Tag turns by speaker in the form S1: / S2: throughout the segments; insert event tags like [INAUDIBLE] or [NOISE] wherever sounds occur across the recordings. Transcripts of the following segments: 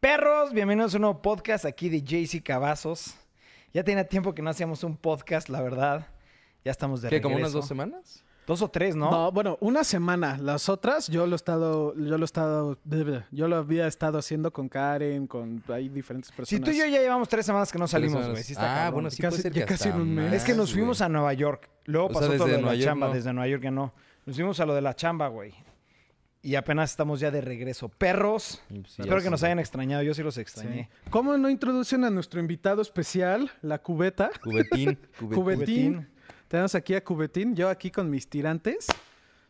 S1: Perros, bienvenidos a un nuevo podcast aquí de JC Cavazos. Ya tenía tiempo que no hacíamos un podcast, la verdad. Ya estamos de
S2: ¿Qué, como unas
S1: regreso.
S2: dos semanas?
S1: Dos o tres, ¿no?
S3: ¿No? bueno, una semana. Las otras yo lo he estado, yo lo he estado, yo lo había estado haciendo con Karen, con hay diferentes
S1: si
S3: personas.
S1: tú y yo ya llevamos tres semanas que no salimos,
S2: Tres
S1: güey.
S2: semanas.
S1: sí está
S2: ah,
S1: cabrón.
S2: bueno, sí
S3: Casi-
S2: puede ser
S3: ya
S2: que
S3: casi
S2: hasta
S3: en un mes.
S2: más,
S1: Es que nos
S2: güey.
S1: fuimos a Nueva York. Luego
S2: O sea,
S1: pasó todo lo
S2: desde
S1: de la
S2: Nueva York
S1: chamba.
S2: no.
S1: Desde Nueva York ya no. Nos fuimos a lo de la chamba, güey. Y apenas estamos ya de regreso. Perros,
S2: Y pues sí,
S1: espero
S2: ya
S1: que nos
S2: sí.
S1: hayan extrañado. Yo sí los extrañé.
S3: Sí. ¿Cómo no introducen a nuestro invitado especial, la cubeta?
S2: Cubetín, cubetín.
S3: Cubetín. Tenemos aquí a Cubetín, yo aquí con mis tirantes.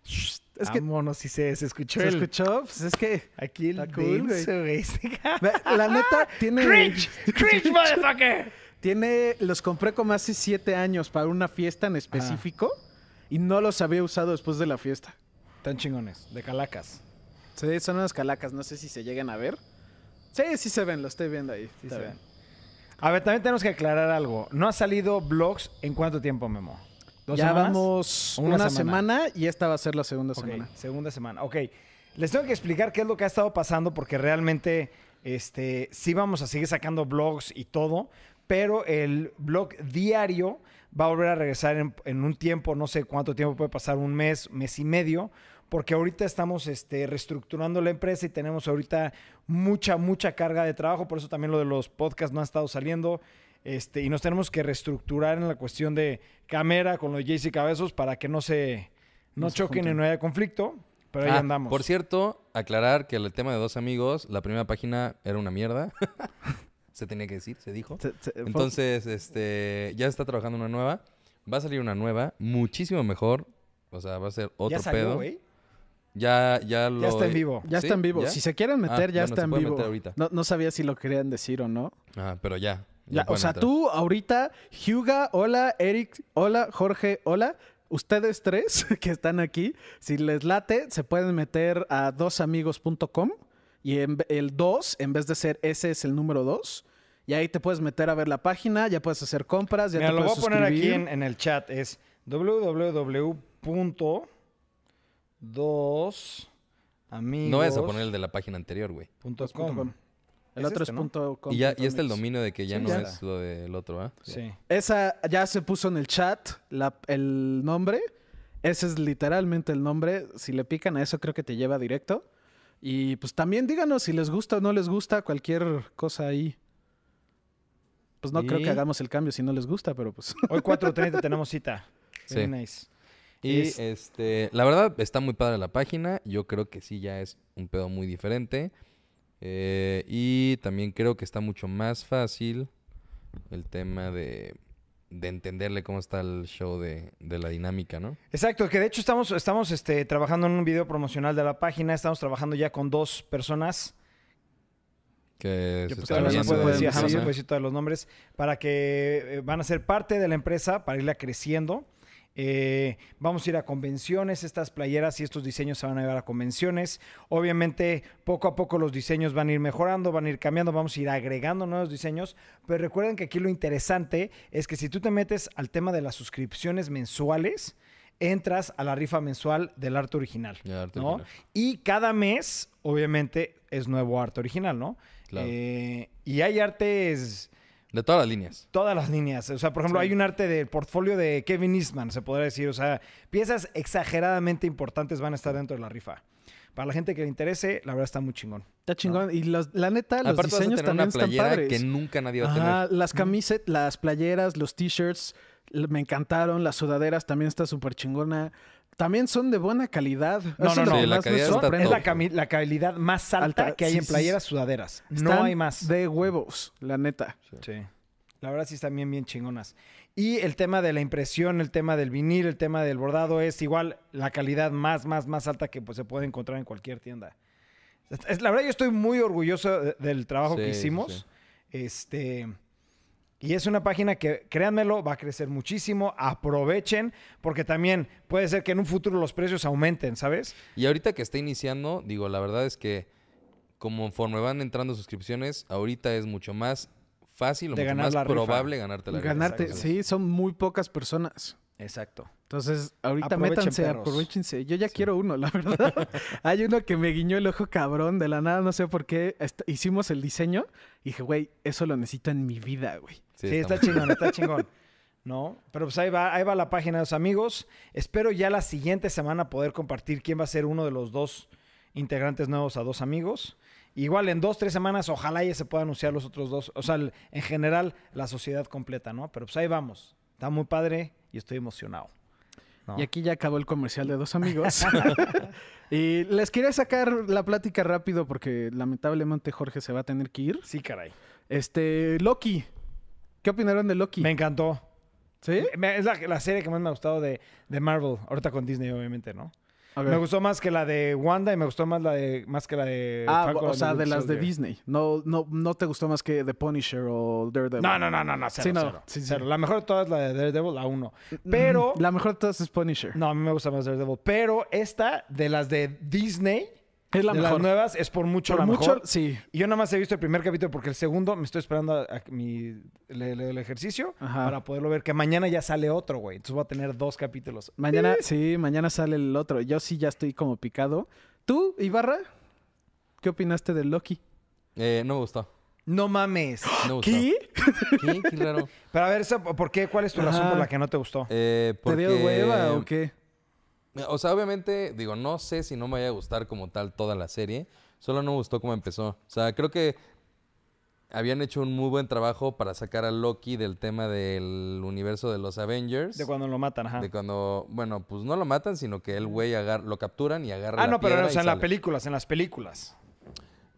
S3: Es que
S1: Vámonos, sí se, se escuchó.
S3: se
S1: el-
S3: escuchó, pues es que
S1: [LAUGHS] Aquí el
S3: Está cool, güey.
S1: denso, güey. [LAUGHS]
S2: [LAUGHS]
S3: ve, la neta tiene
S1: ¡Cringe! ¡Cringe, motherfucker!
S3: tiene los compré como hace siete años para una fiesta en específico y no los había usado después de la fiesta.
S1: Tan chingones, de calacas.
S3: Sí, son unas calacas, no sé si se llegan a ver. Sí, sí se ven, lo estoy viendo ahí.
S1: Sí
S3: está
S1: se
S3: bien.
S1: ven. A ver, también tenemos que aclarar algo. No ha salido vlogs en cuánto tiempo, Memo. ¿Dos
S3: Ya
S1: semanas?
S3: vamos
S1: ¿Una
S3: una,
S1: semana?
S3: semana? y esta va a ser la segunda
S1: Ok,
S3: semana.
S1: segunda semana. Ok. Les tengo que explicar qué es lo que ha estado pasando porque realmente este, sí vamos a seguir sacando blogs y todo, pero el blog diario va a volver a regresar en, en un tiempo, no sé cuánto tiempo puede pasar, un mes, mes y medio, porque ahorita estamos este, reestructurando la empresa y tenemos ahorita mucha, mucha carga de trabajo, por eso también lo de los podcasts no ha estado saliendo. Este, y nos tenemos que reestructurar en la cuestión de cámara con los JC Cabezos para que no se, no,
S3: No se
S1: choquen y
S3: junten.
S1: no haya conflicto, pero ahí
S2: Ah,
S1: andamos.
S2: Por cierto, aclarar que el tema de dos amigos, la primera página era una mierda. [LAUGHS] se tenía que decir, se dijo.
S3: Se- se- fue-
S2: Entonces, este, ya está trabajando una nueva. Va a salir una nueva, muchísimo mejor. O sea, va a ser otro
S1: ya salió,
S2: pedo.
S1: güey.
S2: Ya, ya lo.
S1: Ya está en vivo.
S3: ya
S2: ¿Sí?
S3: está en vivo.
S2: ¿Ya?
S3: Si se quieren meter,
S2: Ah,
S3: ya
S2: bueno,
S3: está
S2: se
S3: en
S2: pueden
S3: vivo.
S2: meter ahorita.
S3: No, no sabía si lo querían decir o no.
S2: Ah, pero ya.
S3: Ya, o
S2: pueden
S3: sea,
S2: entrar.
S3: tú ahorita, Hyuga, hola, Eric, hola, Jorge, hola. Ustedes tres [LAUGHS] que están aquí, si les late, se pueden meter a dosamigos.com y en ve- el 2, en vez de ser ese, es el número 2. Y ahí te puedes meter a ver la página, ya puedes hacer compras, ya
S1: Mira,
S3: te
S1: lo voy a
S3: puedes
S1: poner aquí
S3: suscribir.
S1: en, en el chat. Es www.2amigos.com.
S2: No vayas a poner el de la página anterior, güey.
S3: Dos punto com. El
S1: Es este,
S3: otro es
S1: ¿no?
S3: punto com
S2: Y ya,
S3: punto
S2: y está el
S3: mix.
S2: dominio de que ya
S1: Sí,
S2: no
S1: ya.
S2: es lo del otro, ¿ah?
S1: Sí.
S3: Esa ya se puso en el chat la- el nombre. Ese es literalmente el nombre. Si le pican a eso, creo que te lleva directo. Y pues también díganos si les gusta o no les gusta cualquier cosa ahí. Pues no creo
S2: Y-
S3: que hagamos el cambio si no les gusta, pero pues. [LAUGHS]
S1: Hoy 4.30 tenemos
S2: [LAUGHS]
S1: cita.
S2: Sí.
S1: Very nice.
S2: Y
S1: Es-
S2: este, la verdad, está muy padre la página. Yo creo que sí, ya es un pedo muy diferente. Eh, y también creo que está mucho más fácil el tema de, de entenderle cómo está el show de, de la dinámica, ¿no?
S1: Exacto, que de hecho estamos, estamos este, trabajando en un video promocional de la página. Estamos trabajando ya con dos personas.
S2: Que
S1: Que
S2: se
S1: pues
S2: está
S1: todavía no se
S2: viendo
S1: puede
S2: de
S1: decir,
S2: esa
S1: ajá, no se
S2: manera.
S1: puede decir todos los nombres, para que eh, van a ser parte de la empresa, para irla creciendo. Eh, vamos a ir a convenciones, estas playeras y estos diseños se van a llevar a convenciones. Obviamente, poco a poco los diseños van a ir mejorando, van a ir cambiando, vamos a ir agregando nuevos diseños, pero recuerden que aquí lo interesante es que si tú te metes al tema de las suscripciones mensuales, entras a la rifa mensual del arte original.
S2: Ya, arte
S1: ¿no?
S2: original.
S1: Y cada mes, obviamente, es nuevo arte original, ¿no?
S2: Claro.
S1: Eh, y hay artes
S2: De todas las líneas.
S1: todas las líneas. O sea, por ejemplo,
S3: Sí.
S1: hay un arte del portfolio de Kevin Eastman, se podrá decir. O sea, piezas exageradamente importantes van a estar dentro de la rifa. Para la gente que le interese, la verdad está muy chingón.
S3: Está chingón. Y los- la neta, ah, los
S2: Aparte vas a
S3: diseños
S2: tener una
S3: también están
S2: playera
S3: padres.
S2: que nunca nadie va a
S3: Ajá,
S2: tener.
S3: las camisetas, las playeras, los t-shirts, l- me encantaron. Las sudaderas también está súper chingona. También son de buena calidad.
S1: No,
S3: Eso
S1: no,
S3: es lo
S1: no.
S3: que
S1: Sí,
S2: la
S3: más me
S2: calidad está
S3: sorprende.
S1: Es la,
S2: top.
S1: cami- la calidad más alta,
S3: Alta,
S1: que hay
S3: sí,
S1: en
S3: sí,
S1: playeras sudaderas. no
S3: Están
S1: hay más.
S3: De huevos, la neta.
S1: Sí. La verdad sí están bien, bien chingonas. Y el tema de la impresión, el tema del vinil, el tema del bordado es igual la calidad más, más, más alta que pues, se puede encontrar en cualquier tienda. Es- La verdad yo estoy muy orgulloso de- del trabajo que
S2: Sí, sí,
S1: hicimos. Este... Y es una página que, créanmelo, va a crecer muchísimo. Aprovechen, porque también puede ser que en un futuro los precios aumenten, ¿sabes?
S2: Y ahorita que está iniciando, digo, la verdad es que conforme van entrando suscripciones, ahorita es mucho más fácil o
S1: De
S2: mucho
S1: ganar
S2: más
S1: la rifa.
S2: probable ganarte la rifa.
S3: Ganarte,
S2: Entonces,
S3: sí, son muy pocas personas.
S1: Exacto.
S3: Entonces, ahorita
S1: Aprovechen
S3: métanse,
S1: perros.
S3: aprovechense. Yo ya quiero uno, la verdad. Hay uno que me guiñó el ojo cabrón de la nada, no sé por qué. Est- hicimos el diseño y dije, güey, eso lo necesito en mi vida, güey.
S1: Sí, está,
S2: muy-
S1: chingón, está chingón. ¿No? Pero pues ahí va, ahí va la página de los amigos. Espero ya la siguiente semana poder compartir quién va a ser uno de los dos integrantes nuevos a dos amigos. Igual en dos, tres semanas, ojalá ya se pueda anunciar los otros dos. O sea, el- en general, la sociedad completa, ¿no? Pero pues ahí vamos. Está muy padre y estoy emocionado. ¿no?
S3: Y aquí ya acabó el comercial de dos amigos. [LAUGHS] y les quería sacar la plática rápido porque lamentablemente Jorge se va a tener que ir.
S1: Sí, caray.
S3: Este, Loki. ¿Qué opinaron de Loki?
S1: Me encantó.
S3: ¿Sí?
S1: Me- Es la, la serie que más me ha gustado de, de Marvel. Ahorita con Disney, obviamente, ¿no?
S3: A ver.
S1: Me gustó más que la de Wanda y me gustó más la de más que la de
S3: Ah,
S1: Falcon
S3: o sea,
S1: and the
S3: de
S1: Winter
S3: las de
S1: Soldier.
S3: Disney. No, no, no te gustó más que The Punisher o Daredevil.
S1: No, no, no, no, no, cero,
S3: Sí, no,
S1: cero,
S3: sí, sí.
S1: cero. La mejor de todas es la de Daredevil, la 1. Pero
S3: Mm, La mejor de todas es Punisher.
S1: no, a mí me gusta más Daredevil, pero esta de las de Disney,
S3: Es la
S1: de
S3: mejor.
S1: las nuevas es por mucho
S3: Por
S1: la
S3: mucho,
S1: mejor.
S3: sí.
S1: Y Yo nada más he visto el primer capítulo porque el segundo me estoy esperando a, a mi le- le- el ejercicio
S3: Ajá.
S1: para poderlo ver que mañana ya sale otro, güey. Entonces voy a tener dos capítulos.
S3: Mañana, sí, mañana sale el otro. Yo sí ya estoy como picado. ¿Tú, Ibarra? ¿Qué opinaste de Loki?
S2: [LAUGHS] Eh, no me gustó.
S1: No mames.
S2: No me gustó. ¿Qué? Qué raro.
S1: Pero a ver, esa- ¿por qué? ¿Cuál es tu razón
S3: Ajá.
S1: por la que no te gustó?
S2: Eh,
S3: ¿Te dio
S2: porque-
S3: hueva o qué?
S2: O sea, obviamente, digo, no sé si no me vaya a gustar como tal toda la serie. Solo no me gustó cómo empezó. O sea, creo que habían hecho un muy buen trabajo para sacar a Loki del tema del universo de los Avengers.
S1: De cuando lo matan, ajá.
S2: De cuando, bueno, pues no lo matan, sino que el güey agar- lo capturan y agarra
S1: Ah,
S2: la
S1: no, pero
S2: piedra
S1: o sea,
S2: y
S1: en las
S2: sale.
S1: películas, en las películas.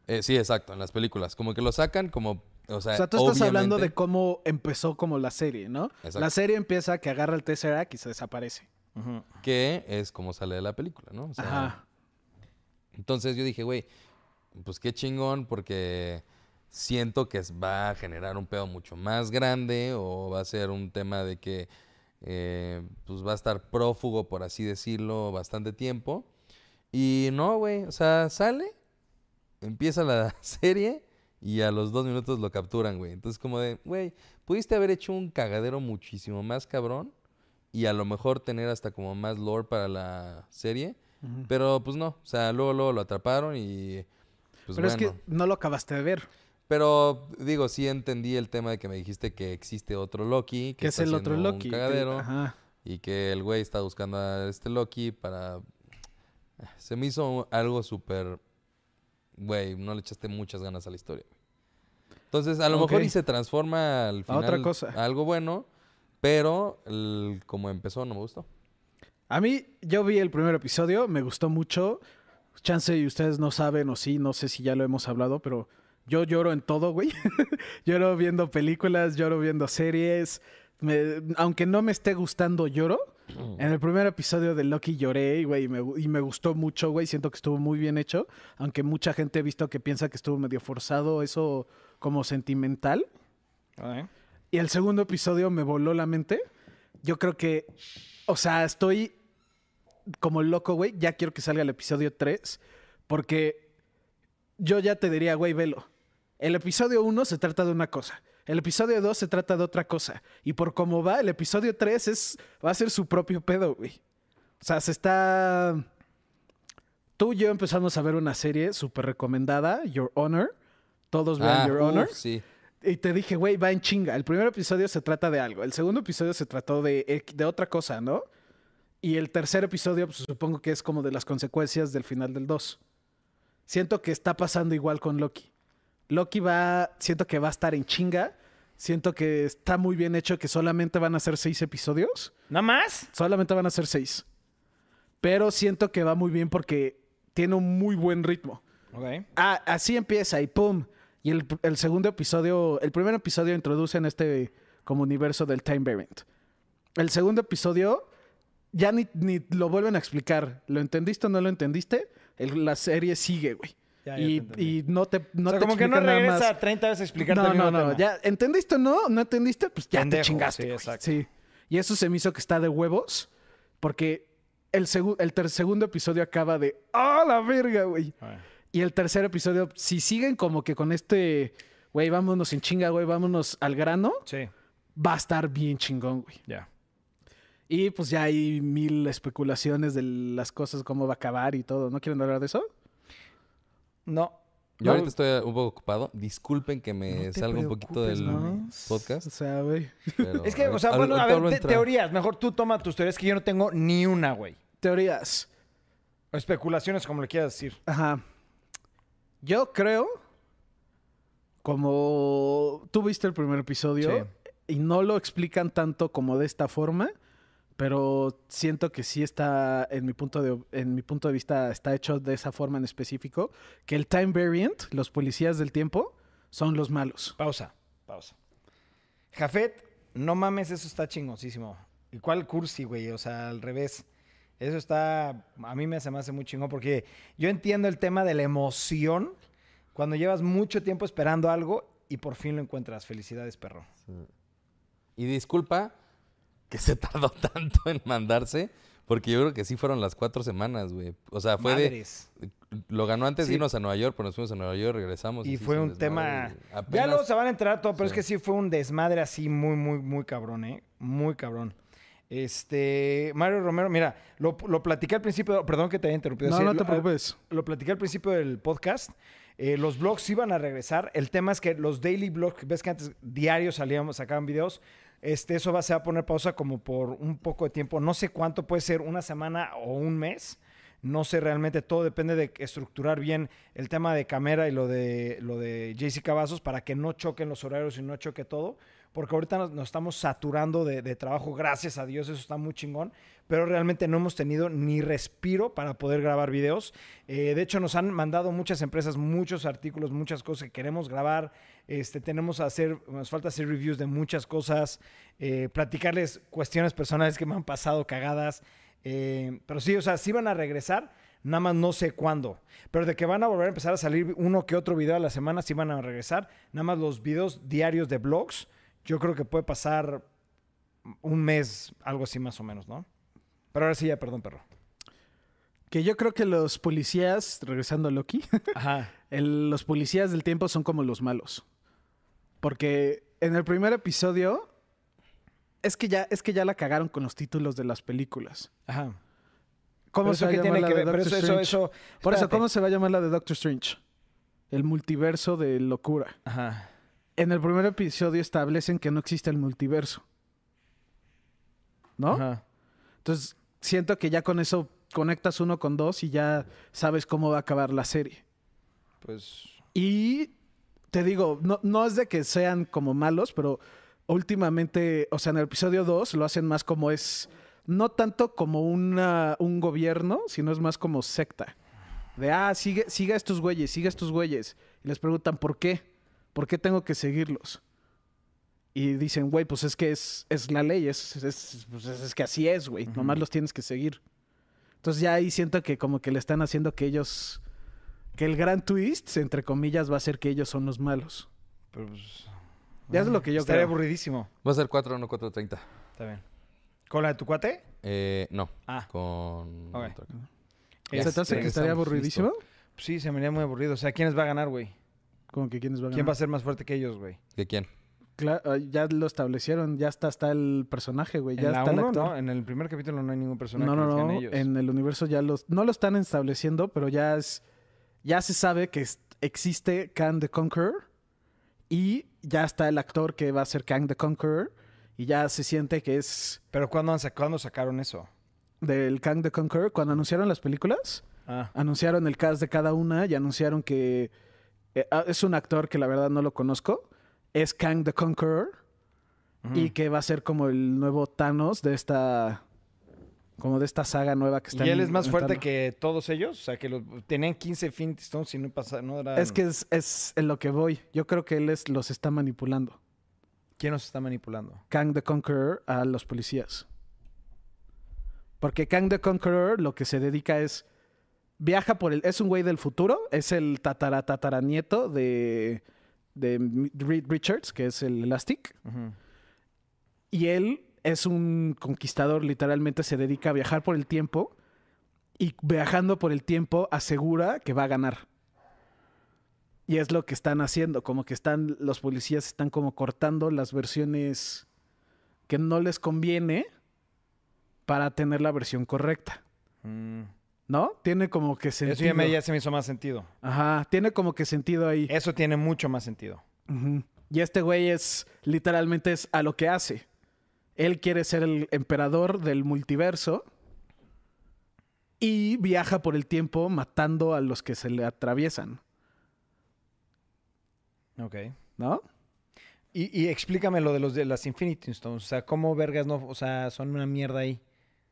S2: Eh, sí, exacto, en las películas. Como que lo sacan como, o sea,
S3: O sea, tú estás hablando de
S2: obviamente-
S3: cómo empezó como la serie, ¿no?
S2: Exacto.
S3: La serie empieza que agarra el Tesseract y se desaparece.
S1: Ujú.
S2: que es como sale de la película, ¿no? O sea,
S3: Ajá.
S2: Entonces yo dije, güey, pues qué chingón, porque siento que es- va a generar un pedo mucho más grande o va a ser un tema de que eh, pues va a estar prófugo, por así decirlo, bastante tiempo. Y no, güey, o sea, sale, empieza la [LAUGHS] serie y a los dos minutos lo capturan, güey. Entonces como de, güey, pudiste haber hecho un cagadero muchísimo más cabrón y a lo mejor tener hasta como más lore para la serie.
S3: Ujú.
S2: Pero pues no, o sea, luego, luego lo atraparon y pues bueno.
S3: pero es que no lo acabaste de ver.
S2: Pero digo, sí entendí el tema de que me dijiste que existe otro Loki, que
S3: Que es
S2: está
S3: el otro
S2: haciendo
S3: Loki.
S2: un
S3: que-
S2: cagadero
S3: Ajá.
S2: y que el güey está buscando a este Loki para se me hizo algo súper güey, no le echaste muchas ganas a la historia. güey. Entonces, a lo mejor
S3: Ok.
S2: y se transforma al
S3: A
S2: final
S3: otra cosa.
S2: a algo bueno, pero el- como empezó no me gustó.
S3: A mí, yo vi el primer episodio, me gustó mucho. Chance y ustedes no saben o sí, no sé si ya lo hemos hablado, pero yo lloro en todo, güey. [LAUGHS] lloro viendo películas, lloro viendo series. Me- aunque no me esté gustando, lloro. En el primer episodio de Loki lloré, y, güey, y me, gu- y me gustó mucho, güey. Siento que estuvo muy bien hecho. Aunque mucha gente he visto que piensa que estuvo medio forzado, eso como sentimental.
S1: Ok.
S3: Y el segundo episodio me voló la mente. Yo creo que, o sea, estoy como loco, güey. Ya quiero que salga el episodio 3. Porque yo ya te diría, güey, velo. El episodio 1 se trata de una cosa. El episodio 2 se trata de otra cosa. Y por cómo va, el episodio 3 es, va a ser su propio pedo, güey. O sea, se está... Tú y yo empezamos a ver una serie súper recomendada, Your Honor. Todos vean
S2: Ah,
S3: Pues Your
S2: uf,
S3: Honor.
S2: sí.
S3: Y te dije, güey, va en chinga. El primer episodio se trata de algo. El segundo episodio se trató de, eh, de otra cosa, ¿no? Y el tercer episodio, pues, supongo que es como de las consecuencias del final del 2. Siento que está pasando igual con Loki. Loki va, siento que va a estar en chinga. Siento que está muy bien hecho que solamente van a ser seis episodios.
S1: ¿Nada más?
S3: Solamente van a ser seis. Pero siento que va muy bien porque tiene un muy buen ritmo.
S1: Ok.
S3: Ah, así empieza y pum. Y el, el segundo episodio, el primer episodio introduce en este como universo del Time Variant. El segundo episodio ya ni, ni lo vuelven a explicar. ¿Lo entendiste o no lo entendiste? El- la serie sigue, güey.
S1: Ya, ya te
S3: y,
S1: entendí.
S3: y no te no
S1: o sea,
S3: te
S1: como que no
S3: explican nada
S1: regresa
S3: más.
S1: 30 veces a explicarte
S3: No,
S1: el
S3: no,
S1: mismo
S3: no.
S1: tema.
S3: Ya, ¿Entendiste o no? ¿No entendiste? Pues ya
S1: Pendejo,
S3: te chingaste.
S1: sí,
S3: güey.
S1: exacto.
S3: Sí. Y eso se me hizo que está de huevos. Porque el, segu- el ter- segundo episodio acaba de... ¡Ah, la verga, güey!
S1: Ok.
S3: Y el tercer episodio, si siguen como que con este, güey, vámonos en chinga, güey, vámonos al grano,
S1: Sí,
S3: va a estar bien chingón, güey.
S1: ya.
S3: Y pues ya hay mil especulaciones de las cosas, cómo va a acabar y todo. ¿No quieren hablar de eso?
S1: No.
S2: Yo ahorita estoy un poco ocupado. Disculpen que me salga Eh, un poquito del podcast.
S3: [LAUGHS] O sea, güey.
S2: pero
S1: Es que,
S2: ahorita-
S1: o sea, bueno, a
S2: ahorita
S1: ver,
S2: hablo
S1: te-
S2: en tra-
S1: teorías. Mejor tú toma tus teorías que yo no tengo ni una, güey.
S3: Teorías.
S1: O especulaciones, como le quieras decir.
S3: Ajá. Yo creo, como tú viste el primer episodio, y no lo explican tanto como de esta forma, pero siento que sí está, en mi punto de, en mi punto de vista, está hecho de esa forma en específico, que el Time Variant, los policías del tiempo, son los malos.
S1: Pausa, pausa. Jafet, no mames, eso está chingoncísimo. ¿Y cuál cursi, güey? O sea, al revés. Eso está, a mí me hace, me hace muy chingón porque yo entiendo el tema de la emoción cuando llevas mucho tiempo esperando algo y por fin lo encuentras. Felicidades, perro.
S2: Y disculpa que se [LAUGHS] tardó tanto en mandarse, porque yo creo que sí fueron las cuatro semanas, güey. O sea, fue
S1: Madres.
S2: de... Lo ganó antes
S1: Sí.
S2: de irnos a Nueva York, pero nos fuimos a Nueva York, regresamos.
S1: Y
S2: se
S1: fue
S2: hizo
S1: un tema...
S2: desmadre, güey.
S1: Ya
S2: Apenas-
S1: luego se van a enterar todo, pero es
S2: Sí.
S1: que sí fue un desmadre así muy, muy, muy cabrón, ¿eh? Muy cabrón. Este, Mario Romero, mira, lo, lo platiqué al principio, perdón que te haya interrumpido.
S3: No,
S1: sí,
S3: no
S1: lo-
S3: te
S1: a-
S3: preocupes.
S1: lo platiqué al principio del podcast. eh, los blogs iban a regresar. El tema es que los daily blogs, ves que antes diarios salíamos, sacaban videos. Este, eso va, se va a poner pausa como por un poco de tiempo. No sé cuánto puede ser, una semana o un mes. No sé realmente, todo depende de estructurar bien el tema de Camera y lo de, lo de JC Cavazos para que no choquen los horarios y no choque todo. Porque ahorita nos, nos estamos saturando de, de trabajo, gracias a Dios, eso está muy chingón. Pero realmente no hemos tenido ni respiro para poder grabar videos. Eh, de hecho, nos han mandado muchas empresas, muchos artículos, muchas cosas que queremos grabar. Este, tenemos a hacer, nos falta hacer reviews de muchas cosas, eh, platicarles cuestiones personales que me han pasado cagadas. Eh, pero sí, o sea, sí van a regresar, nada más no sé cuándo. Pero de que van a volver a empezar a salir uno que otro video a la semana, sí van a regresar. Nada más los videos diarios de blogs, yo creo que puede pasar un mes, algo así más o menos, ¿no? Pero ahora sí, ya, perdón, perro.
S3: Que yo creo que los policías, regresando a Loki,
S1: Ajá.
S3: El- los policías del tiempo son como los malos. Porque en el primer episodio es que ya, es que ya la cagaron con los títulos de las películas.
S1: Ajá.
S3: ¿Cómo
S1: Pero
S3: se va a
S1: qué
S3: llamar la de
S1: Pero
S3: Doctor
S1: eso, eso,
S3: Strange?
S1: eso.
S3: Por eso,
S1: espérate.
S3: ¿cómo se va a llamar la de Doctor Strange? El multiverso de locura.
S1: Ajá.
S3: En el primer episodio establecen que no existe el multiverso. ¿No?
S1: Ajá.
S3: Entonces, siento que ya con eso conectas uno con dos y ya sabes cómo va a acabar la serie.
S1: Pues.
S3: Y te digo, no, no es de que sean como malos, pero últimamente, o sea, en el episodio 2 lo hacen más como es, no tanto como una, un gobierno, sino es más como secta. De, ah, sigue, sigue a estos güeyes, sigue a estos güeyes. Y les preguntan, ¿por qué? ¿Por qué tengo que seguirlos? Y dicen, güey, pues es que es, es la ley, es, es- pues es- es que así es, güey, nomás los tienes que seguir. Entonces ya ahí siento que como que le están haciendo que ellos que el gran twist, entre comillas, va a ser que ellos son los malos.
S1: pero, pues
S3: Ya es lo que yo
S1: estaría
S3: creo.
S1: aburridísimo.
S2: Va a ser 4, no 4.30.
S1: Está bien. ¿Con la de tu cuate?
S2: Eh, no,
S1: Ah.
S2: con...
S1: Ok.
S2: otra.
S3: ¿Se te hace que
S1: Este,
S3: estaría
S2: regresamos,
S3: aburridísimo?
S1: pues sí, se me haría muy aburrido. O sea, ¿quiénes va a ganar, güey?
S3: Como que quiénes van a
S1: ¿Quién va a
S3: ganar?
S1: ser más fuerte que ellos, güey?
S2: ¿De quién?
S3: Cla- ah, ya lo establecieron, ya está, está el personaje, güey. Pues Ya
S1: En la
S3: está el
S1: uno,
S3: actor.
S1: ¿no? En el primer capítulo no hay ningún personaje
S3: No,
S1: que
S3: no,
S1: les
S3: no.
S1: gane ellos.
S3: En el universo ya los. No lo están estableciendo, pero ya es. Ya se sabe que es- existe Kang the Conqueror. Y ya está el actor que va a ser Kang the Conqueror. Y ya se siente que es
S1: Pero ¿cuándo, han sac- cuándo sacaron eso?
S3: del Kang the Conqueror. Cuando anunciaron las películas,
S1: Ah.
S3: anunciaron el cast de cada una y anunciaron que eh, ah, es un actor que la verdad no lo conozco, es Kang the Conqueror
S1: Mm.
S3: y que va a ser como el nuevo Thanos de esta como de esta saga nueva que está
S1: ¿Y él es más fuerte que todos ellos? O sea, que los, tenían 15 Infinity Stones y no pasa, no era...
S3: es que es, es en lo que voy. Yo creo que él es, los está manipulando.
S1: ¿Quién nos está manipulando?
S3: Kang the Conqueror a los policías. Porque Kang the Conqueror lo que se dedica es. Viaja por el. Es un güey del futuro. Es el tatara tataranieto de. de Reed Richards, que es el Elastic.
S1: Ujú.
S3: Y él es un conquistador. Literalmente se dedica a viajar por el tiempo. Y viajando por el tiempo asegura que va a ganar. Y es lo que están haciendo, como que están, los policías están como cortando las versiones que no les conviene para tener la versión correcta,
S1: Mm.
S3: ¿no? Tiene como que sentido.
S1: Eso ya, me, ya se me hizo más sentido.
S3: Ajá, tiene como que sentido ahí.
S1: Eso tiene mucho más sentido.
S3: Ujú. Y este güey es literalmente es a lo que hace. Él quiere ser el emperador del multiverso y viaja por el tiempo matando a los que se le atraviesan,
S1: Ok.
S3: ¿no?
S1: Y, y explícame lo de los de las Infinity Stones. O sea, ¿cómo vergas no? O sea, son una mierda ahí.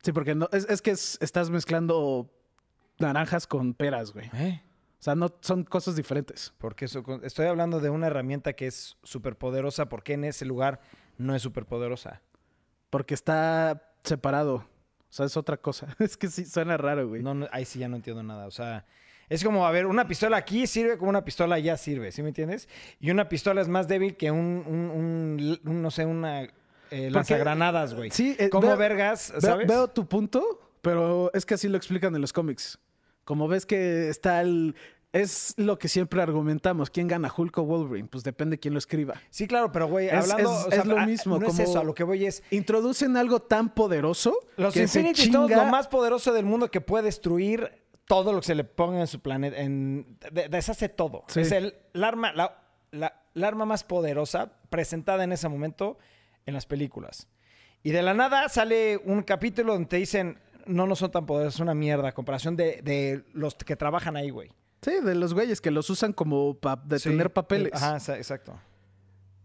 S3: Sí, porque no, es, es que es- estás mezclando naranjas con peras, güey.
S1: ¿Eh?
S3: O sea, no son cosas diferentes.
S1: Porque eso- con- estoy hablando de una herramienta que es súper poderosa. ¿Por qué en ese lugar no es súper poderosa?
S3: Porque está separado. O sea, es otra cosa. [LAUGHS] Es que sí, suena raro, güey.
S1: No, no, ahí sí ya no entiendo nada. O sea, es como, a ver, una pistola aquí sirve como una pistola allá sirve. ¿Sí me entiendes? Y una pistola es más débil que un, un- un- un, no sé, una eh, lanzagranadas, güey.
S3: Sí, eh,
S1: ¿Cómo
S3: veo-
S1: vergas,
S3: Veo-
S1: sabes?
S3: Veo, tu punto, pero es que así lo explican en los cómics. Como ves que está el... Es lo que siempre argumentamos. ¿Quién gana, Hulk o Wolverine? Pues depende quién lo escriba.
S1: Sí, claro, pero güey,
S3: Es-
S1: hablando...
S3: es-
S1: o sea,
S3: es lo
S1: a-
S3: mismo,
S1: No
S3: como-
S1: es eso, a lo que voy es...
S3: Introducen algo tan poderoso
S1: Los
S3: que se
S1: Infinity Stones, lo
S3: chinga-
S1: más poderoso del mundo que puede destruir todo lo que se le ponga en su planeta. En, de- deshace todo.
S3: Sí.
S1: Es el, la arma, la, la- la arma más poderosa presentada en ese momento en las películas. Y de la nada sale un capítulo donde te dicen, no, no son tan poderosos, es una mierda, a comparación de, de los que trabajan ahí, güey.
S3: Sí, de los güeyes que los usan como para detener
S1: Sí.
S3: papeles.
S1: Ajá, exa- exacto.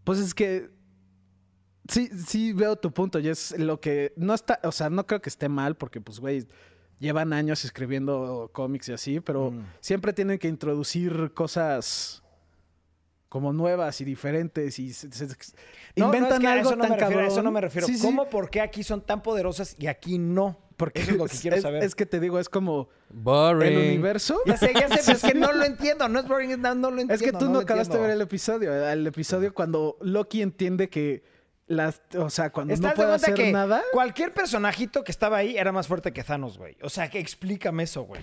S3: Pues es que. Sí, sí veo tu punto. Y es lo que. No está. O sea, no creo que esté mal, porque, pues, güey, llevan años escribiendo cómics y así, pero
S1: Mm.
S3: siempre tienen que introducir cosas como nuevas y diferentes. Y se- se- se-
S1: No, no, es
S3: inventan
S1: que a
S3: algo
S1: eso no
S3: tan
S1: me refiero, a
S3: cabrón.
S1: eso no me refiero.
S3: Sí, sí.
S1: ¿Cómo, por qué aquí son tan poderosas y aquí no?
S3: Porque
S1: eso es lo que quiero saber.
S3: Es que te digo, es como
S2: Boring.
S3: el universo.
S1: Ya sé, ya sé, pero es que
S3: [LAUGHS]
S1: no lo entiendo. No es boring, no, no lo entiendo.
S3: Es que tú no,
S1: lo
S3: acabaste de
S1: entiendo.
S3: ver el episodio. El episodio cuando Loki entiende que las, o sea, cuando
S1: ¿Estás
S3: no
S1: de
S3: puede
S1: cuenta
S3: hacer
S1: que
S3: nada.
S1: cualquier personajito que estaba ahí era más fuerte que Thanos, güey? O sea, que explícame eso, güey.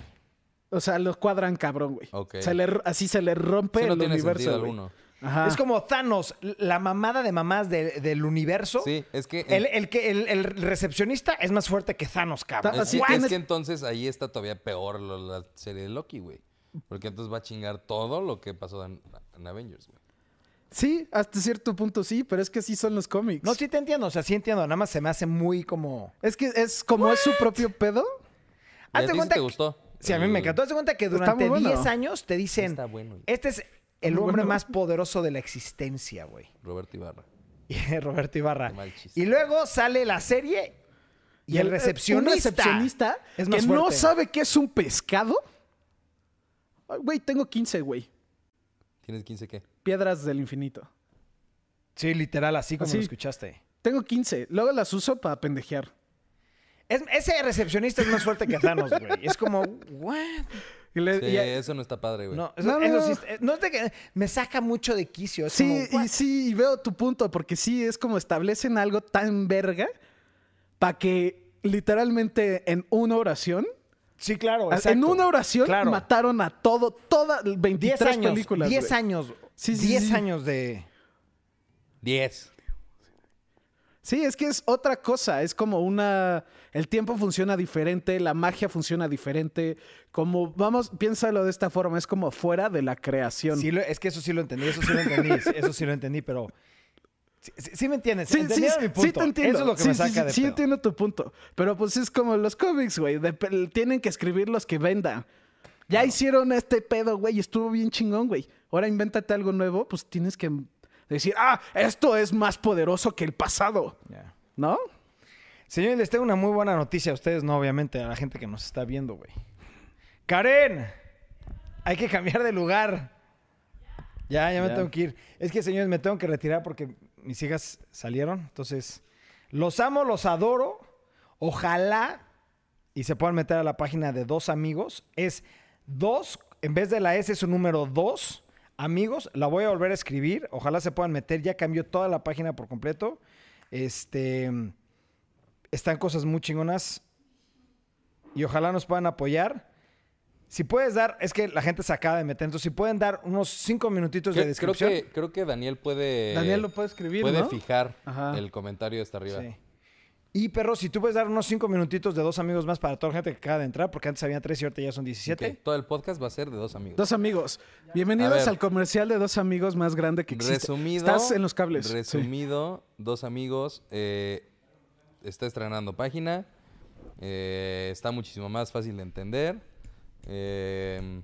S3: O sea, los cuadran cabrón, güey.
S2: Ok.
S3: Se le r- así se le rompe
S2: Sí, no
S3: el
S2: tiene
S3: universo.
S2: sentido
S3: güey.
S2: alguno.
S3: Ajá.
S1: Es como Thanos, la mamada de mamás de- del universo.
S2: Sí, es que...
S1: El, el que, el, el recepcionista es más fuerte que Thanos, cabrón.
S2: Es,
S3: Así
S2: es
S3: tiene-
S2: que entonces ahí está todavía peor lo- la serie de Loki, güey. Porque entonces va a chingar todo lo que pasó en, en Avengers, güey.
S3: Sí, hasta cierto punto sí, pero es que sí son los cómics.
S1: No, sí te entiendo, o sea, sí entiendo. Nada más se me hace muy como...
S3: Es que es como es su propio pedo.
S2: ¿Y a
S1: Hazte
S2: ti sí
S1: cuenta
S2: te
S1: que-
S2: gustó?
S1: Sí, a mí me encantó. Hazte cuenta que
S3: Está
S1: durante
S3: muy bueno.
S1: 10 años te dicen...
S2: Está bueno.
S1: Este es el
S3: Muy
S1: hombre
S3: bueno.
S1: más poderoso de la existencia, güey.
S2: Roberto Ibarra.
S1: Y [LAUGHS] Roberto Ibarra.
S2: Qué mal chiste.
S1: Y luego sale la serie y, el,
S3: eh,
S1: recepcionista.
S3: Un recepcionista
S1: es
S3: que
S1: más
S3: no
S1: fuerte.
S3: sabe qué es un pescado. Ay, Güey, tengo 15, güey.
S2: ¿Tienes 15 qué?
S3: Piedras del infinito.
S1: Sí, literal, así como
S3: Así.
S1: lo escuchaste.
S3: Tengo 15. Luego las uso para pendejear.
S1: Es- ese recepcionista es más fuerte que Thanos, güey. Es como, ¿what?
S3: Y le-
S2: Sí,
S3: y-
S2: eso no está padre, güey.
S1: No, eso,
S3: Eh, No, no,
S1: eso
S3: no.
S1: sí es- eh, no es de que me saca mucho de quicio. Es
S3: Sí,
S1: como,
S3: y
S1: "What?".
S3: sí, y veo tu punto, porque sí, es como establecen algo tan verga para que literalmente en una oración,
S1: Sí, claro.
S3: en
S1: exacto.
S3: una oración
S1: Claro.
S3: mataron a todo, todas 23
S1: 10 años.
S3: películas.
S1: 10
S3: güey.
S1: años.
S3: Sí, sí,
S1: 10
S3: sí.
S1: años de.
S2: 10.
S3: Sí, es que es otra cosa, es como una... El tiempo funciona diferente, la magia funciona diferente, como, vamos, piénsalo de esta forma, es como fuera de la creación.
S1: Sí, lo- es que eso sí lo entendí, eso sí lo [LAUGHS] entendí, eso sí lo entendí, pero. Sí, sí- sí me entiendes.
S3: Sí, sí,
S1: Entendieron mi punto.
S3: sí te entiendo.
S1: Eso es lo que
S3: sí,
S1: me
S3: sí,
S1: saca
S3: sí,
S1: de
S3: sí
S1: pedo.
S3: entiendo tu punto. Pero pues es como los cómics, güey. de pe- Tienen que escribir los que vendan. Ya hicieron este pedo, güey. y Estuvo bien chingón, güey. Ahora invéntate algo nuevo. Pues tienes que decir, ah, esto es más poderoso que el pasado.
S1: Ya.
S3: ¿No?
S1: Señores, les tengo una muy buena noticia a ustedes, no obviamente, a la gente que nos está viendo, güey. Karen, hay que cambiar de lugar. Ya, ya me
S3: Ya.
S1: tengo que ir. Es que, señores, me tengo que retirar porque mis hijas salieron. Entonces, los amo, los adoro. Ojalá y se puedan meter a la página de dos amigos. Es dos, en vez de la S es un número dos. Amigos, la voy a volver a escribir. Ojalá se puedan meter. Ya cambió toda la página por completo. Este, están cosas muy chingonas. Y ojalá nos puedan apoyar. Si puedes dar, es que la gente se acaba de meter. Entonces, si pueden dar unos cinco minutitos de
S2: Creo, creo
S1: Pues descripción.
S2: que, creo que Daniel puede...
S3: Daniel lo puede escribir,
S2: Puede
S3: ¿no?
S2: fijar
S3: Ajá.
S2: el comentario de hasta arriba.
S1: Sí. Y perro, si tú puedes dar unos cinco minutitos de dos amigos más para toda la gente que acaba de entrar, porque antes había tres y ahorita ya son 17.
S2: Ok, Todo el podcast va a ser de dos amigos.
S3: Dos amigos.
S2: A
S3: Bienvenidos
S2: ver.
S3: al comercial de dos amigos más grande que existe.
S2: Resumido.
S3: Estás en los cables. Sí.
S2: Resumido, dos amigos. eh, está estrenando página. eh, está muchísimo más fácil de entender. eh,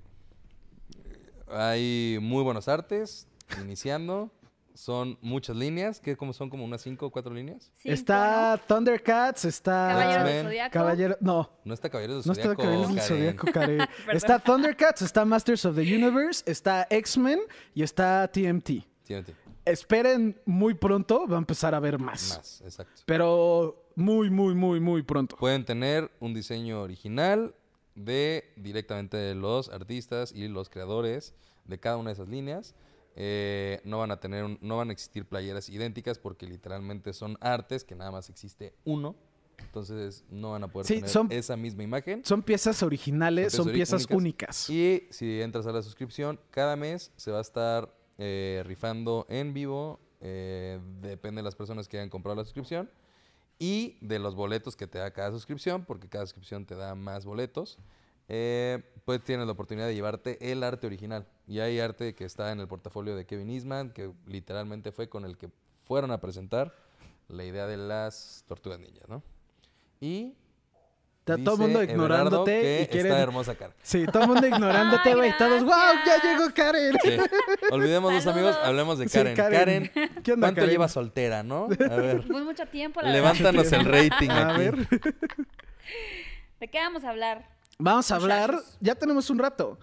S2: hay muy buenos artes. [LAUGHS] Iniciando. Son muchas líneas. que como son? ¿Como unas cinco o cuatro líneas?
S4: Cinco,
S3: está
S4: ¿no?
S3: Thundercats, está
S4: Caballero
S2: X-Men,
S4: del Zodiaco.
S3: Caballero- no.
S2: No está Caballeros
S3: No
S2: del
S3: está
S2: Zodiaco.
S3: Caballeros del
S2: Karen.
S3: Zodiaco,
S4: [LAUGHS]
S3: Karen. está Thundercats, está Masters of the Universe, está X-Men y está TMT.
S2: Tiene-
S3: Esperen muy pronto, va a empezar a ver más.
S2: Más, exacto.
S3: Pero muy, muy, muy, muy pronto.
S2: Pueden tener un diseño original de directamente de los artistas y los creadores de cada una de esas líneas. Eh, no van a tener, un- no van a existir playeras idénticas porque literalmente son artes que nada más existe uno. Entonces no van a poder
S3: Sí,
S2: tener
S3: son-
S2: esa misma imagen.
S3: Son piezas originales, son
S2: ori-
S3: piezas únicas.
S2: Y si entras a la suscripción, cada mes se va a estar eh, rifando en vivo. eh, depende de las personas que hayan comprado la suscripción. Y de los boletos que te da cada suscripción, porque cada suscripción te da más boletos. eh, pues tienes la oportunidad de llevarte el arte original. Y hay arte que está en el portafolio de Kevin Eastman, que literalmente fue con el que fueron a presentar la idea de las tortugas ninjas, ¿no? Y.
S3: Está todo el
S2: dice
S3: mundo
S2: Everardo
S3: ignorándote
S2: que
S3: y quieren-
S2: Está hermosa cara.
S3: Sí, todo el mundo
S4: [LAUGHS]
S3: ignorándote, güey. Todos, wow, ya
S4: gracias.
S3: llegó Karen.
S2: Sí. Olvidemos dos amigos,
S4: Saludos.
S2: hablemos de
S3: Sí,
S2: Karen.
S3: Karen. [LAUGHS]
S2: Karen,
S3: ¿Qué onda,
S2: ¿cuánto
S3: Karen?
S2: lleva soltera,
S3: [LAUGHS]
S2: no? A ver,
S4: Pues mucho tiempo, la
S2: levántanos el rating
S3: A
S2: aquí.
S3: ver.
S4: verdad. [LAUGHS] ¿De qué vamos a hablar?
S3: Vamos a hablar,
S4: Muchachos.
S3: ya tenemos un rato.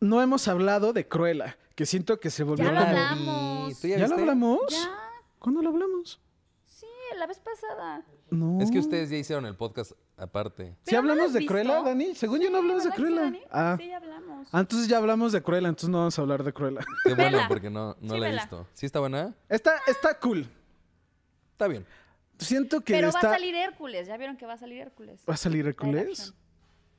S3: No hemos hablado de Cruella, que siento que se volvió
S4: Ya lo
S3: como...
S4: hablamos. hablamos.
S2: ¿Tú
S3: ¿Ya, lo
S2: viste?
S3: hablamos?
S4: Ya,
S3: ¿Cuándo lo hablamos?
S4: sí, la vez pasada.
S3: No.
S2: Es que ustedes ya hicieron el podcast aparte.
S3: ¿Sí
S4: Pero ¿no lo
S3: hablamos
S4: has
S3: de
S4: visto?
S3: Cruella, Dani? Según yo no hablamos de
S4: ¿Verdad que sí,
S3: Cruella.
S4: Dani?
S3: Ah.
S4: Sí, ya hablamos.
S3: Ah, entonces ya hablamos de Cruella, entonces no vamos a hablar de Cruella. [LAUGHS]
S2: Qué bueno,
S4: Vela.
S2: porque no, no
S4: Sí,
S2: la he
S4: vela.
S2: visto. ¿Sí está buena?
S3: Está, está cool.
S2: Está bien.
S3: Siento que
S4: Pero
S3: está...
S4: va a salir Hércules, ya vieron que va a salir Hércules.
S3: ¿Va a salir Hércules?
S4: action.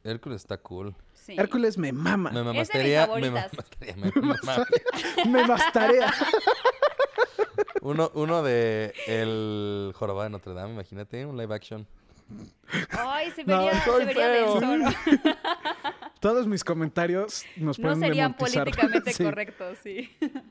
S2: Hércules está cool.
S4: Sí.
S3: Hércules me [LAUGHS] mama.
S2: Me
S3: Me,
S2: mamastería. Me
S4: favoritas.
S2: mamastería. Me mamastería.
S3: bastarea.
S2: Uno, uno de El Jorobado de Notre Dame, imagínate, un live action.
S4: Ay, se
S3: No,
S4: vería,
S3: soy
S4: se vería
S3: feo.
S4: denso,
S3: [LAUGHS]
S4: ¿no?
S3: Todos mis comentarios nos
S4: No
S3: pueden
S4: serían
S3: [LAUGHS] demonetizar.
S4: políticamente
S3: Sí.
S4: correctos, sí.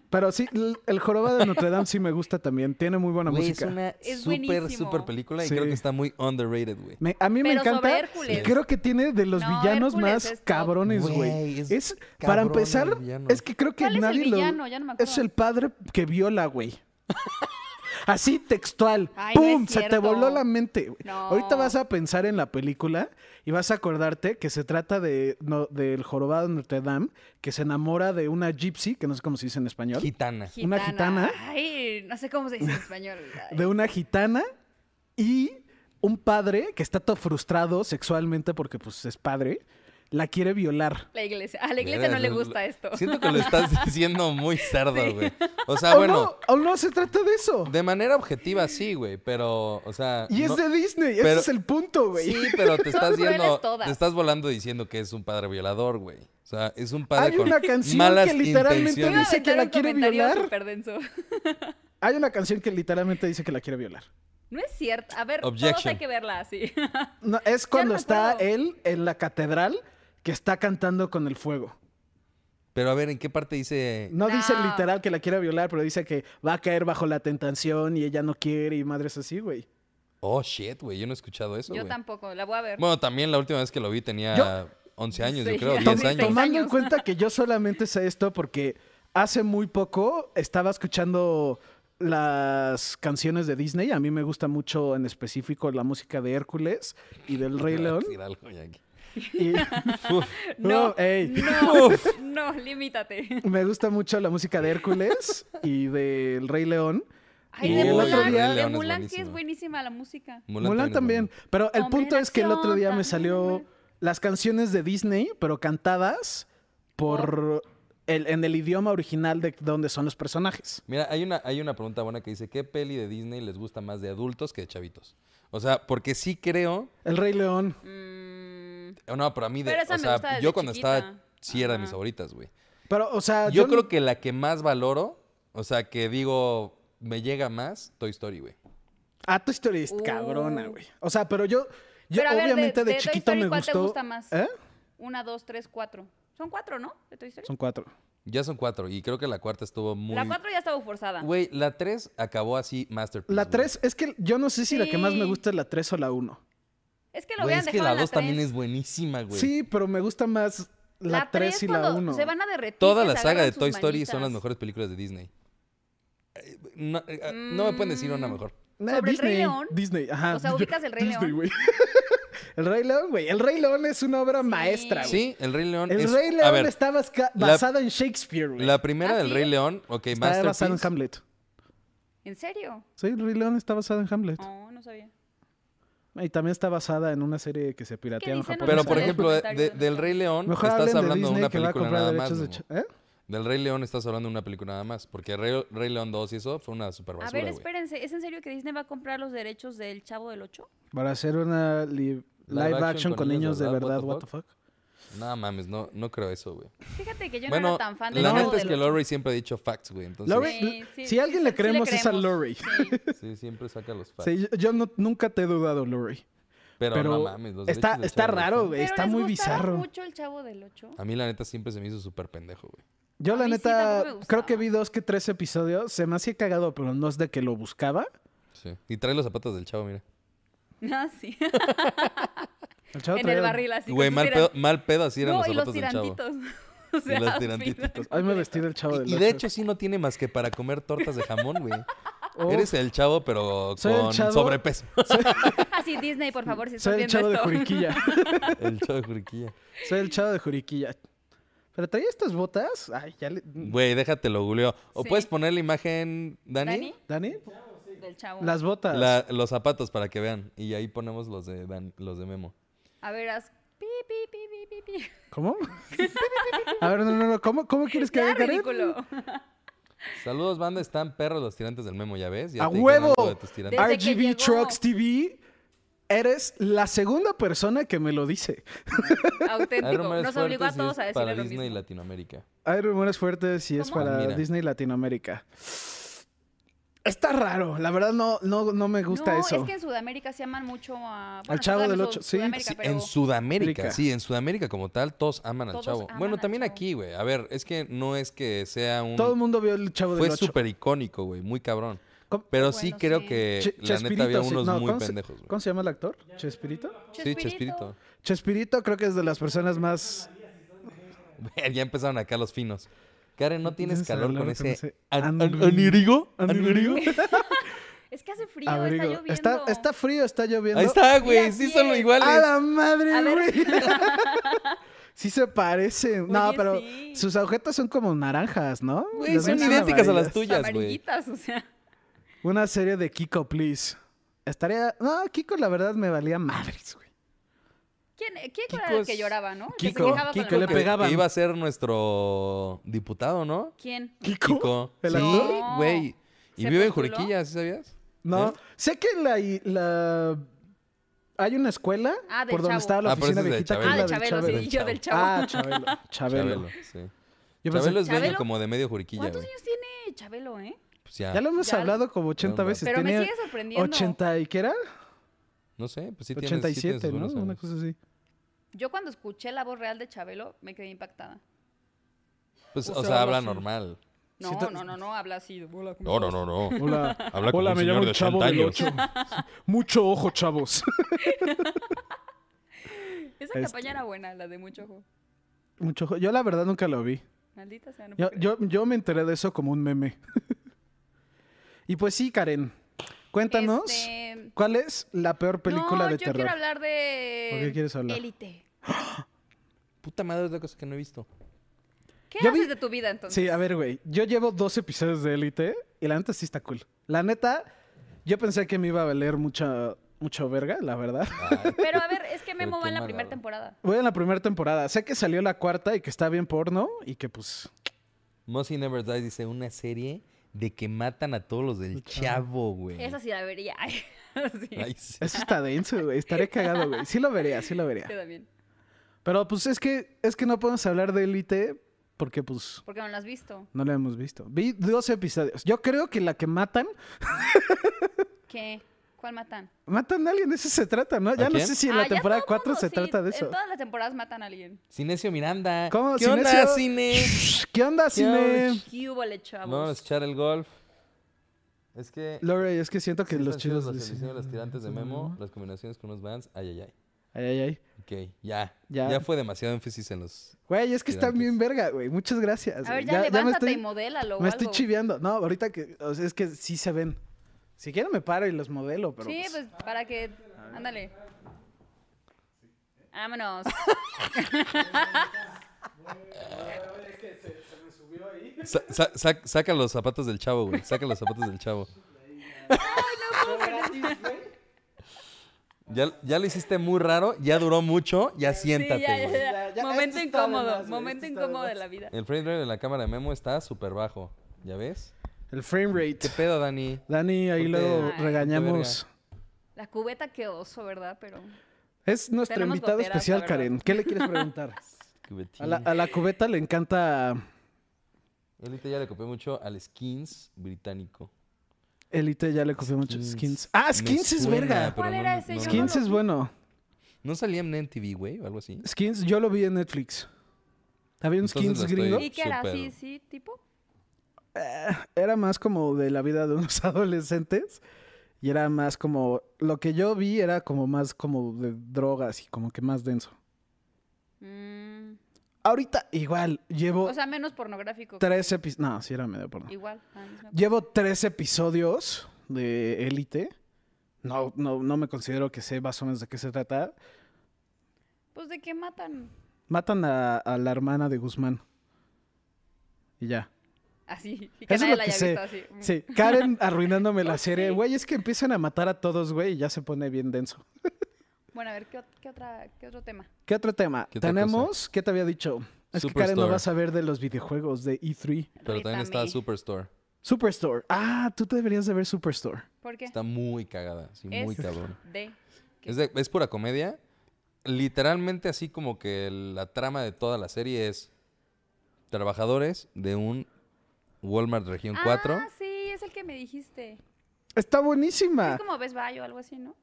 S3: Pero sí, l- el jorobado de Notre Dame sí me gusta también. Tiene muy buena
S2: Güey, es
S3: música.
S2: una
S4: Es
S2: súper,
S4: buenísimo.
S2: súper película y
S3: Sí.
S2: creo que está muy underrated, güey.
S3: Me- a mí me
S4: Pero sobre
S3: encanta.
S4: Hércules.
S3: Creo que tiene de los
S4: No,
S3: villanos
S4: Hércules
S3: más
S4: es top.
S3: cabrones, güey.
S2: Güey,
S3: Es,
S2: es
S3: para
S2: cabrón el
S3: empezar,
S2: villano.
S3: es que creo que
S4: ¿Cuál es el
S3: nadie lo.
S4: villano? Ya no me acuerdo.
S3: Es el padre que viola, güey. [LAUGHS] Así textual.
S4: Ay, no es
S3: ¡Pum! se te
S4: cierto.
S3: voló la mente. güey.
S4: No.
S3: Ahorita vas a pensar en la película y vas a acordarte que se trata de no, del jorobado de Notre Dame, que se enamora de una gypsy, que no sé cómo se dice en español.
S2: Gitana.
S3: Una gitana.
S4: Ay, no sé cómo se dice en español. Ay.
S3: de una gitana y un padre que está todo frustrado sexualmente porque pues es padre, la quiere violar.
S4: La iglesia. A la iglesia
S2: Verga,
S4: no le
S2: lo-
S4: gusta
S2: lo-
S4: esto.
S2: Siento que lo
S4: [LAUGHS]
S2: estás diciendo muy cerdo, güey. O sea,
S3: ¡Oh,
S2: Ah, bueno,
S3: no! ¡Oh, no! Se trata de eso.
S2: de manera objetiva sí, güey, pero, o sea...
S3: Y es
S2: no-
S3: de Disney. Ese
S2: pero-
S3: es el punto, güey.
S2: Sí, pero
S4: [LAUGHS]
S2: te estás
S4: crueles
S2: yendo,
S4: todas.
S2: te estás volando diciendo que es un padre violador, güey. O sea, es un padre
S3: Hay
S2: con
S3: una canción
S2: malas
S3: que literalmente
S4: Iba a
S2: intenciones.
S3: dice que
S4: aventar
S3: la
S4: un
S3: quiere
S4: comentario
S3: violar.
S4: superdenso.
S3: Hay una canción que literalmente dice que la quiere violar.
S4: No es cierto. A ver, todos
S2: Objection.
S4: hay que verla así.
S3: No, es cuando
S4: me
S3: está
S4: acuerdo.
S3: él en la catedral que está cantando con el fuego.
S2: Pero a ver, ¿en qué parte dice...?
S3: No, dice
S4: No.
S3: literal que la quiere violar, pero dice que va a caer bajo la tentación y ella no quiere y madres así, güey.
S2: Oh, shit, güey, yo no he escuchado eso,
S4: Yo
S2: güey.
S4: tampoco, la voy a ver.
S2: Bueno, también la última vez que lo vi tenía
S3: Yo-
S2: 11 años,
S4: Sí,
S2: yo
S4: [LAUGHS]
S2: creo,
S4: ya.
S2: 10
S4: Tom-
S2: años.
S4: Tom-
S3: Tomando en
S4: años.
S3: cuenta que
S4: [LAUGHS]
S3: yo solamente sé esto porque hace muy poco estaba escuchando las canciones de Disney. A mí me gusta mucho en específico la música de Hércules y del Rey
S2: Voy a
S3: León.
S2: decir algo, ya que-
S3: Y
S2: [LAUGHS] Uf,
S4: [LAUGHS] No,
S3: Oh, [LAUGHS] ey.
S4: no, no,
S2: [LAUGHS]
S4: limítate.
S3: me gusta mucho la música de Hércules y del Rey León.
S4: Ay,
S3: Y
S4: de
S3: el otro
S4: Mulan,
S3: día-
S4: de
S2: León es
S4: Mulan que es
S2: buenísima.
S4: buenísima la música.
S2: Mulan
S3: Mulan, también.
S2: es
S3: Pero el punto es que el otro día me
S4: Combinación
S3: salió
S4: también.
S3: las canciones de Disney, pero cantadas por el- en el idioma original de donde son los personajes.
S2: Mira, hay una, hay una pregunta buena que dice, ¿qué peli de Disney les gusta más de adultos que de chavitos? O sea, porque sí creo,
S3: El Rey León.
S4: Mm,
S2: o no, pero a mí de,
S4: Pero esa
S2: o
S4: me
S2: sea,
S4: gusta desde
S2: yo cuando estaba
S4: chiquita.
S2: sí era de mis
S4: Ajá.
S2: favoritas, güey.
S3: Pero, o sea,
S2: Yo
S3: Ah, no-
S2: creo que la que más valoro, o sea, que digo, me llega más Toy Story, güey.
S3: A Toy Story Ah, es
S4: Uh.
S3: cabrona, güey. O sea, pero yo, yo
S4: Pero a ver, de-
S3: obviamente de,
S4: de Toy
S3: chiquito
S4: Story,
S3: me
S4: ¿cuál te
S3: gustó.
S4: gusta más?
S3: ¿Eh?
S4: Una, dos, tres, cuatro. Son cuatro, ¿no? De Toy Story.
S3: Son cuatro.
S2: Ya son cuatro. Y creo que la cuarta estuvo muy.
S4: La cuatro ya estaba forzada.
S2: Güey, la tres acabó así Masterpiece.
S3: La
S2: güey.
S3: 3, es que yo no sé si la que más me
S4: Sí.
S3: gusta es la 3 o la 1.
S4: Es que lo
S2: Güey,
S4: hubieran
S2: es que
S4: dejado
S2: la
S4: en la
S2: dos también
S4: tres.
S2: es buenísima, güey.
S3: Sí, pero me gusta más la 3 y
S4: cuando
S3: la Eh, 1.
S4: Se van a derretir.
S2: Toda
S4: que
S2: la
S4: se
S2: saga
S4: agarran
S2: de
S4: sus
S2: Toy Story son
S4: manitas.
S2: las mejores películas de Disney. Eh, No, eh, ah, no me pueden decir una
S4: Mm.
S2: mejor.
S4: sobre el
S3: Disney,
S4: Rey León.
S3: Disney, ajá.
S4: O sea, ubicas el Rey
S3: Disney,
S4: León.
S3: güey. [LAUGHS] el Rey León, güey. El Rey León es una obra
S4: Sí.
S3: maestra, güey.
S2: Sí, El Rey León.
S3: El
S2: es-
S3: Rey
S2: a
S3: León
S2: ver,
S3: está basca-
S2: la-
S3: basada en Shakespeare, güey.
S2: La primera
S4: ¿Ah,
S2: del
S4: sí?
S2: Rey León, ok,
S3: Está basada en
S2: Masterpiece.
S3: Hamlet.
S2: [LAUGHS]
S4: ¿En serio?
S3: Sí, el Rey León está basada en Hamlet.
S4: No, no sabía.
S3: Y también está basada en una serie que se piratea en
S4: dicen
S3: Japón.
S2: Pero
S4: Vamos a
S2: por
S4: leer
S2: ejemplo, de-
S4: comentarios
S2: de-
S4: de
S2: del
S4: nuestra
S2: Rey León
S3: Mejor
S2: estás
S3: hablen de
S2: hablando de,
S3: Disney
S2: una
S3: que va a
S2: película
S3: comprar
S2: nada más.
S3: derechos de...
S2: güey.
S3: cha- ¿Eh?
S2: Del Rey León estás hablando de una película nada más. Porque Rey, Rey León 2 y eso fue una super
S4: A
S2: basura,
S4: ver,
S2: güey.
S4: espérense. ¿Es en serio que Disney va a comprar los derechos del Chavo del Ocho?
S3: Para hacer una li-
S2: Live
S3: live action con niños de verdad, what
S2: what
S3: the fuck.
S2: No mames, no, no creo eso, güey.
S4: Fíjate que yo no
S2: Bueno,
S4: era tan fan del
S2: la
S4: Chavo
S2: neta es
S4: del
S2: que
S4: Ocho.
S2: Lori siempre ha dicho facts, güey. Entonces,
S3: Lori- Si alguien le
S4: sí
S3: creemos, es a Lori.
S4: Sí.
S2: sí, siempre saca los facts.
S3: Sí, yo yo no- nunca te he dudado, Lori.
S2: pero,
S3: Pero
S2: no mames, los
S3: está,
S2: derechos de
S3: está
S2: Chavo del
S3: raro,
S2: Ocho.
S3: güey.
S4: Pero
S3: Está
S4: ¿les
S3: muy
S4: gustaba
S3: bizarro.
S4: mucho el Chavo del Ocho?
S2: A mí la neta siempre se me hizo súper pendejo, güey.
S3: Yo,
S4: A
S3: la
S4: mí sí,
S3: neta,
S4: tampoco me
S3: creo que
S4: gustaba.
S3: vi dos que tres episodios. Se me hacía cagado, pero no es de que lo buscaba.
S2: Sí. Y trae los zapatos del chavo, mira.
S4: Ah, sí.
S3: El chavo
S4: en
S3: traía-
S4: el barril así.
S2: Güey,
S4: con sus
S2: mal
S4: tiran-
S2: pedo, mal pedo así eran
S4: No,
S2: los
S4: y los
S2: zapatos del chavo.
S4: tirantitos. O sea,
S2: los
S4: al
S2: tirantitos.
S4: final.
S3: Hoy me vestí del chavo del
S2: Y, y de
S3: Ocho.
S2: hecho sí no tiene más que para comer tortas de jamón, güey.
S3: [LAUGHS] Uf,
S2: Eres el chavo, pero
S3: Oh. Soy el
S2: con
S3: chavo. [LAUGHS]
S2: sobrepeso.
S4: Ah, sí, Disney, por favor, si estás
S3: Soy el
S4: viendo
S3: chavo de
S4: esto. [LAUGHS]
S3: Juriquilla.
S2: el chavo de Juriquilla.
S3: Soy el chavo de Juriquilla. Pero traía estas botas. Ay, ya le...
S2: Güey, déjatelo, Julio. O
S4: Sí.
S2: puedes poner la imagen, Dani.
S4: ¿Dani?
S3: ¿Dani?
S4: Del chavo.
S3: Las botas.
S2: La- los zapatos para que vean. Y ahí ponemos los de Dan- los de Memo.
S4: A ver, haz... Pi, pi, pi, pi, pi, pi. [LAUGHS]
S3: ¿Cómo? A ver, no, no, no. ¿Cómo, cómo quieres que
S4: Ya,
S3: haga, Karen?
S4: ridículo.
S2: Saludos, banda. Están perros los tirantes del Memo, ¿ya ves? Ya
S3: ¡A
S2: te dijeron
S3: huevo!
S2: algo de tus tirantes.
S4: Desde que
S3: RGB
S4: llegó.
S3: Trucks TV, eres la segunda persona que me lo dice.
S2: Hay
S4: Auténtico.
S2: rumores
S4: Nos obligó a
S2: fuertes y
S4: todos
S2: es
S4: a
S2: para
S4: decirle lo
S2: Disney y
S4: mismo.
S2: Latinoamérica.
S3: Hay rumores fuertes y es
S4: ¿Cómo?
S3: para
S2: Mira.
S3: Disney Latinoamérica. Está raro, la verdad no, no, no me gusta
S4: no,
S3: eso.
S4: es que en Sudamérica se aman mucho a... bueno,
S3: Chavo del
S4: Sudam-
S3: Ocho, sí,
S4: Sudamérica,
S3: sí,
S4: pero-
S2: en Sudamérica,
S3: América.
S2: sí, en Sudamérica como tal, todos aman
S4: Todos
S2: al chavo.
S4: aman
S2: bueno,
S4: al
S2: también
S4: chavo.
S2: aquí, güey. A ver, es que no es que sea un...
S3: Todo el mundo vio el chavo del
S2: Fue
S3: 8.
S2: súper icónico, güey, muy cabrón.
S3: ¿Cómo?
S2: Pero sí
S4: Bueno,
S2: creo
S4: sí.
S2: que la neta había unos muy pendejos, güey.
S3: ¿Cómo se llama el actor? ¿Chespirito?
S2: Sí, Chespirito.
S3: Chespirito creo que es de las personas más...
S2: Ver, ya empezaron acá los finos. Karen, ¿no tienes
S3: Empiezas a
S2: calor con
S3: hablar con
S2: ese
S3: ese
S2: an-
S3: an-
S2: an- anirigo?
S3: [LAUGHS] Anirigo.
S2: ¿Anirigo?
S4: Es que hace frío, está
S3: Abrigo.
S4: lloviendo.
S3: Está, está frío, está lloviendo.
S2: Ahí está, güey,
S4: Mira,
S2: sí
S4: sí
S2: son
S4: es.
S2: iguales.
S3: ¡A la madre,
S4: A ver.
S3: güey! [LAUGHS] sí se parecen. no,
S4: Oye,
S3: pero
S4: sí.
S3: sus agujetas son como naranjas, ¿no?
S2: Güey,
S3: Las
S2: son
S3: mías
S2: idénticas a las
S3: amarillas.
S2: tuyas, güey.
S4: Amarillitas, o sea.
S3: Una serie de Kiko, please. Estaría... No, Kiko la verdad me valía madres, güey.
S4: ¿Quién, quién
S2: Kiko
S4: era el que
S2: es-
S4: lloraba, no? El que se
S3: Kiko,
S4: quejaba con el
S3: Kiko le
S2: Que-
S4: papá.
S3: pegaban.
S2: Que iba a ser nuestro diputado, ¿no?
S4: ¿Quién?
S3: ¿Kiko? ¿El
S2: Sí,
S3: actor?
S4: No.
S2: güey. Y
S4: ¿Se
S2: vive en
S4: postuló?
S2: Juriquilla, ¿sí sabías?
S3: No,
S2: ¿Eh?
S3: sé que la... la- Hay una escuela
S4: Ah, del
S3: por donde
S4: Chavo.
S3: estaba la
S2: Ah, pero ese
S3: oficina
S2: es de
S3: viejita. que
S2: Chabelo.
S4: Ah, de
S3: es la del
S4: Chabelo,
S2: Chabelo.
S4: sí, y yo del chavo.
S3: Ah, Chabelo. Chabelo.
S2: Chabelo, sí.
S3: Yo pensé-
S2: Chabelo es dueño
S4: ¿Chabelo?
S2: como de medio Juriquilla,
S4: ¿Cuántos
S2: güey.
S4: años tiene Chabelo, eh?
S2: Pues ya,
S3: Ya lo hemos
S4: Ya lo-
S3: hablado como 80
S2: Pero
S3: veces.
S4: Pero me
S3: Tenía
S4: sigue sorprendiendo.
S3: 80 y qué era?
S2: no sé, pues sí tiene- sí tiene
S3: 87,
S2: sus
S3: ¿no?
S2: buenos
S3: Una
S2: años.
S3: cosa así.
S4: Yo cuando escuché la voz real de Chabelo me quedé impactada.
S2: Pues, o
S4: O sea,
S2: sea, habla
S4: habla así.
S2: normal.
S4: No,
S3: Siento-
S4: no, no, no, habla así. Hola, ¿cómo
S2: No, no, no,
S4: estás?
S2: no.
S3: Hola,
S2: Habla como un señor de 80 años.
S3: [LAUGHS] Mucho ojo, chavos.
S4: Esa
S3: Este-
S4: campaña era buena, la de mucho ojo.
S3: [LAUGHS] Mucho ojo. Yo la verdad nunca lo vi.
S4: Maldita sea, no
S3: Yo,
S4: puedo creer.
S3: yo, yo me enteré de eso como un meme. [LAUGHS] y pues sí, Karen. Cuéntanos,
S4: Este,
S3: ¿cuál es la peor película
S4: no,
S3: de
S4: yo
S3: terror?
S4: quiero hablar de...
S3: ¿Por qué quieres hablar?
S4: Élite.
S2: Puta madre es la cosa que no he visto.
S4: ¿Qué
S3: Yo vi-
S4: haces de tu vida, entonces?
S3: Sí, a ver, güey. Yo llevo dos episodios de Élite y la neta sí está cool. La neta, yo pensé que me iba a valer mucha, mucho verga, la verdad. [LAUGHS]
S2: Ay,
S4: Pero a ver, es que
S2: Pero
S4: Memo
S2: qué
S4: va en la
S2: mala
S4: primera
S2: onda.
S4: temporada.
S3: Voy en la primera temporada. Sé que salió la cuarta y que está bien porno y que pues...
S2: Mossy Never Dies dice una serie de que matan a todos los del chavo, güey.
S4: Esa sí la vería. [LAUGHS] Ay, sí.
S2: Ay, sí.
S3: [LAUGHS] Eso está denso, güey. Estaré cagado, güey. Sí lo vería, sí lo vería.
S4: Yo también.
S3: Pero pues es que es que no podemos hablar de Elite porque pues
S4: Porque no la has visto.
S3: no la hemos visto. Vi dos episodios. Yo creo que la que matan
S4: ¿Qué? ¿Cuál matan?
S3: Matan a alguien, de eso se trata, ¿no? Ya no
S2: quién?
S3: sé si en la
S4: Ah, ya
S3: temporada
S4: todo
S3: 4
S4: mundo,
S3: se
S4: sí,
S3: trata de eso.
S4: En todas las temporadas matan a alguien.
S2: Cinesio Miranda.
S3: ¿Cómo?
S2: ¿Qué
S3: Cinesio?
S2: onda, Cine?
S3: [LAUGHS] Shh, ¿Qué onda, cine?
S4: ¿Qué hubo, le,
S2: Vamos a
S4: chavos?
S2: echar el golf. Es que...
S3: Lore, es que siento que
S2: sí
S3: los
S2: están chidas
S3: chidos.
S2: las
S3: dicen-
S2: ediciones, las tirantes de Memo, las combinaciones con unos bands. Ay, ay, ay.
S3: Ay, ay, ay.
S2: Ok, ya.
S3: Ya.
S2: Ya, fue demasiado énfasis en los...
S3: Güey, es que están
S2: Tirantes.
S3: bien verga, güey. Muchas gracias.
S4: A
S3: güey.
S4: ver, ya, levántate
S3: me estoy,
S4: y modélalo o
S3: Me estoy
S4: algo.
S3: chiviando. No, ahorita que. o sea, es que sí se ven. Si quieren me paro y los modelo, pero.
S4: Sí,
S3: pues-
S4: pues para que... Ándale. Vámonos. [LAUGHS]
S2: Sa- sa- sa- saca los zapatos del chavo, güey. Saca los zapatos del chavo. Ya, ya lo hiciste muy raro, ya duró mucho, ya siéntate,
S4: Sí, ya, ya,
S2: güey.
S4: ya.
S3: Ya, ya,
S4: Momento
S3: esto está de
S4: incómodo,
S3: más, güey, esto
S4: momento
S3: está de
S4: incómodo de
S3: más.
S4: la vida.
S2: El frame rate de la cámara de Memo está súper bajo, ¿ya ves?
S3: El frame
S2: ¿Qué
S3: rate.
S2: pedo, Dani?
S3: Dani, ahí
S2: Ponte-
S3: luego
S4: ponte
S3: regañamos.
S4: La cubeta que oso, ¿verdad? Pero...
S3: Es nuestro
S4: Tenemos
S3: invitado
S4: goteras, la
S3: especial,
S4: verdad.
S3: Karen. ¿Qué le quieres
S4: [LAUGHS]
S3: preguntar?
S2: Cubetín.
S3: a, la, a la cubeta le encanta
S2: Elite ya le copió mucho al skins británico.
S3: Elite, ya le copié muchos
S2: Skins.
S3: skins. Ah,
S2: Me
S3: skins es
S2: suena,
S3: verga.
S2: pero
S4: ¿Cuál
S2: no-
S4: era
S2: no-
S4: ese?
S2: no-
S4: Yo
S3: Skins
S4: lo
S3: es
S4: vi.
S3: bueno.
S2: ¿No salía en NTV, güey, o algo así?
S3: Skins, yo lo vi en Netflix. Había un
S2: Entonces
S3: skins
S2: lo estoy-
S3: gringo. Eh,
S4: ¿Y qué era?
S2: Súper.
S4: ¿Sí, sí, tipo?
S3: Era más como de la vida de unos [LAUGHS] adolescentes. Y era más como. Lo que yo vi era como más como de drogas y como que más denso.
S4: Mm,
S3: Ahorita, igual, llevo
S4: O sea, menos pornográfico.
S3: tres episodios. No, sí era medio porno.
S4: Igual. ah, misma cosa.
S3: Llevo tres episodios de Elite. No, no, no me considero que sé más o menos de qué se trata.
S4: Pues de qué matan. [LAUGHS]
S3: Matan a, a la hermana de Guzmán. Y ya.
S4: Así. Y que
S3: Eso
S4: nadie
S3: es lo
S4: la
S3: que
S4: haya
S3: sé.
S4: visto así. Mm.
S3: Sí, Karen arruinándome la
S4: Oh,
S3: serie.
S4: sí.
S3: Güey, es que empiezan a matar a todos, güey, y ya se pone bien denso.
S4: Bueno, a ver, ¿qué, ot- qué otra, ¿qué otro tema?
S3: ¿Qué otro tema?
S2: ¿Qué otra cosa?
S3: Tenemos, ¿qué te había dicho? Es que Karen no
S2: Superstore.
S3: vas a ver de los videojuegos de E3.
S2: Pero también está
S4: Rítame.
S2: Superstore.
S3: Superstore. Ah, tú te deberías de ver Superstore.
S4: ¿Por qué?
S2: Está muy cagada, sí, muy
S4: Es
S2: cabrón.
S4: de... ¿Qué?
S2: Es, de- es pura comedia. Literalmente así como que la trama de toda la serie es trabajadores de un Walmart Región 4.
S4: Ah, sí, es el que me dijiste.
S3: Está buenísima.
S4: Es como Best Buy o algo así, ¿no?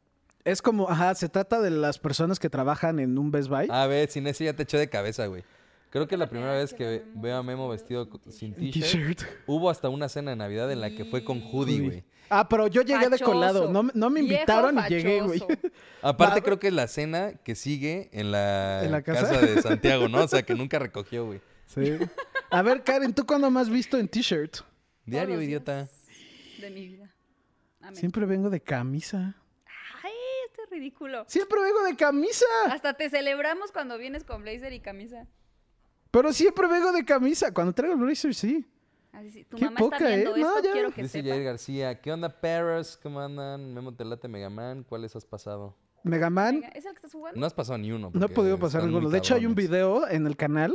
S3: Es como, ajá, se trata de las personas que trabajan en un Best Buy.
S2: A ver, sin ese ya te eché de cabeza, güey. Creo que la primera vez que ve- veo a Memo vestido co- sin
S3: en
S2: t-shirt, hubo hasta una cena de Navidad en la que fue con hoodie, güey.
S3: Ah, pero yo llegué de
S4: Fachoso.
S3: colado. No, me- no me
S4: Viejo
S3: invitaron y llegué, güey.
S4: fachoso.
S2: Aparte
S3: Va-
S2: creo que es la cena que sigue en la,
S3: ¿En la casa?
S2: casa? de Santiago, ¿no? O sea, que nunca recogió, güey.
S3: [LAUGHS] Sí. A ver, Karen, ¿tú cuándo me has visto en t-shirt?
S2: Diario,
S4: Todos los
S2: idiota.
S4: días De mi vida. Amén.
S3: Siempre vengo de camisa.
S4: Ay, este es ridículo.
S3: Siempre vengo de camisa.
S4: Hasta te celebramos cuando vienes con blazer y camisa.
S3: Pero siempre vengo de camisa. Cuando traigo el blazer, sí.
S4: Así, sí, tu
S3: Qué
S4: mamá
S3: poca,
S4: está viendo
S3: ¿eh? No,
S4: esto,
S3: ya.
S4: quiero que
S2: Dice
S4: sepa.
S2: Jair García, ¿qué onda, Paris? ¿Cómo andan? Memo Telate, Megaman, ¿cuáles has pasado?
S3: Megaman,
S4: Venga, ¿Es el que estás jugando?
S2: No has pasado ni uno.
S3: no he
S2: porque
S3: podido pasar
S2: están
S3: ninguno.
S2: muy
S3: De hecho, hay un
S2: cabrones.
S3: video en el canal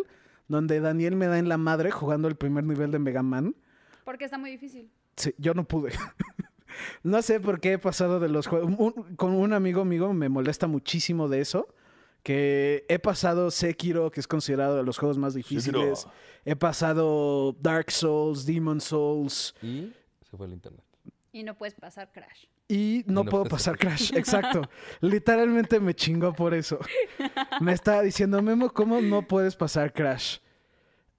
S3: donde Daniel me da en la madre jugando el primer nivel de Megaman.
S4: Porque está muy difícil.
S3: Sí, yo no pude. [LAUGHS] no sé por qué he pasado de los juegos. Un- con un amigo mío me molesta muchísimo de eso. Que he pasado Sekiro, que es considerado de los juegos más difíciles. He pasado Dark Souls, Demon Souls.
S2: Y se fue el internet.
S4: Y no puedes pasar Crash.
S3: Y
S2: No
S3: no, puedo
S2: puedes [LAUGHS]
S3: pasar Crash. Exacto. Literalmente me chingó por eso. Me estaba diciendo, Memo, ¿cómo no puedes pasar Crash?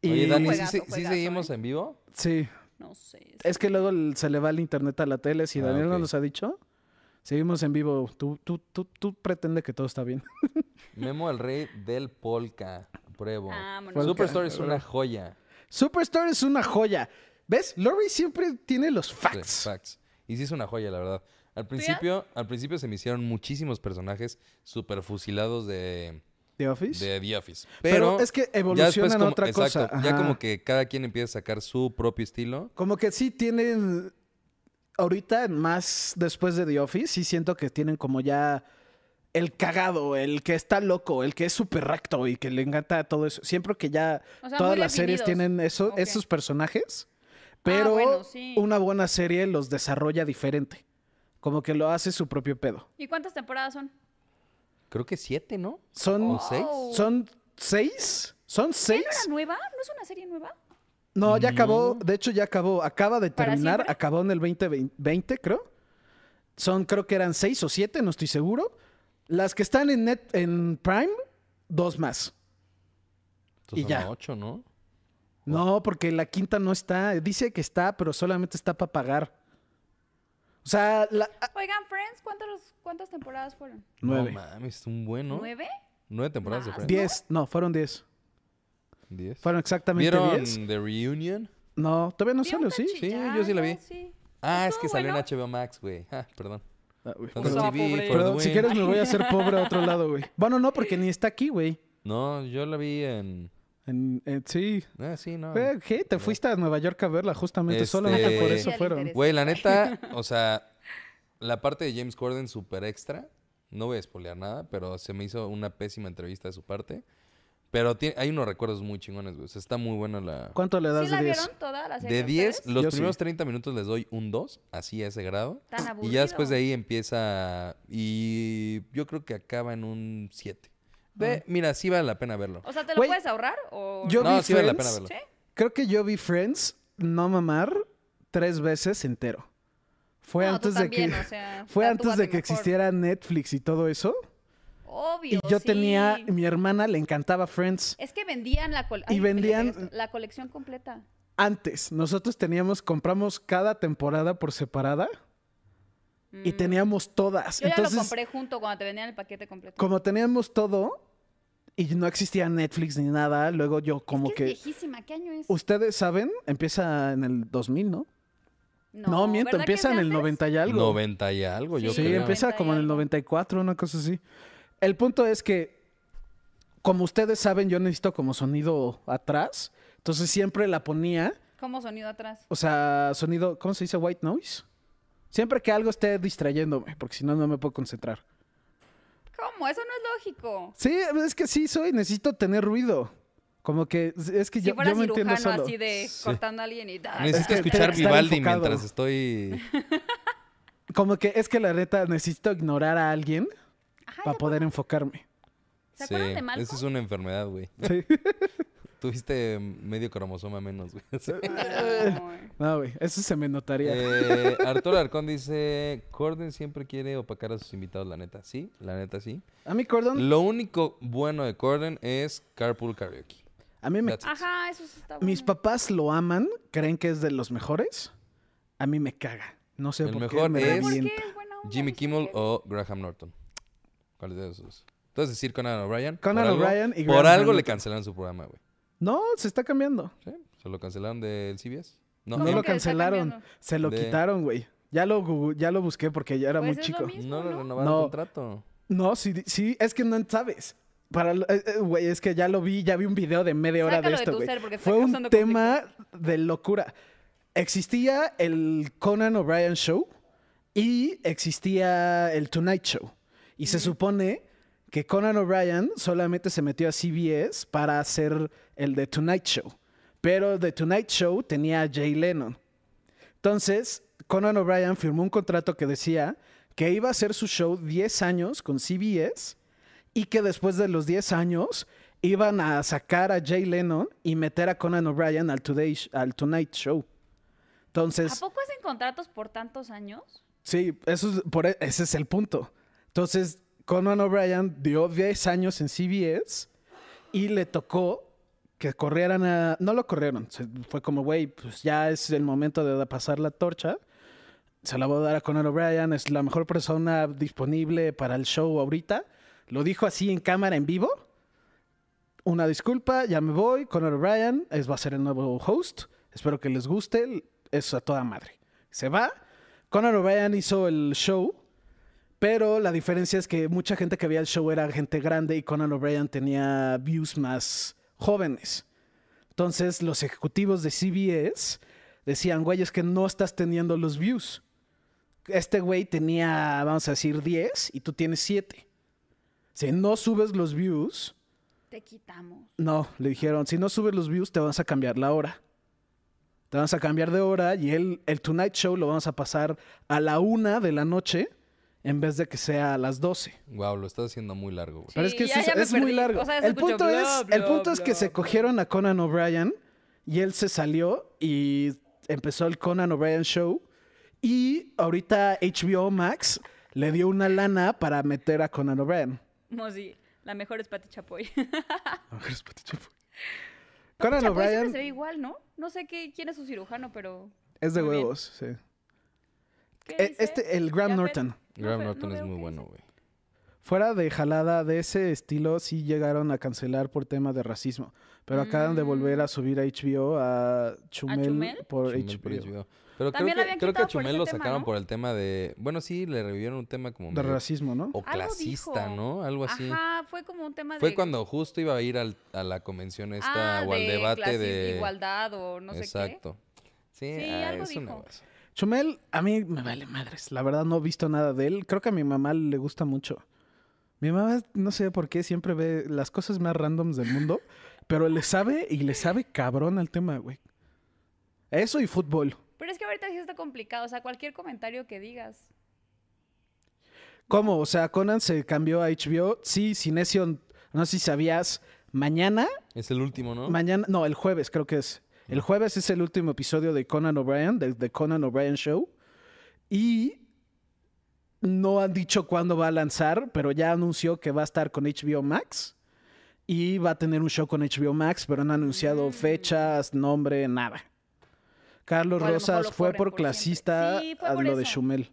S3: Y
S2: Oye, Dani, ¿sí,
S4: Juegazo,
S2: sí- sí
S4: juegazo,
S2: seguimos
S4: ¿eh?
S2: en vivo?
S3: sí,
S4: No sé.
S3: es que luego el- se le va el internet a la tele. Si
S2: Ah,
S3: Daniel no
S2: ok.
S3: nos ha dicho, seguimos en vivo. Tú, tú, tú, tú pretende que todo está bien. [LAUGHS]
S2: Memo, el rey del polka. Pruebo.
S4: Vámonos.
S3: Polka.
S2: Superstore es una joya.
S3: Superstore es una joya. ¿Ves? Lori siempre tiene los
S2: Sí,
S3: facts.
S2: facts. Y sí es una joya, la verdad. Al principio, al principio se me hicieron muchísimos personajes super fusilados de,
S3: The Office.
S2: de The Office.
S3: Pero
S2: Pero,
S3: es que
S2: ya después
S3: evolucionan a
S2: como-
S3: otra cosa. Ajá.
S2: Ya como que cada quien empieza a sacar su propio estilo.
S3: Como que sí tienen. Ahorita, más después de The Office, sí siento que tienen como ya el cagado, el que está loco, el que es súper recto y que le encanta todo eso. Siempre que ya
S4: O sea,
S3: todas
S4: muy
S3: las series
S4: definidos.
S3: tienen eso,
S4: Ok. Ah,
S3: esos personajes, pero
S4: bueno, sí.
S3: una buena serie los desarrolla diferente. Como que lo hace su propio pedo.
S4: ¿Y cuántas temporadas son?
S2: Creo que siete, ¿no?
S3: Son,
S2: ¿O seis?
S4: Oh.
S3: son seis. Son seis.
S4: ¿Es una nueva? ¿No es una serie nueva?
S3: No, ya acabó. De hecho, ya acabó. Acaba de
S4: ¿Para
S3: terminar.
S4: siempre?
S3: Acabó en el 2020, creo. Son, creo que eran seis o siete, no estoy seguro. Las que están en, Net- en Prime, dos más.
S2: Entonces
S3: Y
S2: son
S3: ya.
S2: ocho, ¿no?
S3: No, porque la quinta no está. Dice que está, pero solamente está para pagar. O sea, la... ah,
S4: Oigan, Friends, ¿cuántas, cuántas temporadas fueron?
S3: nueve.
S2: No mames, es un bueno.
S4: ¿Nueve?
S2: Nueve temporadas de
S4: Más.
S2: Friends.
S3: diez. No, fueron diez.
S2: Diez.
S3: Fueron exactamente
S2: ¿Vieron
S3: diez.
S2: The Reunion?
S3: No, todavía no
S4: Vi
S3: salió,
S4: un
S3: ¿sí?
S2: Sí, yo sí la vi.
S4: cachillado, sí.
S2: Ah, es
S4: Estuvo
S2: que salió
S4: bueno.
S2: en HBO Max, güey. Ah, perdón.
S3: Ah, güey,
S2: Tanto
S4: Pues,
S3: perdón.
S4: ah,
S2: TV, for
S4: pobre.
S2: the
S3: Perdón, si
S2: win.
S3: quieres me voy a hacer pobre a
S4: [LAUGHS]
S3: otro lado, güey. Bueno, no, porque ni está aquí, güey.
S2: No, yo la vi en...
S3: En- en- sí.
S2: Ah, sí, no.
S3: Güey, ¿qué? Te fuiste a Nueva York a verla justamente,
S2: Este-
S3: solamente por
S2: Sí,
S3: eso
S4: al
S3: fueron.
S4: interés.
S2: Güey, la
S4: [LAUGHS]
S2: neta, o sea, la parte de James Corden súper extra, no voy a spoilear nada, pero se me hizo una pésima entrevista de su parte. Pero tie- hay unos recuerdos muy chingones, güey. O sea, está muy buena la...
S3: ¿Cuánto le das
S4: ¿Sí la
S3: de 10?
S4: vieron toda la serie?
S2: De 10,
S4: ustedes?
S2: los
S3: Yo sí.
S2: primeros 30 minutos les doy un 2, así a ese grado.
S4: Tan
S2: Y ya después de
S4: aburrido.
S2: ahí empieza. Y yo creo que acaba en un 7. De, Mira, sí vale la pena verlo.
S4: O sea, ¿te lo
S3: Güey,
S4: puedes ahorrar? O...
S3: Ah. yo
S2: no,
S3: vi
S2: sí vale la pena
S3: Friends.
S2: verlo.
S4: ¿Sí?
S3: Creo que yo vi Friends, no mamar, tres veces entero. Fue
S4: No, tú
S3: antes de que
S4: también, o sea,
S3: [LAUGHS] fue
S4: tatúate
S3: antes de que
S4: mejor.
S3: existiera Netflix y todo eso.
S4: Obvio,
S3: y yo
S4: sí.
S3: tenía mi hermana le encantaba Friends
S4: Es que vendían la col-
S3: Y
S4: Ay, me
S3: vendían-
S4: pegué esto. la colección completa.
S3: antes. Nosotros teníamos compramos cada temporada por separada y
S4: Mm.
S3: teníamos todas.
S4: Yo
S3: Entonces,
S4: ya lo compré junto cuando te vendían el paquete completo.
S3: como teníamos todo y no existía Netflix ni nada, luego yo como
S4: es que,
S3: que
S4: es viejísima, ¿qué año es?
S3: ustedes saben, empieza en el 2000, ¿no? No, miento,
S4: ¿verdad que es
S3: empieza
S4: de
S3: en el
S4: antes?
S3: 90 y algo.
S2: 90 y algo, yo
S3: Sí,
S2: creo.
S3: empieza
S4: 90 y
S3: como en el
S4: algo.
S3: 94, una cosa así. El punto es que, como ustedes saben, yo necesito como sonido atrás. Entonces siempre la ponía,
S4: Como sonido atrás.
S3: o sea, sonido, ¿cómo se dice? White noise. Siempre que algo esté distrayéndome, porque si no, no me puedo concentrar.
S4: ¿Cómo? Eso no es lógico.
S3: Sí, es que sí soy, necesito tener ruido. Como que, es que
S4: Si
S3: yo,
S4: fuera
S3: yo me entiendo
S4: cirujano
S3: solo.
S4: así de cortando a alguien y tal.
S3: Es
S2: Necesito
S3: que
S2: escuchar
S3: tiene que estar
S2: Vivaldi
S3: enfocado.
S2: mientras estoy.
S3: Como que es que la neta necesito ignorar a alguien
S4: Ajá,
S3: para
S4: ¿se
S3: poder enfocarme.
S4: [LAUGHS] ¿Se acuerdan de Malcolm?
S2: Esa es una enfermedad, güey.
S3: Sí.
S2: [LAUGHS] Tuviste medio cromosoma menos, güey.
S3: [LAUGHS]
S2: Sí.
S4: acuerdan? Ay.
S3: No, güey, eso se me notaría.
S2: Eh, Arturo Arcón dice: Corden siempre quiere opacar a sus invitados, la neta. Sí, la neta sí.
S3: a mí, Cordon,
S2: Lo único bueno de Corden es Carpool Karaoke.
S3: a mí me
S2: That's it.
S4: Ajá, eso sí está bueno.
S3: Mis papás lo aman, creen que es de los mejores. A mí me caga. No sé
S2: El
S3: por qué
S2: mejor
S3: me
S2: es-
S4: ¿Por qué
S3: revienta.
S4: es buena onda?
S2: Jimmy
S4: No sé
S2: Kimmel
S4: qué.
S2: o Graham Norton. ¿Cuál de esos dos? Entonces decir Conan O'Brien. por
S3: Conan
S2: algo-
S3: O'Brien y
S2: Por
S3: Graham
S2: algo le
S3: Norton.
S2: cancelaron su programa, güey.
S3: No, se está cambiando.
S2: ¿Sí? ¿Se lo cancelaron del CBS? No,
S3: No
S4: ¿Cómo
S3: lo
S4: que está
S3: cancelaron,
S4: cambiando?
S3: se lo
S2: De-
S3: cancelaron, güey. Ya lo google- ya lo busqué porque ya era
S4: Pues
S3: muy
S4: es lo
S3: chico.
S4: mismo.
S2: no le
S4: ¿no?
S2: renovaron
S3: No.
S2: el contrato.
S3: No, sí, di- sí, es que no sabes. Para lo- eh, eh, güey, es que ya lo vi, ya vi un video de media hora
S4: Sácalo
S3: de
S4: de
S3: esto,
S4: tu
S3: güey.
S4: ser porque te
S3: Fue
S4: está
S3: un
S4: causando
S3: tema de locura. Existía el Conan O'Brien Show y existía el Tonight Show. Y se supone que Conan O'Brien solamente se metió a CBS para hacer el de Tonight Show. Pero The Tonight Show tenía a Jay Lennon. Entonces, Conan O'Brien firmó un contrato que decía que iba a hacer su show 10 años con CBS y que después de los 10 años iban a sacar a Jay Lennon y meter a Conan O'Brien al, Today, Sh- al Tonight Show.
S4: ¿A
S3: Entonces,
S4: poco hacen contratos por tantos años?
S3: sí, eso es- por e- ese es el punto. Entonces, Conan O'Brien dio 10 años en CBS y le tocó que corrieran a... No lo corrieron, se- fue como, güey, pues ya es el momento de pasar la torcha. Se la voy a dar a Conan O'Brien, es la mejor persona disponible para el show ahorita. Lo dijo así en cámara, en vivo. Una disculpa, ya me voy. Conan O'Brien es, va a ser el nuevo host. Espero que les guste. Es a toda madre. Se va. Conan O'Brien hizo el show, pero la diferencia es que mucha gente que veía el show era gente grande y Conan O'Brien tenía views más jóvenes. Entonces los ejecutivos de CBS decían, güey, es que no estás teniendo los views. Este güey tenía, vamos a decir, 10 y tú tienes 7. Si no subes los views,
S4: Te quitamos.
S3: no, le dijeron, si no subes los views, te vas a cambiar la hora. Te vas a cambiar de hora y el, el Tonight Show lo vamos a pasar a la una de la noche en vez de que sea a las 12.
S2: Wow, lo estás haciendo muy largo, güey.
S4: Sí,
S3: Pero es que
S4: ya-
S3: es,
S4: ya me
S3: es muy
S4: perdí.
S3: largo.
S4: O sea, se
S3: el,
S4: escuchó
S3: punto
S4: bla,
S3: es,
S4: bla,
S3: el punto es
S4: bla,
S3: que se
S4: bla.
S3: cogieron a Conan O'Brien y él se salió y empezó el Conan O'Brien Show Y ahorita HBO Max le dio una lana para meter a Conan O'Brien.
S4: Mosi, la mejor es [LAUGHS] Pati Chapoy.
S3: Conan
S4: Chapoy siempre se ve
S3: O'Brien
S4: igual, ¿no? No sé qué, quién es su cirujano, pero...
S3: es de
S4: Muy bien.
S3: huevos, sí.
S4: ¿qué
S3: E-
S4: dice?
S3: este, el Graham
S4: Ya ve-
S3: Norton.
S4: no
S2: Graham
S4: ve- no
S2: Norton es
S4: veo
S2: muy
S4: qué
S2: bueno,
S4: dice.
S2: güey.
S3: Fuera de jalada de ese estilo, sí llegaron a cancelar por tema de racismo. Pero acaban de volver a subir a HBO a Chumel,
S4: Mm. Chumel?
S3: por
S2: Chumel
S3: HBO.
S2: por HBO. Pero creo
S4: También
S2: que,
S4: lo habían
S2: creo que a
S4: quitado por
S2: Chumel
S4: ese
S2: lo
S4: tema,
S2: sacaron
S4: ¿no?
S2: por el tema de. Bueno, sí, le revivieron un tema como.
S3: De
S2: medio-
S3: racismo, ¿no?
S2: O Oh.
S4: Algo
S2: clasista,
S4: dijo.
S2: ¿no? Algo así.
S4: Ajá, fue como un tema de...
S2: Fue cuando justo iba a ir al- a la convención esta
S4: Ah,
S2: o al
S4: de
S2: debate
S4: clasis-
S2: de.
S4: Igualdad o no sé qué.
S2: Exacto. Sí,
S4: Sí,
S2: ah,
S4: algo
S2: es una
S4: dijo.
S2: basura.
S3: Chumel, a mí me vale madres. La verdad no he visto nada de él. Creo que a mi mamá le gusta mucho. Mi mamá, no sé por qué, siempre ve las cosas más randoms del mundo, pero le sabe y le sabe cabrón al tema, güey. Eso y fútbol.
S4: Pero es que ahorita sí está complicado. O sea, cualquier comentario que digas.
S3: ¿Cómo? O sea, Conan se cambió a HBO. Sí, Cinesion, no sé si sabías, mañana,
S2: Es el último, ¿no?
S3: mañana, no, el jueves creo que es. El jueves es el último episodio de Conan O'Brien, de The Conan O'Brien Show. Y no han dicho cuándo va a lanzar, pero ya anunció que va a estar con HBO Max. Y va a tener un show con HBO Max, pero no han anunciado
S4: Mm.
S3: fechas, nombre, nada. Carlos
S4: O a lo mejor
S3: Rosas
S4: lo
S3: fue
S4: cobren
S3: por,
S4: por siempre.
S3: clasista
S4: Sí, fue
S3: a
S4: por
S3: lo de
S4: eso.
S3: Chumel.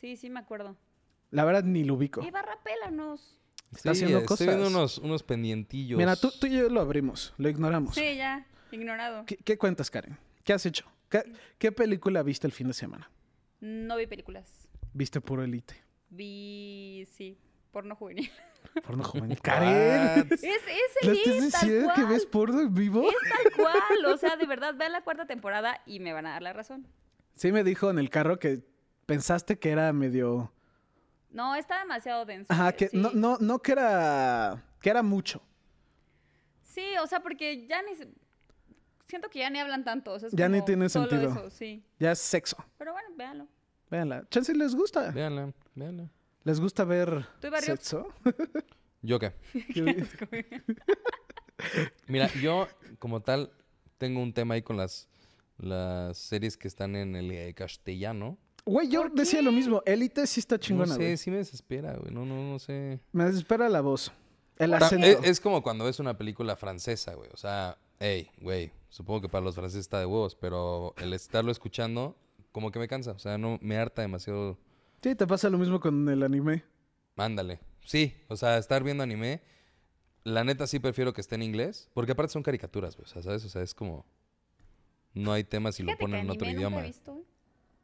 S4: Sí, sí, me acuerdo.
S3: La verdad ni lo ubico.
S4: Y barra pélanos.
S3: Está haciendo
S2: estoy viendo
S3: cosas.
S2: unos, unos pendientillos.
S3: Mira, tú, tú y yo lo abrimos, lo ignoramos.
S4: Sí, ya, ignorado.
S3: ¿Qué, qué cuentas, Karen? ¿Qué has hecho? ¿Qué, qué película viste el fin de semana?
S4: No vi películas.
S3: Viste puro elite.
S4: Vi, sí, porno juvenil.
S2: [LAUGHS]
S3: Porno juvenil. Karen.
S4: [LAUGHS] es, es
S3: ¿Le
S4: el
S3: estás
S4: es, tal
S3: diciendo
S4: cual.
S3: que ves porno en vivo?
S4: Es tal cual.
S3: [LAUGHS]
S4: O sea, de verdad, vean la cuarta temporada y me van a dar la razón.
S3: Sí, me dijo en el carro que pensaste que era medio.
S4: No, está demasiado denso.
S3: Ajá,
S4: eh,
S3: que
S4: sí.
S3: no, no, no que era. que era mucho.
S4: Sí, o sea, porque ya ni... se- Siento que ya ni hablan tanto. o sea, es
S3: Ya ni
S4: como
S3: tiene
S4: solo
S3: sentido.
S4: eso, sí.
S3: Ya es sexo.
S4: Pero bueno, véanlo.
S3: Véanla. Chance les gusta.
S2: Véanla, véanla.
S3: ¿Les gusta ver
S4: ¿Tú, Barrio? [LAUGHS]
S3: sexo?
S2: ¿Yo qué? Mira, yo como tal tengo un tema ahí con las, las series que están en el eh, castellano.
S3: Güey, yo
S4: ¿Por qué?
S3: decía lo mismo. Elite sí está chingona.
S2: no sé,
S3: güey.
S2: sí me desespera, güey. No, no, no sé.
S3: Me desespera la voz. El
S2: Ta- e,
S3: acento.
S2: Es, es como cuando ves una película francesa, güey. O sea, hey, güey, supongo que para los franceses está de huevos, pero el estarlo escuchando como que me cansa. O sea, no me harta demasiado.
S3: Sí, te pasa lo mismo con el anime.
S2: Mándale. Sí, o sea, estar viendo anime. La neta sí prefiero que esté en inglés, porque aparte son caricaturas, güey. O sea, ¿sabes? O sea, es como... No hay temas si lo
S4: Fíjate que
S2: ponen en otro
S4: anime nunca he
S2: idioma.
S4: visto, ¿eh?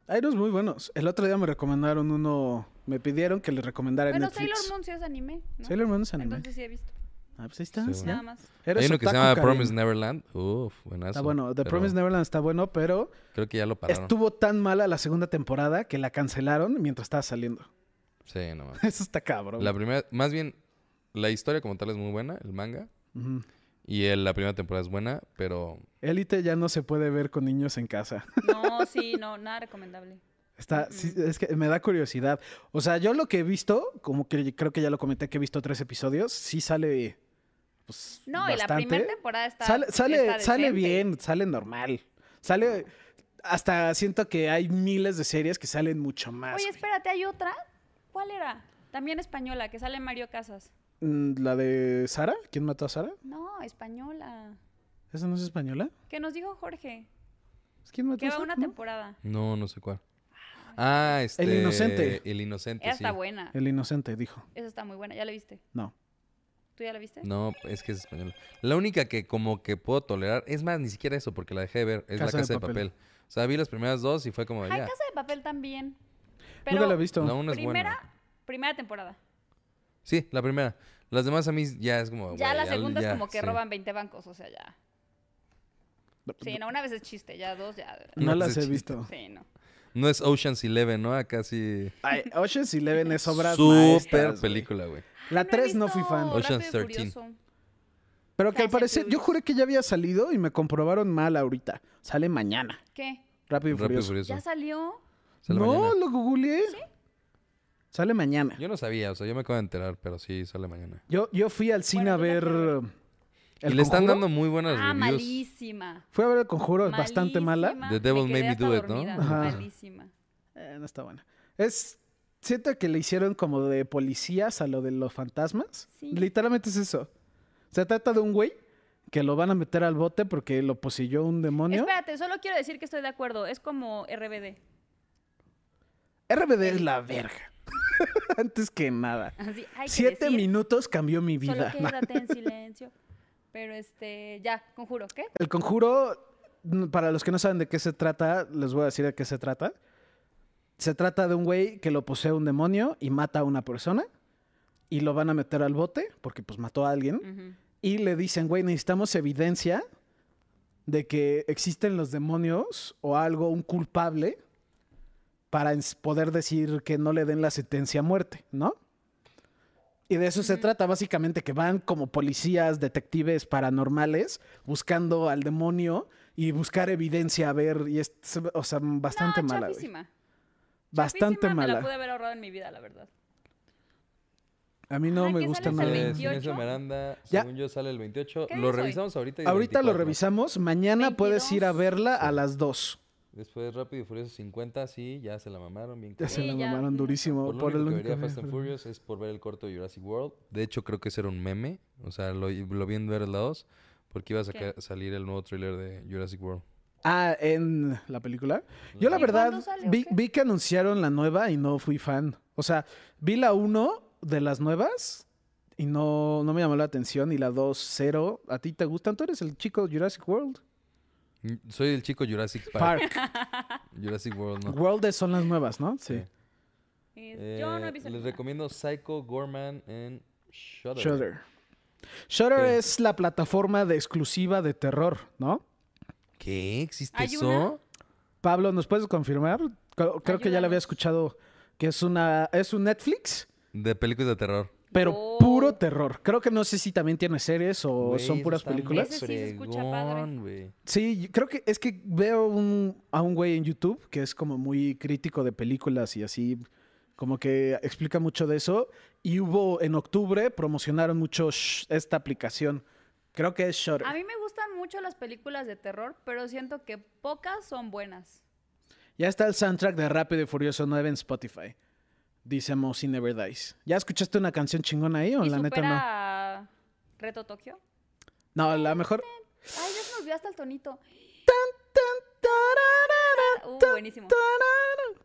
S3: Hay unos muy buenos. El otro día me recomendaron uno. Me pidieron que les recomendara en
S4: Bueno,
S3: Netflix.
S4: Sailor Moon sí es anime, ¿no?
S3: Sailor Moon es anime.
S4: Entonces sí he visto.
S3: Ah, pues ahí está.
S2: Sí,
S3: ¿ya?
S4: Nada más.
S3: Eres
S2: Hay uno que se
S3: otaku,
S2: llama
S3: Karim.
S2: Promise Neverland. Uf, buenazo.
S3: Está bueno. The
S2: pero
S3: Promise Neverland está bueno, pero
S2: Creo que ya lo pararon.
S3: estuvo tan mala la segunda temporada que la cancelaron mientras estaba saliendo. [LAUGHS]
S2: Sí, no mames.
S3: Eso está cabrón.
S2: La primera... Más bien, la historia como tal es muy buena, el manga.
S3: Ujú.
S2: Y el- la primera temporada es buena, pero...
S3: Élite ya no se puede ver con niños en casa. [LAUGHS]
S4: No, sí, no, nada recomendable.
S3: Está, sí, es que me da curiosidad. O sea, yo lo que he visto, como que creo que ya lo comenté que he visto tres episodios, sí sale. Pues,
S4: No, y la
S3: bastante.
S4: primera temporada está.
S3: Sale, sale,
S4: está
S3: sale
S4: decente.
S3: bien, sale normal. Sale. Hasta siento que hay miles de series que salen mucho más.
S4: Oye,
S3: güey.
S4: espérate, ¿hay otra? ¿Cuál era? También española, que sale Mario Casas.
S3: Mm, ¿La de Sara? ¿Quién mató a Sara?
S4: No, española.
S3: ¿Esa no es española?
S4: Que nos dijo Jorge,
S3: ¿Quién mató
S4: que
S3: a
S4: va
S3: Sara?
S4: una
S3: ¿No?
S4: temporada.
S2: No, no sé cuál. Ah, este...
S3: El Inocente.
S2: El Inocente,
S4: Esa
S2: sí.
S4: está buena.
S3: El inocente, dijo.
S4: Esa está muy buena. ¿Ya la viste?
S3: No.
S4: ¿Tú ya la viste?
S2: No, es que es español. La única que como que puedo tolerar, es más, ni siquiera eso, porque la dejé de ver, es
S3: Casa
S2: la
S3: de
S2: casa de papel.
S3: Papel.
S2: O sea, vi las primeras dos y fue como,
S4: Hay
S2: ya,
S4: Casa de Papel también. Pero
S3: Nunca la he visto.
S2: la una es
S4: primera,
S2: buena.
S4: primera temporada.
S2: Sí, la primera. Las demás a mí ya es como,
S4: Ya
S2: güey,
S4: la segunda
S2: Ah, ya,
S4: es como que
S2: sí.
S4: roban 20 bancos, o sea, ya. Sí, no, una vez es chiste, ya dos, ya.
S3: No
S2: No
S3: las
S2: sé
S3: he
S2: chiste.
S3: visto.
S4: Sí, no.
S2: No es Ocean's Eleven, ¿no? Acá sí...
S3: Ay, Ocean's Eleven es obras maestras,
S2: Súper
S3: güey.
S2: película, güey.
S3: La
S4: he
S3: 3 no fui
S4: visto
S3: fan.
S4: Rápido y
S2: Ocean's 13.
S4: Furioso.
S3: Pero que al
S4: Fast and
S3: parecer, yo
S4: Furious.
S3: juré que ya había salido y me comprobaron mal ahorita. Sale mañana.
S4: ¿Qué?
S3: Rápido y
S2: Rápido y
S3: furioso.
S2: Furioso.
S4: ¿Ya salió?
S2: Sale
S3: no,
S2: mañana.
S3: lo googleé. Sale mañana.
S2: Yo no sabía, o sea, yo me acabo de enterar, pero sí, sale mañana.
S3: Yo, yo fui al cine
S4: Bueno,
S3: a
S4: tú la
S3: ver.
S4: puedes
S3: eh,
S2: Y le están
S3: Conjuro.
S2: dando muy buenas
S4: Ah,
S2: reviews.
S4: malísima.
S3: Fui a ver el conjuro, es bastante mala.
S4: Malísima.
S2: The Devil
S4: Me quedé
S2: Made Me
S4: hasta
S2: Do It, ¿no?
S4: dormida.
S3: Ajá.
S4: Malísima.
S3: Eh, no está buena. Es. Siento que le hicieron como de policías a lo de los fantasmas.
S4: Sí.
S3: Literalmente es eso. Se trata de un güey que lo van a meter al bote porque lo poseyó un demonio.
S4: Espérate, solo quiero decir que estoy de acuerdo. Es como RBD.
S3: RBD es la verga. [LAUGHS] Antes que nada.
S4: Así, hay que
S3: Siete
S4: decir,
S3: minutos cambió mi vida.
S4: Solo
S3: [LAUGHS]
S4: quédate en silencio. Pero este, ya, conjuro, ¿qué?
S3: El conjuro, n- para los que no saben de qué se trata, les voy a decir de qué se trata. Se trata de un güey que lo posee un demonio y mata a una persona y lo van a meter al bote porque pues mató a alguien
S4: Ujú.
S3: y le dicen, güey, necesitamos evidencia de que existen los demonios o algo, un culpable, para ens- poder decir que no le den la sentencia a muerte, ¿no? Y de eso se trata, básicamente, que van como policías, detectives paranormales, buscando al demonio y buscar evidencia, a ver, y es, o sea, bastante
S4: no,
S3: mala, güey.
S4: Ah, chafísima.
S3: Bastante
S4: Chafísima, Me la
S3: mala.
S4: pude haber ahorrado en mi vida, la verdad.
S3: A mí no
S4: Ajá,
S3: me
S4: que
S3: gusta
S4: sales al
S3: nada.
S4: el
S2: Eh,
S4: 28.
S2: Silencio Miranda,
S3: Ya.
S2: según yo sale el 28.
S4: ¿Qué
S2: Lo
S4: día es hoy?
S2: revisamos ahorita. y el
S3: Ahorita lo
S2: 24.
S3: revisamos, mañana puedes ir a
S4: 22.
S3: verla a las 2.
S2: Después Rápido y Furioso 50, sí, ya se la mamaron bien.
S3: Ya
S2: cabrón.
S3: se
S4: Sí,
S3: la
S4: ya,
S3: mamaron
S4: no.
S3: durísimo.
S2: Por
S3: Por,
S2: lo único
S3: el
S2: que vería
S3: único que
S2: Fast and
S3: me-
S2: Furious es por ver el corto de Jurassic World. De hecho, creo que ese era un meme. O sea, lo, lo vi en ver la 2 porque iba a saca- salir el nuevo tráiler de Jurassic World.
S3: Ah, en la película. Yo la
S4: ¿Y cuándo
S3: verdad
S4: sale o
S3: vi,
S4: qué?
S3: vi que anunciaron la nueva y no fui fan. O sea, vi la 1 de las nuevas y no, no me llamó la atención y la 2 cero. ¿A ti te gustan? ¿Tú eres el chico Jurassic World?
S2: Mm, Soy el chico Jurassic Park.
S3: Park.
S2: Jurassic World, no.
S3: World son las nuevas, ¿no? Sí.
S4: Y
S2: Eh,
S4: Pues, yo no he visto
S2: les
S4: ninguna.
S2: recomiendo Psycho Gorman en Shudder.
S3: Shudder. Shudder
S2: ¿Qué?
S3: es la plataforma de exclusiva de terror, ¿no?
S2: ¿Qué? ¿Existe
S4: ¿Hay
S2: eso?
S4: una?
S3: Pablo, ¿nos puedes confirmar? Creo, creo que ya la había
S4: Ayúdanos.
S3: escuchado que es una es un Netflix.
S2: De películas de terror.
S3: Pero
S4: Wow.
S3: puro terror. Creo que no sé si también tiene series o
S2: Güey,
S3: son
S2: eso
S3: puras
S2: está muy
S3: películas.
S4: Ese sí se escucha padre.
S2: fregón, güey.
S3: Sí, yo creo que es que veo un- a un güey en YouTube que es como muy crítico de películas y así, como que explica mucho de eso. Y hubo en octubre, promocionaron mucho Sh- esta aplicación. Creo que es Shudder.
S4: A mí me gustan mucho las películas de terror, pero siento que pocas son buenas.
S3: Ya está el soundtrack de Rápido y Furioso 9 en Spotify. Dice Mousy Never Dies. ¿Ya escuchaste una canción chingona ahí o
S4: ¿Y
S3: la neta
S4: supera
S3: no?
S4: a Reto Tokio?
S3: No, la mejor.
S4: Ay, ya se me olvidó hasta el tonito. Uh, buenísimo.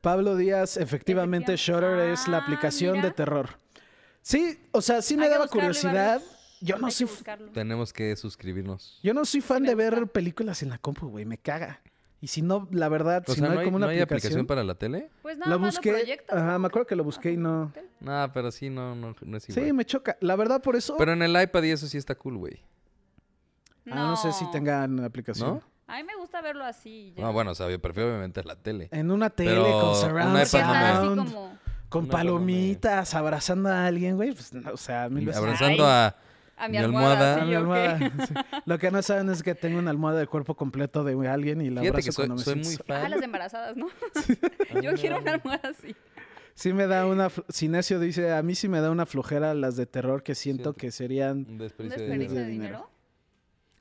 S3: Pablo Díaz, efectivamente,
S4: Efectivamente.
S3: Shudder es la
S4: Ah,
S3: aplicación de
S4: mira.
S3: terror. Sí, o sea, sí me
S4: Hay que
S3: daba
S4: buscarlo,
S3: curiosidad. Yo no,
S4: Hay que
S3: soy,
S4: buscarlo.
S2: Tenemos que suscribirnos.
S3: yo no soy fan
S4: Me
S3: de ver
S4: gusta.
S3: películas en la compu, güey, me caga. Y si no, la verdad,
S2: O
S3: si
S2: sea,
S3: no hay como una
S2: no
S3: aplicación,
S2: para la tele?
S4: Pues nada
S3: la
S4: más lo
S3: busqué.
S4: proyectas,
S3: Ajá,
S4: ¿no?
S3: me acuerdo que la busqué y no. Ah,
S2: No, pero sí, no, no, no es igual.
S3: Sí, me choca. La verdad, por eso.
S2: Pero en el iPad y eso sí está cool, güey.
S3: Ah, no. sé si tengan aplicación.
S2: ¿No?
S4: A mí me gusta verlo así. y ya.
S2: Ah, bueno, o sea, yo prefiero obviamente la tele.
S3: En una tele
S2: Pero
S3: con
S2: un
S3: surround
S4: Que
S2: iPad
S4: está así
S3: sound,
S2: un
S3: con
S4: como...
S2: iPad no me-
S3: palomitas, abrazando a alguien, güey. Pues, no, o sea, mil veces.
S2: Abrazando
S4: Ay.
S2: a...
S4: A mi
S2: Mi almohada.
S3: Ah,
S4: almohada. así,
S3: mi
S4: ¿o qué?
S3: almohada, sí. Lo que no saben es que tengo una almohada de cuerpo completo de alguien y la
S2: Fíjate
S3: abrazo
S2: que soy,
S3: cuando me
S2: soy
S3: siento
S2: muy
S3: sola.
S4: [LAUGHS] Ah,
S2: fan.
S4: las embarazadas, ¿no?
S2: Ah,
S4: Yo quiero una almohada así.
S3: Sí me da una... fl- Sinesio dice, a mí sí me da una flojera las de terror que siento
S2: Siento.
S3: que serían...
S2: Un
S4: ¿Un
S2: desperdicio de
S4: desperdicio de
S2: dinero.
S4: dinero?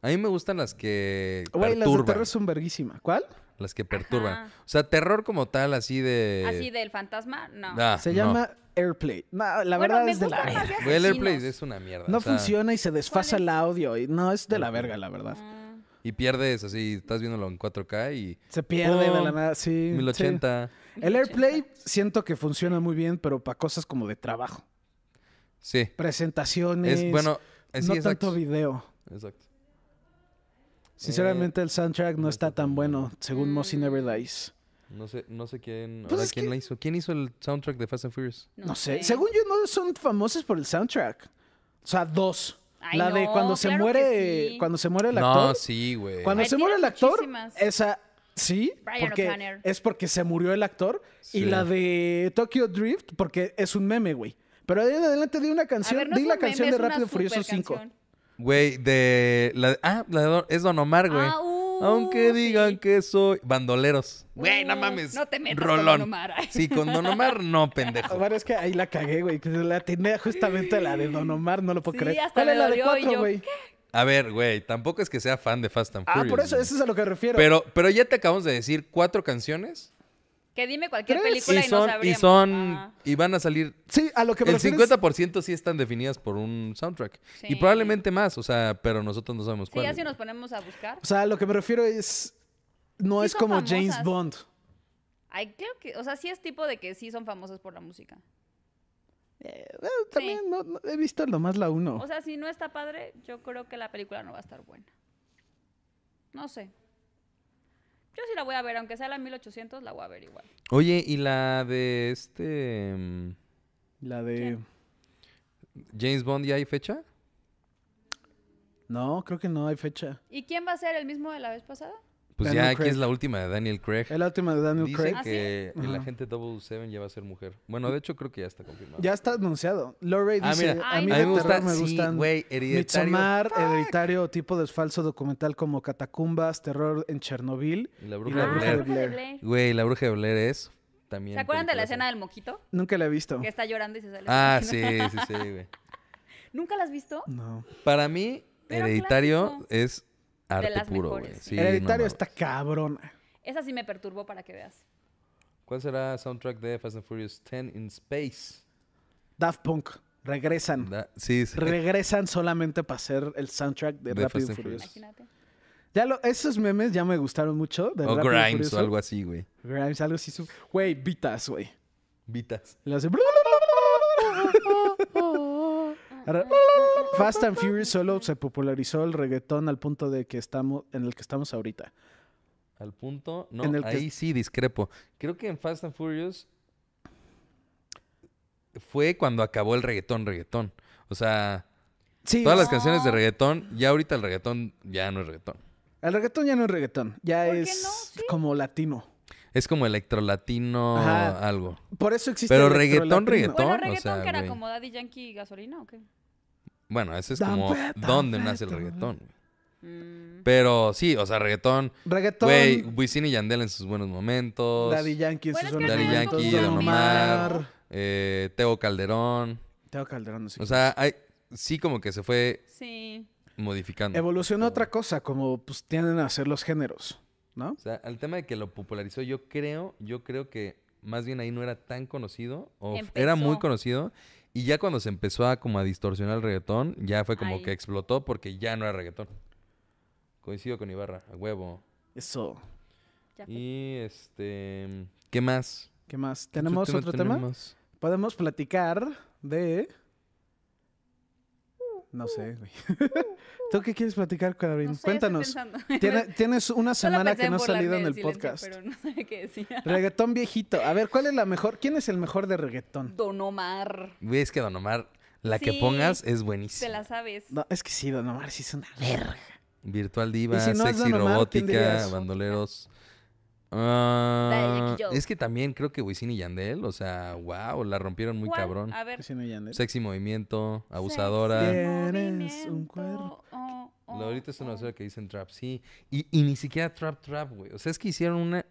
S2: A mí me gustan las que
S3: Güey, las de
S2: perturban.
S3: terror son verguísima. ¿Cuál?
S2: Las que perturban.
S4: Ajá.
S2: O sea, terror como tal, así de...
S4: ¿Así del fantasma? No.
S2: Ah,
S3: Se
S2: no.
S3: llama Airplay. No, la
S4: Bueno,
S3: verdad
S4: me
S3: es de la
S4: gustan más
S3: verga.
S4: de
S2: Güey, el AirPlay
S4: asesinos.
S2: es una mierda.
S3: No
S2: o sea,
S3: funciona y se desfasa
S4: ¿Cuál
S3: el audio. y- no, es de la
S2: Ujú.
S3: verga, la verdad.
S4: Ah.
S2: Y pierdes así, estás viéndolo en 4K y...
S3: Se pierde de
S2: Oh,
S3: la nada, sí. sí.
S2: 1080.
S3: El Airplay siento que funciona muy bien, pero para cosas como de trabajo.
S2: Sí.
S3: Presentaciones.
S2: Es, bueno, eh, sí,
S3: no
S2: exacto.
S3: tanto video.
S2: Exacto.
S3: Sinceramente, el soundtrack
S4: Eh,
S3: no está tan bueno, según Mossy Never
S4: mm,
S3: Dies.
S2: No sé, no sé quién...
S3: Pues
S2: ahora
S3: es
S2: ¿Quién
S3: que-
S2: la hizo? ¿Quién hizo el soundtrack de Fast and Furious?
S3: No, sé. Según yo, no son famosos por el soundtrack. O sea, dos.
S4: Ay,
S3: la de
S4: no,
S3: cuando se
S4: claro que
S3: muere.
S4: sí.
S3: Cuando se muere el actor.
S2: No, sí, güey.
S3: Cuando
S4: Ay,
S3: se muere el
S4: tiene
S3: actor,
S4: muchísimas.
S3: esa. Sí,
S4: Brian
S3: porque
S4: O'Connor.
S3: es porque se murió el actor.
S2: Sí.
S3: Y la de Tokyo Drift, porque es un meme, güey. Pero ahí en adelante di una
S4: A
S3: canción,
S4: ver, no
S3: di
S4: es
S3: la
S4: un meme,
S3: canción
S4: es
S3: de
S4: una
S3: Rápido y Furioso
S4: supercanción.
S3: 5.
S2: Güey, de... La, ah, la de Don- es Don Omar, güey.
S4: Ah, uh,
S2: Aunque
S4: sí.
S2: digan que soy... Bandoleros. Güey, no
S4: Uh,
S2: mames.
S4: no te metas con
S2: Rolón.
S4: Don Omar. [LAUGHS]
S2: Sí, con Don Omar no, pendejo.
S3: Bueno, es que ahí la cagué, güey. que La tenía justamente a la de Don Omar, no lo puedo
S4: Sí,
S3: creer.
S4: hasta
S3: ¿Cuál
S4: me
S3: es la de
S4: dolió y
S3: cuatro,
S4: yo,
S3: güey?
S2: A ver, güey, tampoco es que sea fan de Fast and
S3: Ah,
S2: Furious.
S3: por eso,
S2: güey.
S3: eso es a lo que refiero.
S2: Pero, pero ya te acabamos de decir cuatro canciones
S4: Que dime cualquier
S3: Tres.
S4: película y,
S2: son,
S4: no
S2: y
S4: sabríamos.
S2: son,
S4: Ah.
S2: y van a salir
S3: Sí, a lo que me
S2: El
S3: refiero es-
S2: 50% sí están definidas por un soundtrack. Y
S4: Sí.
S2: probablemente más, o sea, pero nosotros no sabemos
S4: Sí,
S2: cuál.
S4: así
S2: güey.
S4: nos ponemos a buscar.
S3: O sea, a lo que me refiero es. No
S4: Sí
S3: es
S4: son
S3: como
S4: famosas.
S3: James Bond.
S4: Ay, creo que, o sea, sí es tipo de que sí son famosas por la música.
S3: Eh, bueno, también no, no- he visto nomás la
S2: Oh.
S3: uno.
S4: O sea, si no está padre, yo creo que la película no va a estar buena. No sé. Yo sí la voy a ver, aunque sea la 1800, la voy a ver igual.
S2: Oye, y la de este mm,
S3: la de.
S2: James Bond ya hay fecha?
S3: No, creo que no hay fecha.
S4: ¿Y quién va a ser el mismo de la vez pasada?
S2: Pues
S3: Daniel
S2: ya aquí
S3: Craig.
S2: es la última de Daniel Craig.
S3: Es la última de Daniel
S2: Dice
S3: Craig.
S4: ¿Ah, sí?
S2: que el
S3: Ajá.
S2: agente 007 ya va a ser mujer. Bueno, de hecho creo que ya está confirmado.
S3: Ya está anunciado. Lorray
S2: Ah,
S3: dice:
S2: mira,
S3: A
S4: Ay,
S3: mí
S4: no.
S3: de
S4: A mí me
S3: terror me
S2: sí,
S3: gustan.
S2: güey, hereditario.
S3: Midsommar, hereditario, tipo de falso documental como Catacumbas, terror en Chernobyl.
S2: Y la
S3: Y
S2: bruja de
S4: la
S2: Ah, Blair.
S4: bruja de
S3: Blair.
S4: Blair.
S2: Güey, la bruja de Blair es también.
S4: ¿Se acuerdan de la
S2: peliculaza.
S4: escena del moquito?
S3: Nunca la he visto.
S4: Que está llorando y se sale.
S2: Ah,
S4: [LAUGHS] el moquito.
S2: sí, sí, sí, güey.
S4: ¿Nunca las has visto?
S3: No.
S2: Para mí,
S4: Pero
S2: hereditario
S4: clásico.
S2: es arte
S4: las
S2: puro,
S4: mejores,
S2: güey.
S4: sí.
S2: Sí, no
S3: hereditario
S2: mames.
S3: está cabrona.
S4: Esa sí me perturbó para que veas.
S2: ¿Cuál será el soundtrack de Fast and Furious 10 in Space?
S3: Daft Punk. Regresan.
S2: Da- sí, sí.
S3: Regresan solamente para hacer el soundtrack de,
S2: De
S3: Rápido
S2: Fast
S3: y
S2: and
S3: Furioso.
S2: Furious.
S4: Imagínate.
S3: Ya lo- esos memes ya me gustaron mucho. De
S2: o
S3: Rápido y
S2: Grimes
S3: Furioso.
S2: o algo así, güey.
S3: Grimes, algo así. su- Güey, Vitas, güey.
S2: Vitas.
S3: Le hace... Ahora, Fast and Furious solo se popularizó el reggaetón al punto de que estamos en el que estamos ahorita.
S2: Al punto, no,
S3: En el que-
S2: ahí sí discrepo. Creo que en Fast and Furious fue cuando acabó el reggaetón, reggaetón. O sea,
S3: Sí, Ah.
S2: todas las
S4: No.
S2: canciones de reggaetón, ya ahorita el reggaetón ya no es reggaetón.
S3: el reggaetón ya no es reggaetón, ya
S4: ¿Por qué
S3: es
S4: no? Sí.
S3: como latino.
S2: Es como electrolatino
S3: Ajá.
S2: algo.
S3: Por eso existe
S2: Pero
S3: el
S2: reggaetón,
S3: electrolatino.
S2: reggaetón.
S4: Bueno,
S2: o
S4: reggaetón
S2: sea,
S4: que era
S2: güey.
S4: como Daddy Yankee y gasolina o qué?
S2: Bueno, ese es
S3: Dan
S2: como
S3: fe, dan
S2: donde
S3: fe,
S2: nace el
S3: dan-
S2: reggaetón. güey.
S4: Mm.
S2: Pero sí, o sea, reggaetón,
S3: Reggaetón,
S2: güey, Wisin y Yandel en sus buenos momentos.
S3: Daddy Yankee en
S4: Bueno,
S3: sus
S4: es que
S3: buenos
S2: Daddy
S4: no es
S3: momentos,
S4: como
S2: Yankee, Don
S4: tan
S2: Omar.
S4: mezclado.
S2: eh, Teo Calderón.
S3: Teo Calderón, no sé
S2: O
S3: quién
S2: sea, hay, sí como que se fue
S4: Sí.
S2: modificando.
S3: Evolucionó otra cosa, como pues tienden a hacer los géneros, ¿no?
S2: O sea, al tema de que lo popularizó, yo creo, yo creo que más bien ahí no era tan conocido, o f- era muy
S4: Empezó.
S2: conocido, y ya cuando se empezó a como a distorsionar el reggaetón, ya fue como
S4: Ahí.
S2: que explotó porque ya no era reggaetón. Coincido con Ibarra, a huevo.
S3: Eso.
S4: Ya fue.
S2: Y este, ¿qué más?
S3: ¿Qué más?
S2: ¿Qué otro
S3: ¿Tenemos otro tema?
S2: tenemos?
S3: Podemos platicar de... No sé, güey. [LAUGHS] ¿Tú qué quieres platicar, Karim?
S4: No sé, estoy
S3: Cuéntanos.
S4: pensando. [LAUGHS]
S3: Tiene- tienes una
S4: Solo
S3: semana
S4: pensé
S3: que no ha
S4: burlarme
S3: salido en
S4: del
S3: el
S4: silencio,
S3: podcast.
S4: Pero [LAUGHS] no sabía qué decir.
S3: Reggaetón viejito. A ver, ¿cuál es la mejor? ¿Quién es el mejor de
S2: Mm.
S3: reggaetón?
S4: Don Omar.
S2: Güey, es que Don Omar, la que
S4: Sí,
S2: pongas es
S4: Te
S2: buenísima.
S4: la sabes.
S3: No, es que sí, Don Omar sí es una verga.
S2: Virtual Diva,
S3: si no es
S2: Sexy
S3: Don Omar, ¿quién
S2: Robótica,
S3: dirías?
S2: Bandoleros. Ah,
S4: Yankee Joe.
S2: es que también creo que Wisin y Yandel, o sea, wow, la rompieron muy
S4: ¿Cuál?
S2: cabrón.
S4: A ver.
S3: Sí, no, Janet.
S2: Sexy Movimiento,
S4: Sexy
S2: Abusadora.
S3: Bien. Tienes
S4: movimiento,
S3: un cuerpo.
S4: oh,
S2: La ahorita es una
S4: oh,
S2: basura que dicen trap, sí. Y, y ni siquiera trap, trap, güey. O sea, es que hicieron una...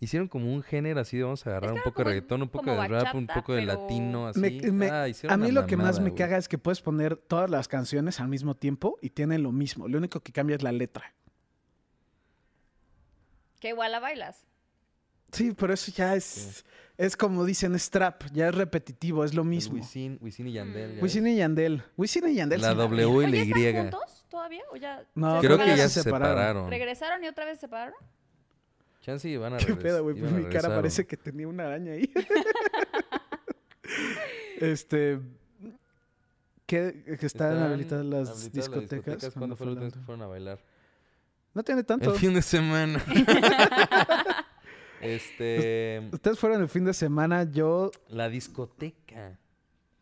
S2: Hicieron como un género así de vamos a agarrar un
S4: era
S2: poco de
S4: como-
S2: reggaetón, un poco de
S4: como
S2: rap, un
S4: bachata,
S2: poco de
S4: pero-
S2: latino, así.
S3: Me- me-
S2: Ah,
S3: a
S2: hicieron
S3: mí
S2: una
S3: lo que más
S2: mamada,
S3: me
S2: güey.
S3: caga es que puedes poner todas las canciones al mismo tiempo y tienen lo mismo. Lo único que cambia es la letra.
S4: oh. Que igual la bailas.
S3: Sí, pero eso ya es. Es como dicen, es trap. Ya es repetitivo, es lo
S2: El
S3: mismo.
S2: Wisin, Wisin y Yandel. ya
S3: Wisin y Yandel. Wisin y Yandel.
S2: ves. La
S3: sí,
S2: W y la
S4: Oye,
S2: Y.
S4: ¿están juntos todavía? ¿O ya
S3: No,
S2: Creo
S3: Creo
S2: que
S3: que
S2: ya
S3: se
S2: se
S3: separaron.
S2: separaron.
S4: ¿Regresaron y otra vez se separaron?
S2: Chance y van a
S3: Qué
S2: regresar.
S3: pedo, güey. Pues mi cara parece que tenía una araña ahí. [LAUGHS] este. ¿Qué, que están, habilitadas las discotecas.
S2: ¿Cuándo fue la última vez que
S3: fue la-
S2: fueron a bailar?
S3: No tiene tanto.
S2: El fin de semana.
S3: [LAUGHS]
S2: este.
S3: Ustedes fueron el fin de semana, yo
S2: La discoteca.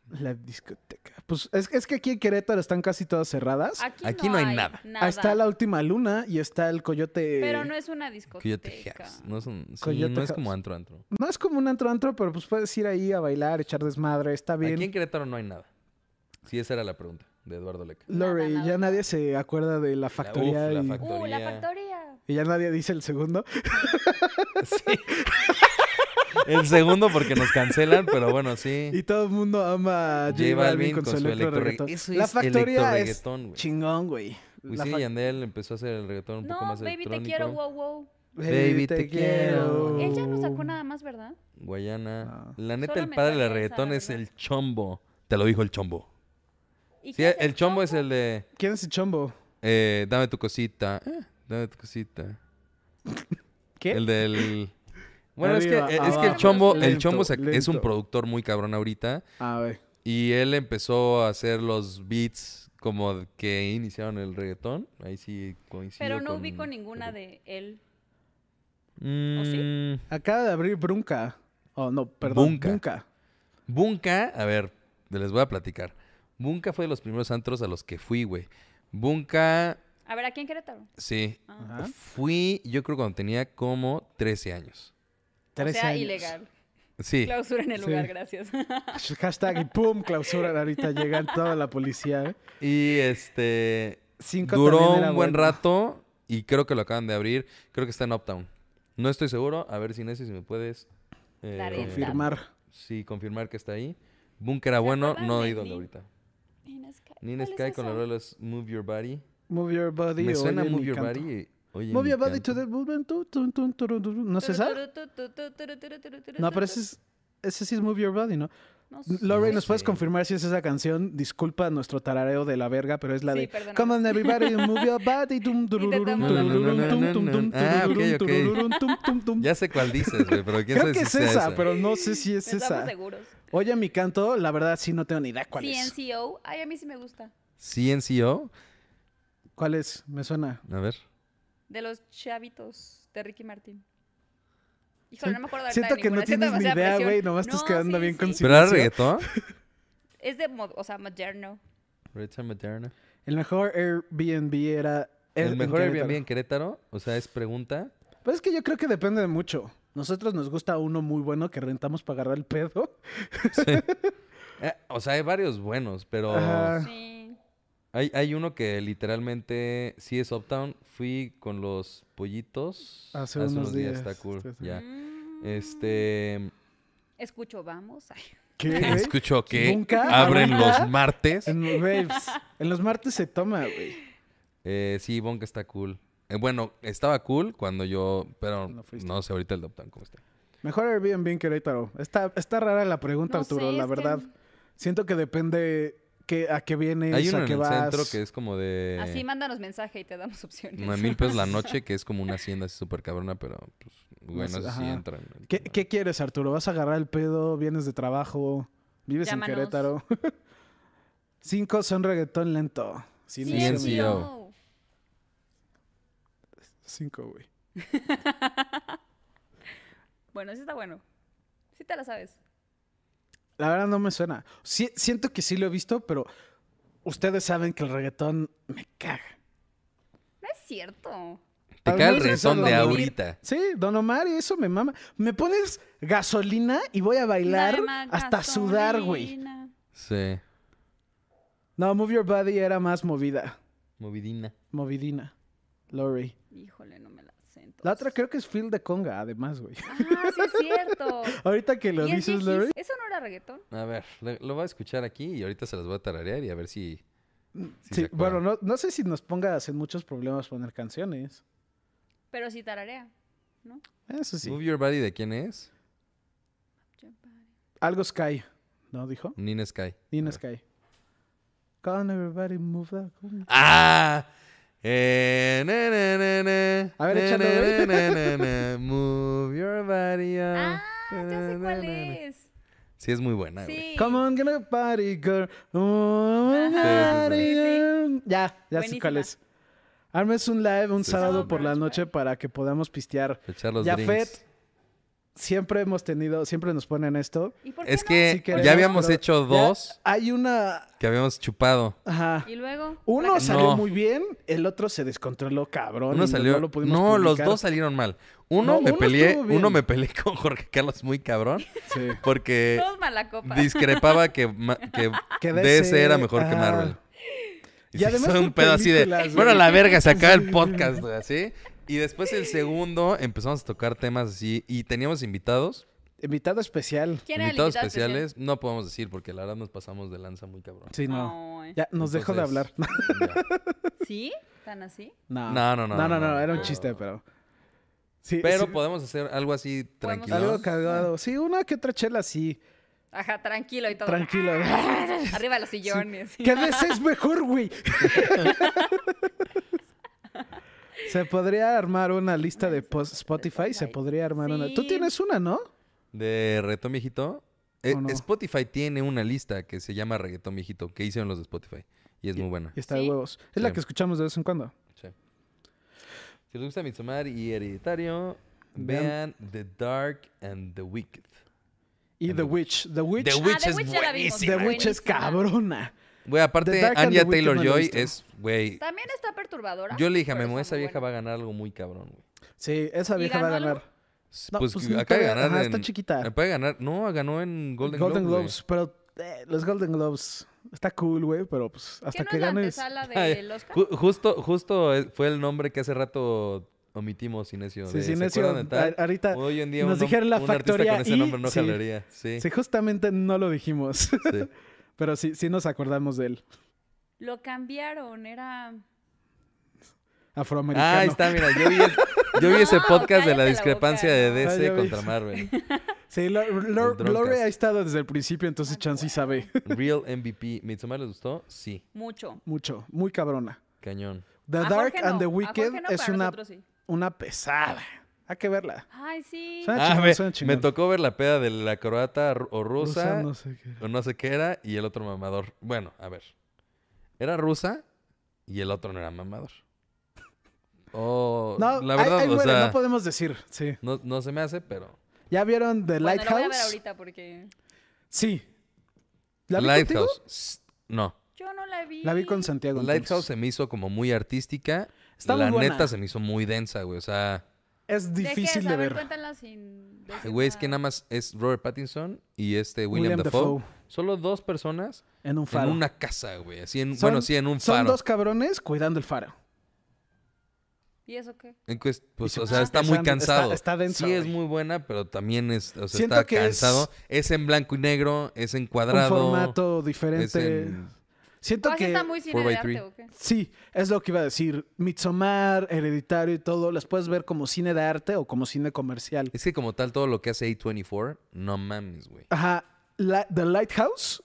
S3: la discoteca. Pues es, es que aquí en Querétaro están casi todas cerradas.
S2: Aquí no hay nada.
S3: Ah, está la última luna y está el coyote.
S4: Pero no es una discoteca.
S2: Coyote House. No, son, sí,
S3: Coyote
S2: no es como
S3: House.
S2: antro, antro.
S3: No es como un antro antro, pero pues puedes ir ahí a bailar, echar desmadre, está bien.
S2: Aquí en Querétaro no hay nada. Sí, esa era la pregunta de Eduardo [LAUGHS] Leca.
S3: Lore,
S4: Nada, nada,
S3: ya
S4: nada.
S3: nadie se acuerda de la factoría
S2: la
S3: y,
S2: fac-
S4: Uh, la
S2: Factoría.
S4: factoría.
S3: y ya nadie dice el segundo.
S2: Sí. El segundo porque nos cancelan, pero bueno,
S3: Y
S2: sí.
S3: todo el mundo ama a J Balvin con, su electro
S2: electro
S3: reggaetón.
S2: regga- Eso
S3: La
S2: es
S3: factoría es
S2: electroreggaetón, güey. Pues
S3: chingón, güey. La
S2: Wisin y
S3: fac-
S2: Yandel empezó a hacer el reggaetón un poco
S4: No,
S2: más
S4: baby,
S2: electrónico.
S4: te quiero, wow, wow.
S2: Baby, te quiero.
S4: Él ya no sacó nada más, ¿verdad?
S2: Guayana.
S3: No.
S2: La neta, el
S4: Solamente
S2: padre del
S4: esa, la
S2: reggaetón es
S4: verdad.
S2: el chombo. Te lo dijo el chombo.
S4: ¿Y
S2: Sí,
S4: qué
S2: el,
S4: es
S2: chombo es el de
S3: ¿Quién es el chombo?
S2: eh, dame tu cosita. eh, dame tu cosita.
S3: ¿Qué?
S2: El del. [LAUGHS] Bueno, es que,
S3: Arriba,
S2: eh, es que el
S4: abajo.
S2: chombo, el
S3: Lento,
S2: chombo se- es un
S3: lento.
S2: productor muy cabrón ahorita.
S3: A ver.
S2: Y él empezó a hacer los beats como que iniciaron el reggaetón. Ahí sí coincido.
S4: Pero no
S2: con-
S4: ubico ninguna de él. ¿O
S2: Mm,
S3: Acaba de abrir Brunca. Oh, no, perdón.
S2: Bunka.
S3: Brunca.
S2: Bunka, a ver, les voy a platicar. Bunka fue de los primeros antros a los que fui, güey. Bunka,
S4: A ver, aquí en Querétaro.
S2: sí.
S4: Ah.
S3: Ajá.
S2: Fui, yo creo, cuando tenía como 13 años.
S4: O
S3: 13
S4: sea,
S3: años.
S4: ilegal.
S2: Sí.
S4: Clausura en el
S3: Sí.
S4: lugar, gracias.
S3: [LAUGHS] Hashtag y pum, clausura. Ahorita llega toda la policía. ¿eh?
S2: Y este.
S3: Cinco
S2: duró
S3: también
S2: un
S3: era
S2: buen
S3: bueno.
S2: rato y creo que lo acaban de abrir. Creo que está en Uptown. No estoy seguro. A ver si Nessie, si me puedes eh,
S4: Dar el
S3: Confirmar.
S2: Sí, confirmar que está ahí. Bunker era bueno,
S4: acuerdas
S2: no
S4: de
S2: he ido al de
S4: Nin-
S2: ahorita.
S4: Nina Sky.
S2: Nina
S4: ¿Cuál es
S2: Sky con
S4: esa?
S2: los rolas Move Your Body.
S3: Move your body.
S2: Me
S3: oye
S2: suena
S3: mi
S2: Move Your
S3: canto.
S2: Body. oye
S3: Move
S2: mi
S3: your body
S2: canto.
S3: to the movement. tu, tu, tu, tu, tu, tu. ¿No es esa?
S4: Turu, turu, turu, turu, turu, turu, turu,
S3: No,
S4: turu,
S3: pero ese, es- ese sí es Move Your Body, ¿no?
S4: No sé.
S3: Lorraine,
S2: No
S3: ¿nos puedes
S2: sé.
S3: confirmar si es esa canción? Disculpa nuestro tarareo de la verga, pero es la
S4: Sí,
S3: de
S4: perdóname.
S3: Come on [LAUGHS] everybody, move your body. Tum, turururum,
S4: Intentamos-
S3: turururum, tum, tum, tum,
S2: Ah, ok,
S3: turururum,
S2: ok.
S3: turururum, tum, tum, tum.
S2: Ya sé cuál dices, güey, pero quién
S3: Creo
S2: sabe
S3: que
S2: si sea
S3: es esa, pero no sé si es
S4: No Estamos
S3: esa.
S4: seguros.
S3: Oye, mi canto, la verdad sí no tengo ni idea cuál es.
S4: CNCO. Ay, a mí sí me gusta.
S2: CNCO.
S3: ¿Cuál es? Me suena.
S2: A ver.
S4: De los chavitos de Ricky Martín. Híjole, no me acuerdo ahorita de
S3: Siento que no
S4: ninguna, siento
S3: tienes ni
S4: demasiada
S3: idea,
S4: presión.
S3: güey. Nomás estás
S4: No,
S3: quedando
S4: sí,
S3: bien con
S4: sí.
S2: ¿Pero era
S3: Silencio.
S2: reggaetón?
S4: Es de, mod- o sea, moderno.
S2: Richard Materna.
S3: El mejor Airbnb era...
S2: El
S3: en
S2: mejor
S3: Querétaro.
S2: Airbnb en Querétaro. O sea, es pregunta.
S3: Pues es que yo creo que depende de mucho. Nosotros nos gusta uno muy bueno que rentamos para agarrar el pedo.
S2: Eh, o sea, hay varios buenos, pero
S3: Ajá.
S4: Sí.
S2: hay, hay uno que literalmente sí es Uptown. Fui con los pollitos
S3: Hace unos días.
S2: Está cool.
S3: Sí, sí.
S2: Ya.
S4: Mm.
S2: Este.
S4: Escucho, vamos. Ay,
S3: ¿Qué?
S2: [LAUGHS]
S3: güey?
S2: Escucho que
S3: Nunca,
S2: abren
S3: nunca.
S2: los martes.
S3: [LAUGHS] En, waves. en los martes se toma, güey.
S2: Eh, sí, Bonk está cool. Eh, bueno, estaba cool cuando yo. Pero
S3: No
S2: no,
S3: fuiste.
S2: sé ahorita el de Uptown cómo está.
S3: Mejor Airbnb en Querétaro. Está, está rara la pregunta,
S4: no sé,
S3: Arturo, la
S4: es que-
S3: verdad. Siento que depende que, a qué vienes,
S2: Hay uno
S3: a
S2: en
S3: qué
S2: el
S3: vas.
S2: centro que es como de.
S4: Así, mándanos mensaje y te damos opciones.
S2: A mil pesos
S4: [LAUGHS]
S2: la noche, que es como una hacienda así súper cabrona, pero pues,
S3: No
S2: bueno,
S3: sé,
S2: no sé si
S3: ajá.
S2: entran.
S3: ¿Qué, qué quieres, Arturo? ¿Vas a agarrar el pedo? ¿Vienes de trabajo? ¿Vives
S4: Llámanos.
S3: en Querétaro? [LAUGHS] Cinco son reggaetón lento. Sí, no hice mi-
S4: CNCO.
S3: Cinco, güey.
S4: Bueno, sí está bueno. Sí te la sabes.
S3: La verdad no me suena. Sí- siento que sí lo he visto, pero ustedes saben que el reggaetón me caga.
S4: No es cierto.
S2: Te cae el
S3: Algunos
S2: rezón
S3: son
S2: de
S3: como-
S2: ahorita.
S3: Sí, Don Omar, y eso me mama. Me pones gasolina y voy a bailar
S4: Dame
S3: hasta sudar, güey.
S4: gasolina.
S2: Sí.
S3: No, Move Your Body era más movida.
S2: Movidina.
S3: Movidina. Lori.
S4: Híjole, no me la sé. entonces.
S3: La otra creo que es Phil de Conga, además, güey. [LAUGHS]
S4: Ah, sí es [LAUGHS] cierto.
S3: Ahorita que [LAUGHS] lo
S4: Y es
S3: dices,
S4: viejísimo.
S3: Lori.
S4: ¿Eso no era reggaetón?
S2: A ver, lo, lo voy a escuchar aquí y ahorita se las voy a tararear y a ver si. si
S3: Sí,
S2: se
S3: bueno,
S2: acuerdan.
S3: no, no sé si nos pongas en muchos problemas poner canciones.
S4: Pero sí tararea, ¿no?
S3: Eso sí.
S2: Move Your Body, ¿de quién es?
S3: Algo Sky, ¿no? Dijo.
S2: Nina Sky.
S3: Nina
S2: A ver.
S3: Sky. Come everybody move that. cum-
S2: ¡Ah! Eh, na, na, na, na,
S3: A ver,
S2: na,
S3: échalo,
S2: na,
S3: güey.
S2: na, na,
S3: [LAUGHS]
S2: na, na, Move Your Body. oh.
S4: Ah, ya sé
S2: Na, na,
S4: cuál
S2: na, na.
S4: es.
S2: Sí, es muy buena, güey.
S4: Sí.
S3: Come on, get a party girl. Oh,
S4: Ajá,
S3: party
S4: sí, sí.
S3: girl. Ya, ya sé
S4: Buenísima.
S3: cuál es. Armes un live un
S2: Sí, sí.
S3: sábado
S4: No,
S3: por la
S4: brunch,
S3: noche
S4: party.
S3: para que podamos pistear.
S2: Echar los
S3: Ya,
S2: drinks.
S3: Fed. Siempre hemos tenido, siempre nos ponen esto.
S4: ¿Y por qué
S2: Es
S4: no?
S2: que
S3: Sí queremos,
S2: Eh, ya habíamos
S3: pero
S2: hecho
S3: Ya
S2: dos
S3: hay una.
S2: que habíamos chupado.
S3: Ajá.
S4: Y luego.
S3: Uno
S4: Placa-
S3: salió
S2: No.
S3: muy bien, el otro se descontroló cabrón.
S2: Uno
S3: y no-
S2: salió.
S3: No,
S2: No,
S3: lo pudimos
S2: los
S3: publicar.
S2: dos salieron mal. Uno
S3: No,
S2: me
S3: uno
S2: peleé,
S3: estuvo bien.
S2: uno me peleé con Jorge Carlos muy
S3: [LAUGHS]
S2: cabrón
S3: Sí.
S4: [LAUGHS]
S2: porque
S4: Todos mala copa.
S2: discrepaba que, ma- que,
S3: Que
S2: DC
S3: DC,
S2: era mejor que
S3: ajá.
S2: Marvel.
S3: Y
S2: se
S3: además
S2: hizo
S3: por
S2: un pedo así de,
S3: películas, güey.
S2: bueno, a la verga, se acaba el podcast, güey, así. Y después
S3: [LAUGHS]
S2: el segundo empezamos a tocar temas así y teníamos invitados,
S3: Invitado especial.
S4: ¿Quién era el
S2: invitados
S4: invitado especial?
S2: especiales, no podemos decir porque la verdad nos pasamos de lanza muy cabrón.
S3: Sí, no.
S4: Ay.
S3: Ya nos dejó de
S2: Entonces,
S3: hablar.
S2: ya.
S4: ¿Sí? ¿Tan así?
S3: No.
S2: No, no, no,
S3: No,
S2: no, no.
S3: era un chiste, pero. [LAUGHS] Sí,
S2: Pero
S3: sí.
S2: podemos hacer algo así
S4: Podemos
S2: tranquilo.
S4: hacer
S3: Algo cagado. Sí, una que otra chela, sí.
S4: Ajá, tranquilo y todo. Ah.
S3: Tranquilo.
S4: [LAUGHS] Arriba los
S3: [LAUGHS]
S4: sillones.
S3: Que a veces es mejor,
S4: [LAUGHS]
S3: güey. se podría armar una lista de post Spotify. Se podría armar una. Tú
S4: Sí.
S3: tienes una, ¿no?
S2: De reggaetón viejito. Eh,
S3: ¿O no?
S2: Spotify tiene una lista que se llama reggaetón viejito, que hicieron los de Spotify. Y es muy buena.
S3: Y está de
S4: Sí.
S3: huevos. Es la
S2: Sí.
S3: que escuchamos de vez en cuando.
S2: Sí. Si les gusta Midsommar y Hereditario,
S3: Vean-
S2: vean The Dark and The Wicked.
S3: Y
S2: And The
S3: The Witch. The Witch.
S2: The
S4: Ah,
S2: Witch
S4: The
S2: es
S4: Witch ya la vimos.
S3: The Witch es
S4: buenísima.
S3: cabrona.
S2: Güey,
S3: The
S2: aparte,
S3: Dark and
S2: Anya
S3: the Wicked
S2: Taylor
S3: no la he
S2: Joy
S3: visto.
S2: es, güey.
S4: También está perturbadora.
S2: Yo le dije a
S4: pero
S2: Memo, esa
S4: está muy
S2: vieja va
S4: buena.
S2: a ganar algo muy cabrón, güey.
S3: Sí, esa
S4: ¿Y
S3: vieja va a
S4: ganó algo?
S3: ganar. No,
S2: pues,
S3: pues, no
S2: acaba de
S3: todavía-
S2: ganar.
S3: ajá,
S2: en-
S3: está chiquita.
S2: Acaba de ganar. No, ganó en Golden,
S3: Golden,
S2: Globes.
S3: Globes. Pero eh, los Golden Globes. Está cool, güey. Pero pues hasta
S4: ¿Qué no
S3: que
S4: es la
S3: ganes.
S4: antesala
S3: [LAUGHS]
S2: güey. Ay,
S4: del Oscar?
S2: ju- justo, justo eh, fue el nombre que hace rato omitimos, Inesio.
S3: Sí,
S2: de,
S3: sí,
S2: ¿se
S3: Inesio,
S2: acuerdan de tal?
S3: a- ahorita
S2: Hoy en día
S3: nos
S2: un hom-
S3: dijeron la
S2: un artista
S3: factoría
S2: con ese
S3: y-
S2: nombre no
S3: sí.
S2: jalaría. Sí,
S3: [LAUGHS] Sí, justamente no lo dijimos. [LAUGHS]
S2: sí.
S3: pero sí, sí nos acordamos de
S2: Ah,
S3: él.
S4: Lo cambiaron, era...
S3: Afroamericano.
S2: Ah, ahí está, mira, yo vi, el- yo vi ese
S4: No,
S2: podcast de
S4: cállate
S2: la
S4: la
S2: discrepancia
S4: boca,
S2: de
S4: no.
S2: DC
S3: Ah, ya vi.
S2: contra Marvel. [LAUGHS]
S3: Sí, Lo- Lo-
S2: El Droncast.
S3: Lore ha estado desde el principio, entonces Chan sí sabe [LAUGHS]
S2: Real MVP. ¿Midsommar les gustó? Sí,
S4: Mucho.
S3: mucho. Muy cabrona.
S2: cañón.
S3: The
S4: A
S3: Dark
S4: Jorge
S3: and
S4: no,
S3: the
S4: a
S3: Wicked
S4: Jorge no,
S3: es
S4: para
S3: una,
S4: nosotros sí.
S3: una pesada. Hay que verla.
S4: Ay, sí.
S3: ¿Sabes? Ah,
S2: Ah,
S3: chingón,
S2: me,
S3: suena
S2: me
S3: chingón.
S2: tocó ver la peda de la croata ru- o rusa,
S3: Rusa, no sé qué.
S2: o no sé qué era, y el otro mamador. Bueno, a ver. Era rusa y el otro no era mamador. O
S3: No,
S2: la
S3: ahí-
S2: verdad,
S3: ahí
S2: o
S3: muere,
S2: sea,
S3: no podemos decir. Sí.
S2: no, no se me hace, pero...
S3: ¿Ya vieron The
S4: Bueno, la voy a ver
S3: Lighthouse?
S4: ahorita porque...
S3: sí. ¿La vi contigo?
S2: Lighthouse, s- no.
S4: Yo no la vi.
S3: La vi con Santiago. entonces.
S2: Lighthouse se me hizo como muy artística.
S3: Está muy
S2: la
S3: buena.
S2: neta se me hizo muy densa, güey. O sea,
S3: Es
S4: ¿De qué
S3: difícil
S4: es? A
S3: de
S4: ver,
S3: ver.
S4: cuéntala sin decir
S2: güey, es que
S4: nada.
S2: nada más es Robert Pattinson y este William,
S3: William
S2: Dafoe.
S3: Dafoe.
S2: Solo dos personas
S3: En un faro.
S2: en una casa, güey. Así en,
S3: Son-
S2: bueno, sí, en un
S3: Son
S2: faro.
S3: dos cabrones cuidando el faro.
S4: ¿Y eso qué?
S2: En cuest- pues, o
S4: Ah.
S2: sea, está muy
S3: Está-
S2: cansado.
S3: está densa,
S2: Sí, es
S3: güey.
S2: muy buena, pero también es, o sea,
S3: Siento
S2: está
S3: que es-
S2: cansado. Es... en blanco y negro, es en cuadrado.
S3: Un formato
S2: es
S3: diferente.
S2: en-
S3: Siento
S4: ¿Tú
S3: que...
S4: Pues está muy cine de
S2: 4x3.
S4: arte o qué?
S3: Sí, es lo que iba a decir. Midsommar, Hereditario y todo, las puedes ver como cine de arte o como cine comercial.
S2: Es que como tal, todo lo que hace A24, no mames, güey.
S3: Ajá, la- The Lighthouse,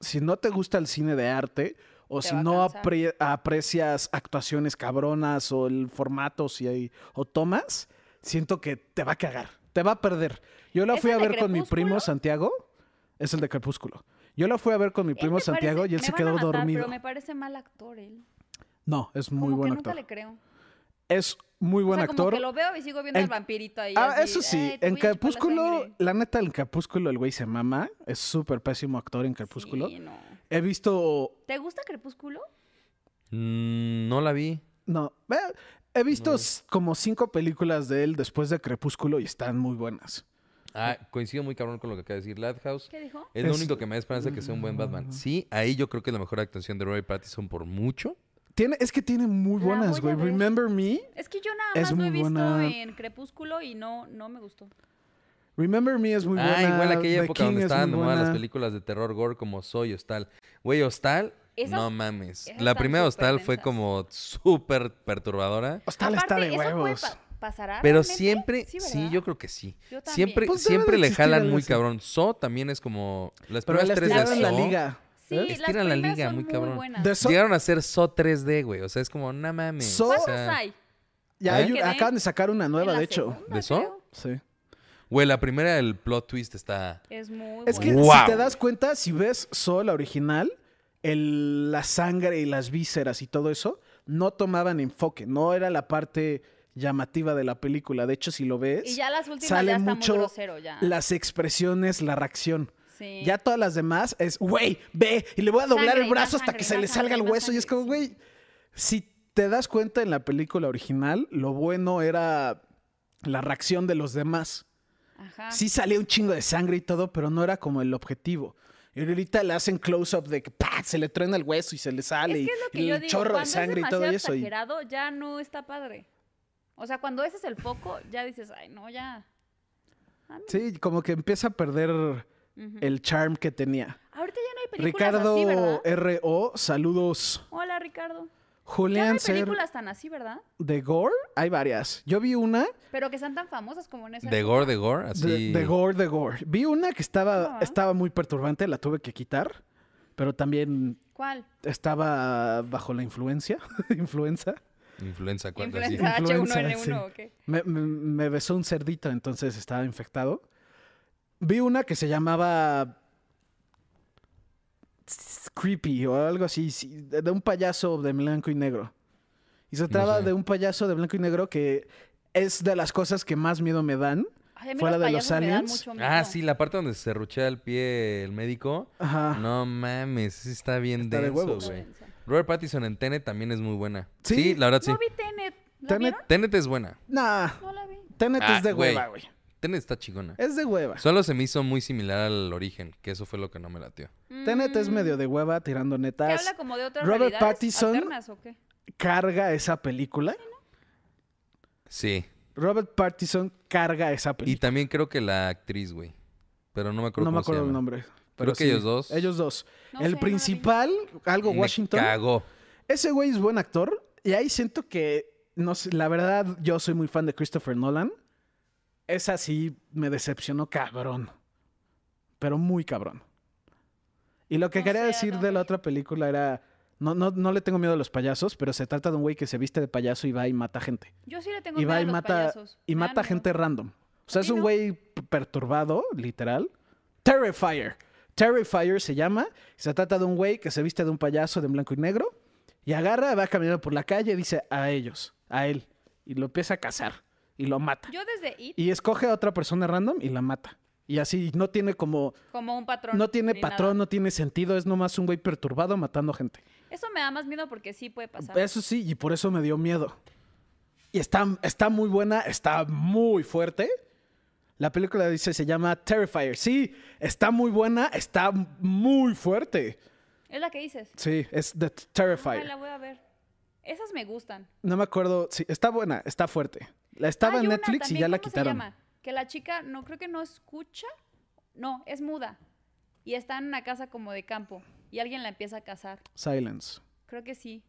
S3: si no te gusta el cine de arte o
S4: Te
S3: si
S4: va a
S3: no
S4: cansar.
S3: apre- aprecias actuaciones cabronas o el formato si hay o tomas, siento que te va a cagar, te va a perder. Yo la
S4: ¿Es
S3: fui
S4: el
S3: a
S4: de
S3: ver con mi primo
S4: Crepúsculo?
S3: Santiago, es el de Crepúsculo. Yo la fui a ver con mi
S4: Él
S3: primo
S4: me parece-
S3: Santiago y él
S4: me
S3: se
S4: van a
S3: quedó
S4: matar,
S3: dormido.
S4: Pero me parece mal actor él.
S3: No, es muy
S4: como
S3: buen
S4: que
S3: actor.
S4: nunca le creo.
S3: Es muy buen
S4: o sea,
S3: actor.
S4: como que lo veo y sigo viendo
S3: En-
S4: al vampirito ahí.
S3: Ah,
S4: así,
S3: eso sí,
S4: "Ay, te
S3: en
S4: voy a chupar la
S3: Crepúsculo,
S4: sangre".
S3: la neta, en Crepúsculo el güey se mama. Es súper pésimo actor en Crepúsculo.
S4: Sí, no.
S3: He visto.
S4: ¿Te gusta Crepúsculo?
S2: Mm, no la vi.
S3: No, eh, he visto s- como cinco películas de él después de Crepúsculo y están muy buenas.
S2: Ah, coincido muy cabrón con lo que acaba de decir Lighthouse.
S4: ¿Qué dijo?
S2: Es, lo
S3: Es-
S2: único que me da esperanza de que sea un buen Batman. Sí, ahí yo creo que es la mejor actuación de Robert Pattinson por mucho.
S3: Tiene, es que tiene muy
S4: La
S3: buenas,
S4: voy a
S3: güey.
S4: ver.
S3: Remember Me.
S4: Es que yo nada
S3: Es
S4: más lo
S3: muy
S4: he visto
S3: buena.
S4: en Crepúsculo y no, no me gustó.
S3: Remember Me es muy buena.
S2: ah, igual aquella
S3: The
S2: época
S3: King
S2: donde
S3: es
S2: estaban
S3: muy
S2: nomás las
S3: buena.
S2: películas de terror gore como Soy Hostal. Güey, Hostal,
S4: Esas-
S2: no mames.
S4: esas
S2: La
S4: están
S2: primera
S4: súper
S2: Hostal fue
S4: densas.
S2: como súper perturbadora.
S3: Hostal está
S4: Aparte,
S3: de
S4: eso puede
S3: huevos.
S4: pa- ¿Pasará?
S2: Pero
S4: realmente?
S2: siempre, sí,
S4: ¿verdad?
S2: yo creo que sí.
S4: Yo también.
S2: siempre
S3: Pues debe
S2: siempre
S3: de
S2: le
S3: existir
S2: jalan
S3: algo
S2: muy
S3: así.
S2: cabrón. So también es como las
S3: Pero
S2: primeras
S3: la
S2: tres
S3: estiraron
S2: de
S3: en la
S2: So,
S3: liga.
S4: Sí,
S3: ¿eh?
S4: las
S2: Estiran la
S4: primeras
S2: liga
S4: son
S2: muy
S4: muy,
S2: cabrón.
S4: buenas.
S3: The So-
S2: Llegaron a ser So 3D, güey. O sea, es como, no mames.
S3: So-
S2: o
S4: ¿Cuántas
S2: sea,
S4: hay?
S3: Ya
S2: ¿Eh?
S3: hay un-
S4: Quedé
S3: acaban de sacar una nueva,
S4: En la
S3: de hecho.
S4: segunda,
S2: ¿De eso?
S4: creo.
S3: Sí.
S2: Güey, la primera, el plot twist está...
S4: Es muy
S3: Es que
S4: buena.
S2: Guau.
S3: si te das cuenta, si ves solo la original, el- la sangre y las vísceras y todo eso no tomaban enfoque, no era la parte llamativa de la película. De hecho, si lo ves,
S4: Y ya las últimas
S3: sale
S4: ya está
S3: mucho
S4: muy grosero ya.
S3: las expresiones, la reacción.
S4: Sí.
S3: Ya todas las demás es, güey, ve, y le voy a doblar
S4: Sangre,
S3: el brazo
S4: más
S3: hasta
S4: sangre,
S3: que se
S4: más
S3: le salga
S4: sangre,
S3: el
S4: más
S3: hueso. Y es
S4: sangre,
S3: como,
S4: sí.
S3: güey, si te das cuenta en la película original, lo bueno era la reacción de los demás.
S4: Ajá.
S3: Sí salía un chingo de sangre y todo, pero no era como el objetivo. Y ahorita le hacen close-up de que ¡pah! se le truena el hueso y se le sale
S4: es
S3: y,
S4: que es lo
S3: y
S4: que yo
S3: el
S4: digo,
S3: chorro de
S4: cuando
S3: sangre
S4: es
S3: y todo
S4: demasiado
S3: eso. y-
S4: exagerado, ya no está padre. O sea, cuando ese es el foco, ya dices, ay, no, ya.
S3: Sí, como que empieza a perder
S4: Ujú.
S3: el charm que tenía.
S4: Ahorita ya no hay películas
S3: Eh, Ricardo
S4: así, ¿verdad?
S3: R.O., saludos.
S4: Hola, Ricardo. Ya no
S3: Julian
S4: hay
S3: Ser
S4: películas tan así, ¿verdad?
S3: de Gore, hay varias. Yo vi una
S4: Pero que sean tan famosas como en esa.
S2: De gore, de gore, así.
S3: de, de Gore, de Gore. Vi una que estaba,
S4: Ah.
S3: estaba muy perturbante, la tuve que quitar, pero también
S4: ¿Cuál?
S3: estaba bajo la influencia, [LAUGHS] influenza.
S2: Influenza, ¿cuál? Así.
S4: Influenza
S3: Influenza,
S4: H1N1
S3: sí.
S4: o qué.
S3: Me, me- me besó un cerdito, entonces estaba infectado. Vi una que se llamaba Creepy o algo así, sí, de de un payaso de blanco y negro. Y se
S2: No
S3: trataba
S2: sé.
S3: de un payaso de blanco y negro que es de las cosas que más miedo me dan.
S4: Ay, a mí
S3: Fuera
S4: los
S3: de los
S4: payasos me dan
S3: aliens.
S4: mucho miedo.
S2: Ah, sí, la parte donde se serruchea el pie el médico.
S3: Ajá.
S2: No mames, sí está bien
S3: Ah. Está de
S2: denso,
S3: huevos.
S2: güey.
S4: Está denso.
S2: Robert Pattinson en Tenet también es muy buena.
S3: ¿Sí?
S2: Sí, la verdad sí.
S4: No vi Tenet. ¿La
S3: Tenet-
S4: vieron?
S2: Tenet es buena.
S3: Nah,
S4: No la vi.
S3: Tenet
S2: Ah,
S3: es de
S2: güey.
S3: hueva, güey.
S2: Tenet está chingona.
S3: Es de hueva.
S2: Solo se me hizo muy similar al origen, que eso fue lo que no me latió.
S3: Tenet es
S4: Mm.
S3: medio de hueva tirando
S4: ¿Qué
S3: netas.
S4: habla como de otras
S3: Robert
S4: realidades
S3: Pattinson-
S4: alternas o qué?
S3: Carga esa película.
S2: Sí.
S3: Robert Pattinson carga esa
S2: Y
S3: película.
S2: también creo que la actriz, güey. Pero no me acuerdo
S3: No me
S2: cómo se
S3: acuerdo el
S2: llama.
S3: nombre.
S2: Creo que ellos dos.
S3: Ellos dos.
S4: No sé, no
S3: el
S4: la vi.
S3: principal, algo
S2: Me
S3: Washington.
S2: cagó.
S3: Ese güey es buen actor. Y ahí siento que, no sé, la verdad, yo soy muy fan de Christopher Nolan. Esa sí me decepcionó cabrón. Pero muy cabrón. Y lo que
S4: No
S3: quería
S4: sé, la
S3: decir
S4: tengo
S3: de
S4: que
S3: la
S4: ver.
S3: otra película era... No, no, no le tengo miedo a los payasos, pero se trata de un güey que se viste de payaso y va y mata gente.
S4: Yo sí le tengo
S3: Y
S4: miedo
S3: va
S4: a
S3: y
S4: los
S3: mata,
S4: payasos.
S3: y
S4: Me dan
S3: mata
S4: miedo.
S3: gente random. O sea,
S4: A
S3: es
S4: mí
S3: un
S4: no.
S3: güey p- perturbado, literal. Terrifier. Terrifier se llama. Se trata de un güey que se viste de un payaso de blanco y negro. Y agarra, va caminando por la calle y dice a ellos, a él. Y lo empieza a cazar. Y lo mata.
S4: Yo desde It,
S3: Y escoge a otra persona random y la mata. Y así no tiene como.
S4: como un patrón.
S3: No tiene
S4: ni nada.
S3: patrón, no tiene sentido. Es nomás un güey perturbado matando gente.
S4: Eso me da más miedo porque sí puede pasar.
S3: Eso sí, y por eso me dio miedo. Y está, está muy buena, está muy fuerte. La película dice, se llama Terrifier. Sí, está muy buena, está muy fuerte.
S4: Es la que dices.
S3: Sí, es The
S4: Ay,
S3: Terrifier.
S4: la voy a ver. Esas me gustan.
S3: No me acuerdo, sí, está buena, está fuerte. La estaba
S4: Hay
S3: en
S4: una
S3: Netflix y
S4: también,
S3: ya la
S4: ¿cómo se
S3: quitaron.
S4: llama? Que la chica no creo que no escucha. No, es muda. Y está en una casa como de campo. Y alguien la empieza a cazar.
S3: Silence.
S4: Creo que sí.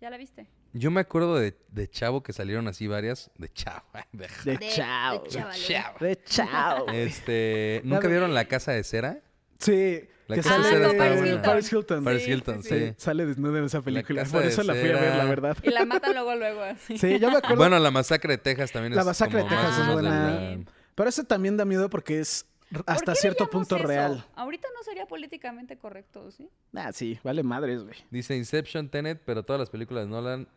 S4: ¿Ya la viste?
S2: Yo me acuerdo de, de Chavo que salieron así varias. De Chavo. [LAUGHS] De
S3: De,
S4: De-
S3: chao.
S4: de chavales.
S2: Chavo.
S3: De chao. [LAUGHS]
S2: Este, ¿Nunca
S3: vi.
S2: vieron La Casa de Cera?
S3: Sí,
S2: La
S3: que
S2: casa
S4: de
S3: sale
S4: cera está
S3: Paris
S4: buena.
S3: Hilton. Paris Hilton.
S2: Paris
S4: sí,
S2: Hilton,
S4: sí.
S2: sí.
S3: Sí, sale desnuda en esa película.
S2: casa
S3: Por
S2: de
S3: eso la fui a ver, la
S2: cera.
S3: verdad.
S4: Y la matan luego, luego. Así.
S3: [LAUGHS] Sí, yo me acuerdo
S2: Bueno, La Masacre de Texas también
S3: La
S2: es
S3: Masacre de
S2: como
S3: Texas
S2: más
S4: es
S2: o menos
S4: buena.
S2: de la-
S3: Pero eso también da miedo porque es r-
S4: ¿Por
S3: hasta
S4: qué
S3: cierto
S4: veíamos
S3: punto
S4: eso?
S3: real.
S4: Ahorita no sería políticamente correcto, ¿sí?
S3: Ah, sí, vale madres, güey.
S2: Dice Inception, Tenet, pero todas las películas de Nolan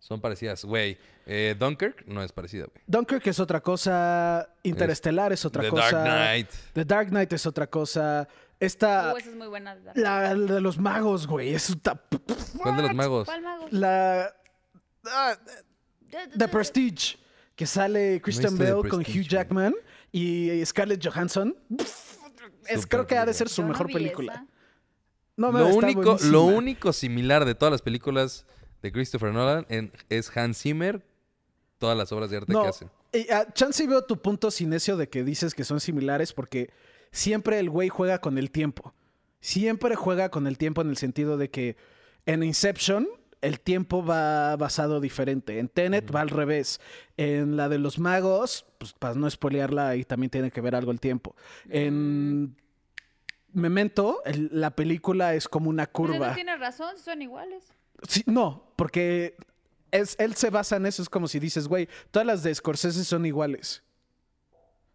S2: son parecidas. Güey, eh, Dunkirk no es parecida, güey.
S3: Dunkirk es otra cosa, Interestelar es otra
S2: The
S3: cosa.
S2: Dark Knight.
S3: The Dark Knight es otra cosa. Esta
S4: Uh, esa es muy buena. la-
S3: la, la de los magos, güey, es una-
S2: ¿Cuál de los magos?
S4: ¿Cuál mago?
S3: la ah,
S4: De- de-
S3: The
S4: de-
S3: Prestige que sale Christian
S2: visto The
S3: Bale con
S2: Prestige,
S3: Hugh Jackman y Scarlett Johansson. Es,
S2: Súper
S3: creo que ha de
S2: película.
S3: ser su
S4: Yo no
S3: mejor
S4: vi
S3: película.
S4: esa.
S3: No,
S2: lo,
S3: está
S2: único,
S3: buenísima.
S2: lo único similar de todas las películas de Christopher Nolan en- es Hans Zimmer, todas las obras de arte que hace.
S3: y, ah, chance y veo tu punto cinecio de que dices que son similares porque siempre el güey juega con el tiempo. Siempre juega con el tiempo en el sentido de que en Inception el tiempo va basado diferente. En Tenet va al revés. En la de los magos, pues para no spoilearla, ahí también tiene que ver algo el tiempo. En Memento, el- la película es como una
S4: Pues
S3: curva.
S4: No tienes razón, son iguales.
S3: Sí, no, porque es, él se basa en eso. Es como si dices, güey, todas las de Scorsese son iguales.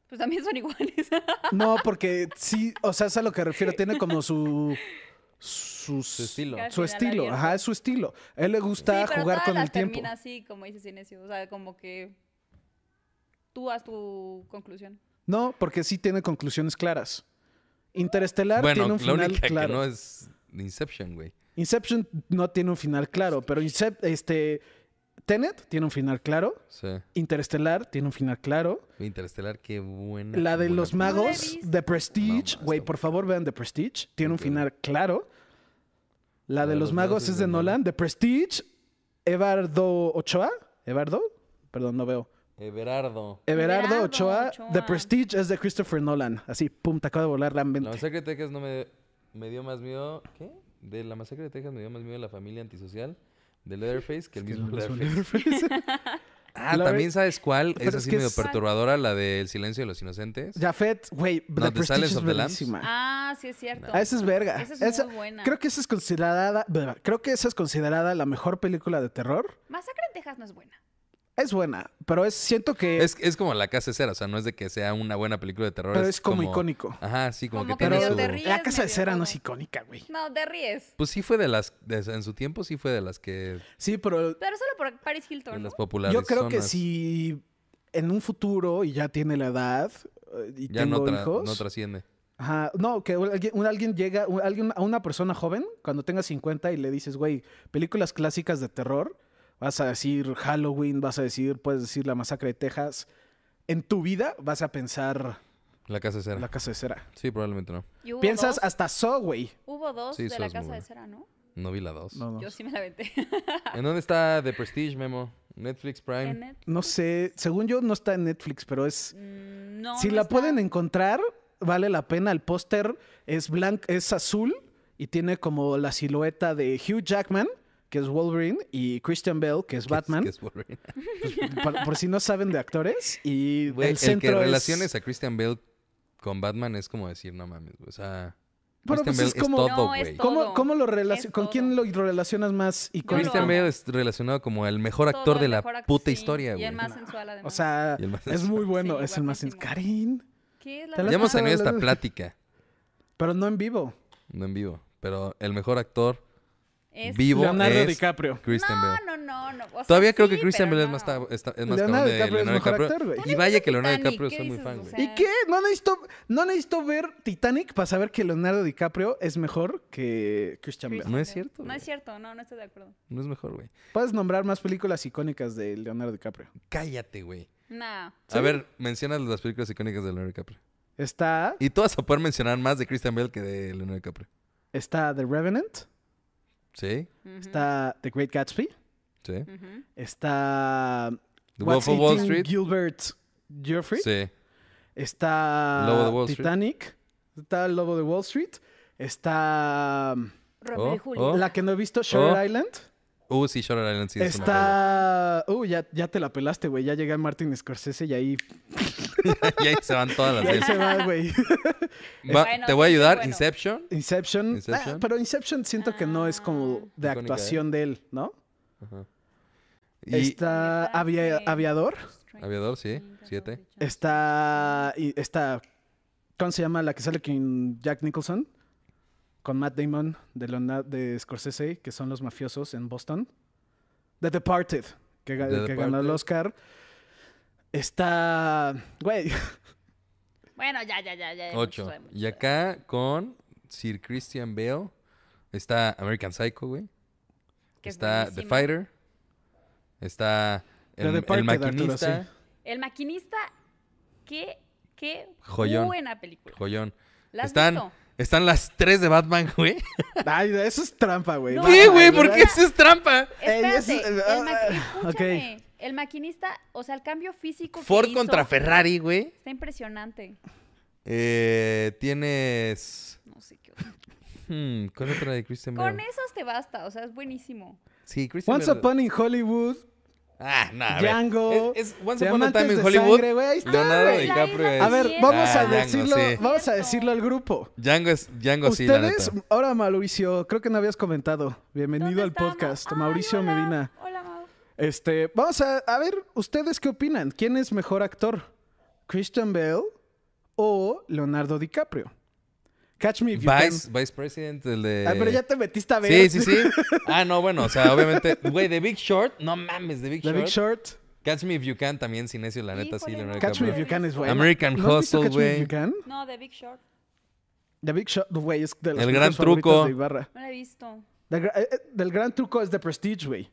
S4: Pues también son iguales. [LAUGHS]
S3: No, porque sí, o sea, es a lo que refiero. Tiene como su. Su,
S2: Su estilo.
S4: Casi.
S3: Su estilo, ajá, es su estilo. A él le gusta
S4: sí, pero
S3: jugar
S4: todas
S3: con
S4: las
S3: el tiempo.
S4: termina así, como dice Cinecio. O sea, como que tú haz tu conclusión.
S3: No, porque sí tiene conclusiones claras. Interestelar tiene
S2: Bueno, la
S3: un final
S2: única
S3: claro.
S2: que no es Inception, güey.
S3: Inception no tiene un final claro, pero Incep- este, Tenet tiene un final claro.
S2: O sea,
S3: Interestelar tiene un final claro.
S2: Interestelar, qué buena.
S3: La de
S2: buena
S3: los
S2: película.
S4: No la he
S3: magos,
S4: visto.
S3: The
S2: No,
S3: Prestige.
S2: está
S3: Güey,
S2: muy
S3: por favor, vean The Prestige. Tiene un
S2: Ok.
S3: final claro. La de los magos es de
S2: Nolan.
S3: Nolan. The Prestige, Evardo Ochoa. ¿Everardo? Perdón, no veo.
S2: Everardo.
S3: Everardo
S4: Everardo
S3: Ochoa.
S4: Ochoa.
S3: The Prestige es de Christopher Nolan. Así, pum, te acabo de volar la
S2: La
S3: mente.
S2: masacre de Texas no me, me dio más miedo. ¿Qué? De la masacre de Texas me dio más miedo la familia antisocial. de Leatherface que el
S3: Que
S2: mismo
S3: lo hizo
S2: Leatherface.
S3: Leatherface.
S2: Ah,
S3: La
S2: también
S3: ver-
S2: sabes cuál.
S3: Pero
S2: Es
S3: es
S2: así
S3: que
S2: medio
S3: es-
S2: perturbadora, la del silencio de los inocentes.
S3: Jafet, güey,
S2: No,
S3: The
S2: The Silence
S3: Prestige es
S2: of the Lambs.
S3: buenísima.
S4: Ah, sí es cierto.
S3: Ah, esa es verga.
S4: Esa es muy buena.
S3: Creo que esa es considerada, creo que esa es considerada la mejor película de terror.
S4: Masacre en Texas no es buena.
S3: Es buena, pero es siento que
S2: Es, es como la casa de cera, o sea, no es de que sea una buena película de terror.
S3: pero es como icónico.
S2: Ajá, sí, como,
S4: Como
S2: que
S4: que
S2: tiene
S4: medio
S2: su...
S4: te ríes,
S3: la casa de
S4: medio
S3: cera no
S4: todo.
S3: es icónica, güey.
S4: No, te ríes.
S2: Pues sí fue de las... de- en su tiempo sí fue de las que...
S3: Sí, pero
S4: Pero solo por Paris
S2: De
S4: Hilton, ¿no?
S2: las populares.
S3: yo creo
S2: son
S3: que
S2: las-
S3: si en un futuro y ya tiene la edad eh, y
S2: Ya no,
S3: tengo
S2: tra-
S3: hijos,
S2: no trasciende.
S3: Ajá, no, que un alguien, un alguien llega, un- alguien, a una persona joven, cuando tenga 50 y le dices, güey, películas clásicas de terror, vas a decir Halloween, vas a decir, puedes decir La Masacre de Texas. En tu vida vas a pensar
S2: La casa de cera.
S3: La Casa de Cera.
S2: Sí, probablemente no.
S4: Y hubo
S3: Piensas
S4: dos,
S3: hasta So, güey.
S4: hubo dos
S2: Sí,
S4: de la
S2: sos muy
S4: casa de
S2: buena.
S4: cera, ¿no?
S2: No vi la 2.
S3: No, no.
S4: Yo sí me la
S2: [LAUGHS]
S4: aventé.
S2: ¿En dónde está The Prestige, Memo? Netflix Prime.
S4: En Netflix.
S3: No sé, según yo no está en Netflix, pero es...
S4: Mm, No,
S3: si
S4: no
S3: la
S4: está.
S3: pueden encontrar, vale la pena. El póster es blanco, es azul y tiene como la silueta de Hugh Jackman, que es Wolverine, y Christian Bale, que
S2: Que es-
S3: es Batman.
S2: que es Wolverine.
S3: por, por si no saben de actores y
S2: Güey,
S3: el
S2: el,
S3: centro
S2: que
S3: es-
S2: relaciones a Christian Bale con Batman es como decir, no mames, güey, o sea...
S3: Pero,
S2: Christian Bale
S3: pues, es como-
S2: todo,
S4: No, es
S2: güey.
S4: todo.
S3: ¿Cómo, cómo lo
S4: Es
S3: relacionas? ¿Con quién lo relacionas más
S4: Yo lo
S2: Christian
S4: amo.
S3: icónico?
S2: Bale es relacionado como el mejor
S4: Todo
S2: actor de
S4: el
S2: la
S4: mejor actor,
S2: puta
S4: sí,
S2: historia,
S4: Y
S2: güey.
S4: el más sensual, además.
S3: O sea,
S2: Y el más
S3: es muy bueno,
S4: Sí,
S3: es el más
S4: guapísimo.
S3: Karin,
S4: ¿Qué es la
S3: Te lo-
S2: Ya hemos
S4: verdad?
S2: tenido esta plática,
S3: pero no en vivo.
S2: no en vivo, pero el mejor actor
S4: Es- Ah,
S2: vivo
S3: Leonardo
S2: es
S3: DiCaprio.
S2: Christian Bale.
S4: No, no, no. no. O sea,
S2: Todavía creo que
S4: sí,
S2: Christian
S4: pero
S2: Bale es más,
S4: no.
S2: ta- está- es más
S3: Leonardo
S2: cabrón de
S3: DiCaprio es
S2: Leonardo
S3: mejor
S2: DiCaprio.
S3: actor, güey.
S2: y
S4: Tú
S2: vaya
S4: dijiste
S2: que Leonardo
S4: Titanic,
S2: DiCaprio
S4: ¿qué
S2: soy muy
S4: dices?
S2: fan,
S4: O
S2: güey.
S4: sea,
S3: ¿Y qué? No necesito, no necesito ver Titanic para saber que Leonardo DiCaprio es mejor que Christian Bale.
S2: No es cierto,
S4: No
S2: güey.
S4: es cierto, no, no estoy de acuerdo.
S2: No es mejor, güey.
S3: Puedes nombrar más películas icónicas de Leonardo DiCaprio.
S2: Cállate, güey.
S4: No.
S2: A ver, mencionas las películas icónicas de Leonardo DiCaprio.
S3: Está,
S2: Y tú vas a poder mencionar más de Christian Bale que de Leonardo DiCaprio.
S3: está The Revenant,
S2: ¿Sí?
S4: Ujú,
S3: está The Great Gatsby,
S2: ¿Sí?
S4: ujú.
S3: está
S2: The Wolf
S3: What's
S2: of Wall
S3: Eating
S2: Street.
S3: Gilbert Jeffrey.
S2: Sí.
S3: Está
S2: Lobo de Wall Street.
S3: Titanic. Está el Lobo de Wall Street. Está um,
S4: Romeo y
S2: Oh,
S4: Julieta.
S2: oh.
S3: la que no he visto, Shutter
S2: Oh.
S3: Island.
S2: Uh, sí, Shutter Island sí es una joya.
S3: está. Uh, ya, ya te la pelaste, güey. Ya llegué a Martin Scorsese y ahí,
S2: [LAUGHS] y ahí se van todas
S3: y
S2: las
S3: ahí
S2: veces.
S3: se
S2: [LAUGHS]
S3: va, güey.
S2: Va-
S4: Bueno,
S2: te voy a
S4: sí, sí,
S2: ayudar,
S4: bueno.
S2: Inception.
S3: Inception.
S2: Inception. Ah.
S3: Ah, pero Inception siento que no es como
S2: Icónica,
S3: de
S2: ¿eh?
S3: actuación de él, ¿no?
S2: Y
S3: Está Avia- Aviador.
S2: Aviador, sí, siete.
S3: Este. Está. y está. ¿Cómo se llama la que sale con Jack Nicholson? Con Matt Damon de, Leona- de Scorsese, que son los mafiosos en Boston. The Departed, que, ga-
S2: The
S3: que ganó el
S2: Departed.
S3: Oscar. Está. Güey, [LAUGHS]
S4: Bueno, ya, ya, ya, ya. ya,
S2: ocho.
S4: muchos saben, muchos
S2: Y acá con Sir Christian Bale está American Psycho, güey.
S4: saben, que es
S2: Está The
S4: buenísima.
S2: Fighter. Está
S3: The
S2: el, el
S3: Departed, Arturo, sí.
S2: maquinista.
S4: El maquinista, qué, qué
S2: Joyón.
S4: buena película.
S2: Joyón.
S4: ¿La has
S2: Están,
S4: visto?
S2: están las tres de Batman, güey.
S3: ay, eso es trampa, güey.
S4: No,
S2: Sí,
S4: Ay,
S2: güey,
S4: ¿por
S2: porque
S4: qué?
S2: eso es trampa.
S3: Ey,
S4: Espérate,
S3: eso-
S4: el, ma-
S3: ah,
S4: escúchame,
S3: ok.
S4: el maquinista, o sea, el cambio físico que
S2: Ford
S4: hizo
S2: contra Ferrari, güey.
S4: Está impresionante.
S2: Eh, tienes.
S4: No sé qué.
S2: Hmm, ¿Cuál otra de Christian Bale?
S4: Con esos te basta, o sea, es buenísimo.
S2: Sí, Christian
S3: Once
S2: Bale.
S3: Upon in Hollywood,
S2: Ah, no, a ver.
S3: Django.
S2: Es, es Once
S3: Se
S2: Upon a
S3: llama
S2: Time in
S3: Antes de
S2: Hollywood.
S3: Sangre, güey, ahí está,
S2: Leonardo
S4: güey.
S2: DiCaprio
S4: La isla
S2: es.
S4: Pues,
S3: a ver, vamos
S4: ah,
S3: a
S2: Django,
S3: decirlo,
S2: sí.
S3: vamos a
S4: Cierto.
S3: decirlo al grupo.
S2: Django es Django sí, la neta.
S3: Ustedes, ahora Mauricio, creo que no habías comentado. Bienvenido
S4: ¿Dónde
S3: al
S4: estamos?
S3: podcast,
S4: Ay,
S3: Mauricio
S4: hola,
S3: Medina.
S4: Hola, Mau.
S3: Este, vamos a, a ver, ¿ustedes qué opinan? ¿Quién es mejor actor? ¿Christian Bale o Leonardo DiCaprio? Catch me if you can.
S2: Vice, Vice President, el de.
S3: Ah, pero ya te metiste a ver.
S2: Sí, sí, sí. Ah, no, bueno, o sea, obviamente. Güey, The Big Short. No mames, The Big
S3: The
S2: Short.
S3: Big Short.
S2: Catch Me If You Can también, sin eso, la neta, sí,
S4: Híjole,
S2: Leonardo
S4: no.
S3: Catch me if
S2: DiCaprio.
S3: you can es bueno.
S2: American
S3: ¿No has visto
S2: Hustle,
S3: Catch me if
S2: güey.
S3: you can?
S4: No, The Big Short.
S3: The Big Short, güey, es de las
S2: El
S3: películas
S2: Gran
S3: favoritas
S2: Truco.
S3: de Ibarra.
S4: No la he visto.
S3: The gra- eh, eh, del gran truco es The Prestige, güey.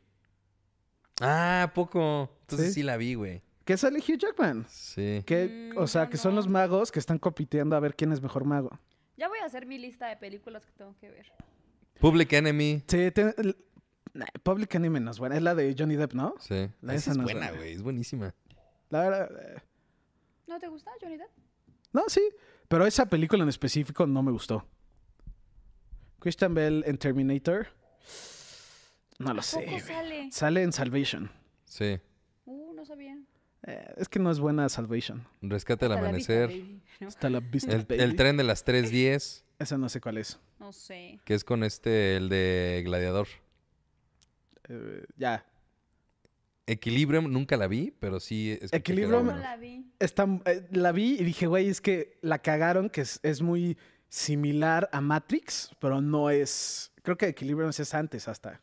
S2: Ah, ¿a poco. Entonces
S3: Sí.
S2: sí, la vi, güey.
S3: Que sale Hugh Jackman.
S2: Sí.
S3: Que,
S4: Mm,
S3: o sea,
S4: no,
S3: que son
S4: no.
S3: los magos que están compitiendo a ver quién es mejor mago.
S4: Ya voy a hacer mi lista de películas que tengo que ver.
S2: Public Enemy.
S3: Sí, te- el- nah, Public Enemy no es buena. Es la de Johnny Depp, ¿no?
S2: Sí.
S3: La
S2: Esa
S3: esa
S2: es
S3: no es
S2: buena,
S3: buena.
S2: güey. Es buenísima.
S3: La verdad. eh,
S4: ¿No te gusta, Johnny Depp?
S3: No, sí. Pero esa película en específico no me gustó. Christian Bell en Terminator. No
S4: ¿A
S3: lo sé.
S4: poco
S3: güey.
S4: sale?
S3: Sale en Salvation.
S2: Sí.
S4: Uh, no sabía.
S3: Eh, es que no es buena Salvation.
S2: Rescate al
S4: Hasta la vista,
S2: amanecer.
S4: baby, ¿no?
S3: Está la vista.
S2: El, el tren de las 3.10,
S3: Esa no sé cuál es.
S4: No sé.
S2: que es con este, el de Gladiador.
S3: Eh, ya.
S2: Equilibrium nunca la vi, pero sí. escuché que era
S3: Equilibrium-
S4: No
S2: buena.
S4: la vi.
S3: Está, eh, la vi y dije, güey, es que la cagaron, que es, es muy similar a Matrix, pero no es. Creo que Equilibrium es antes hasta.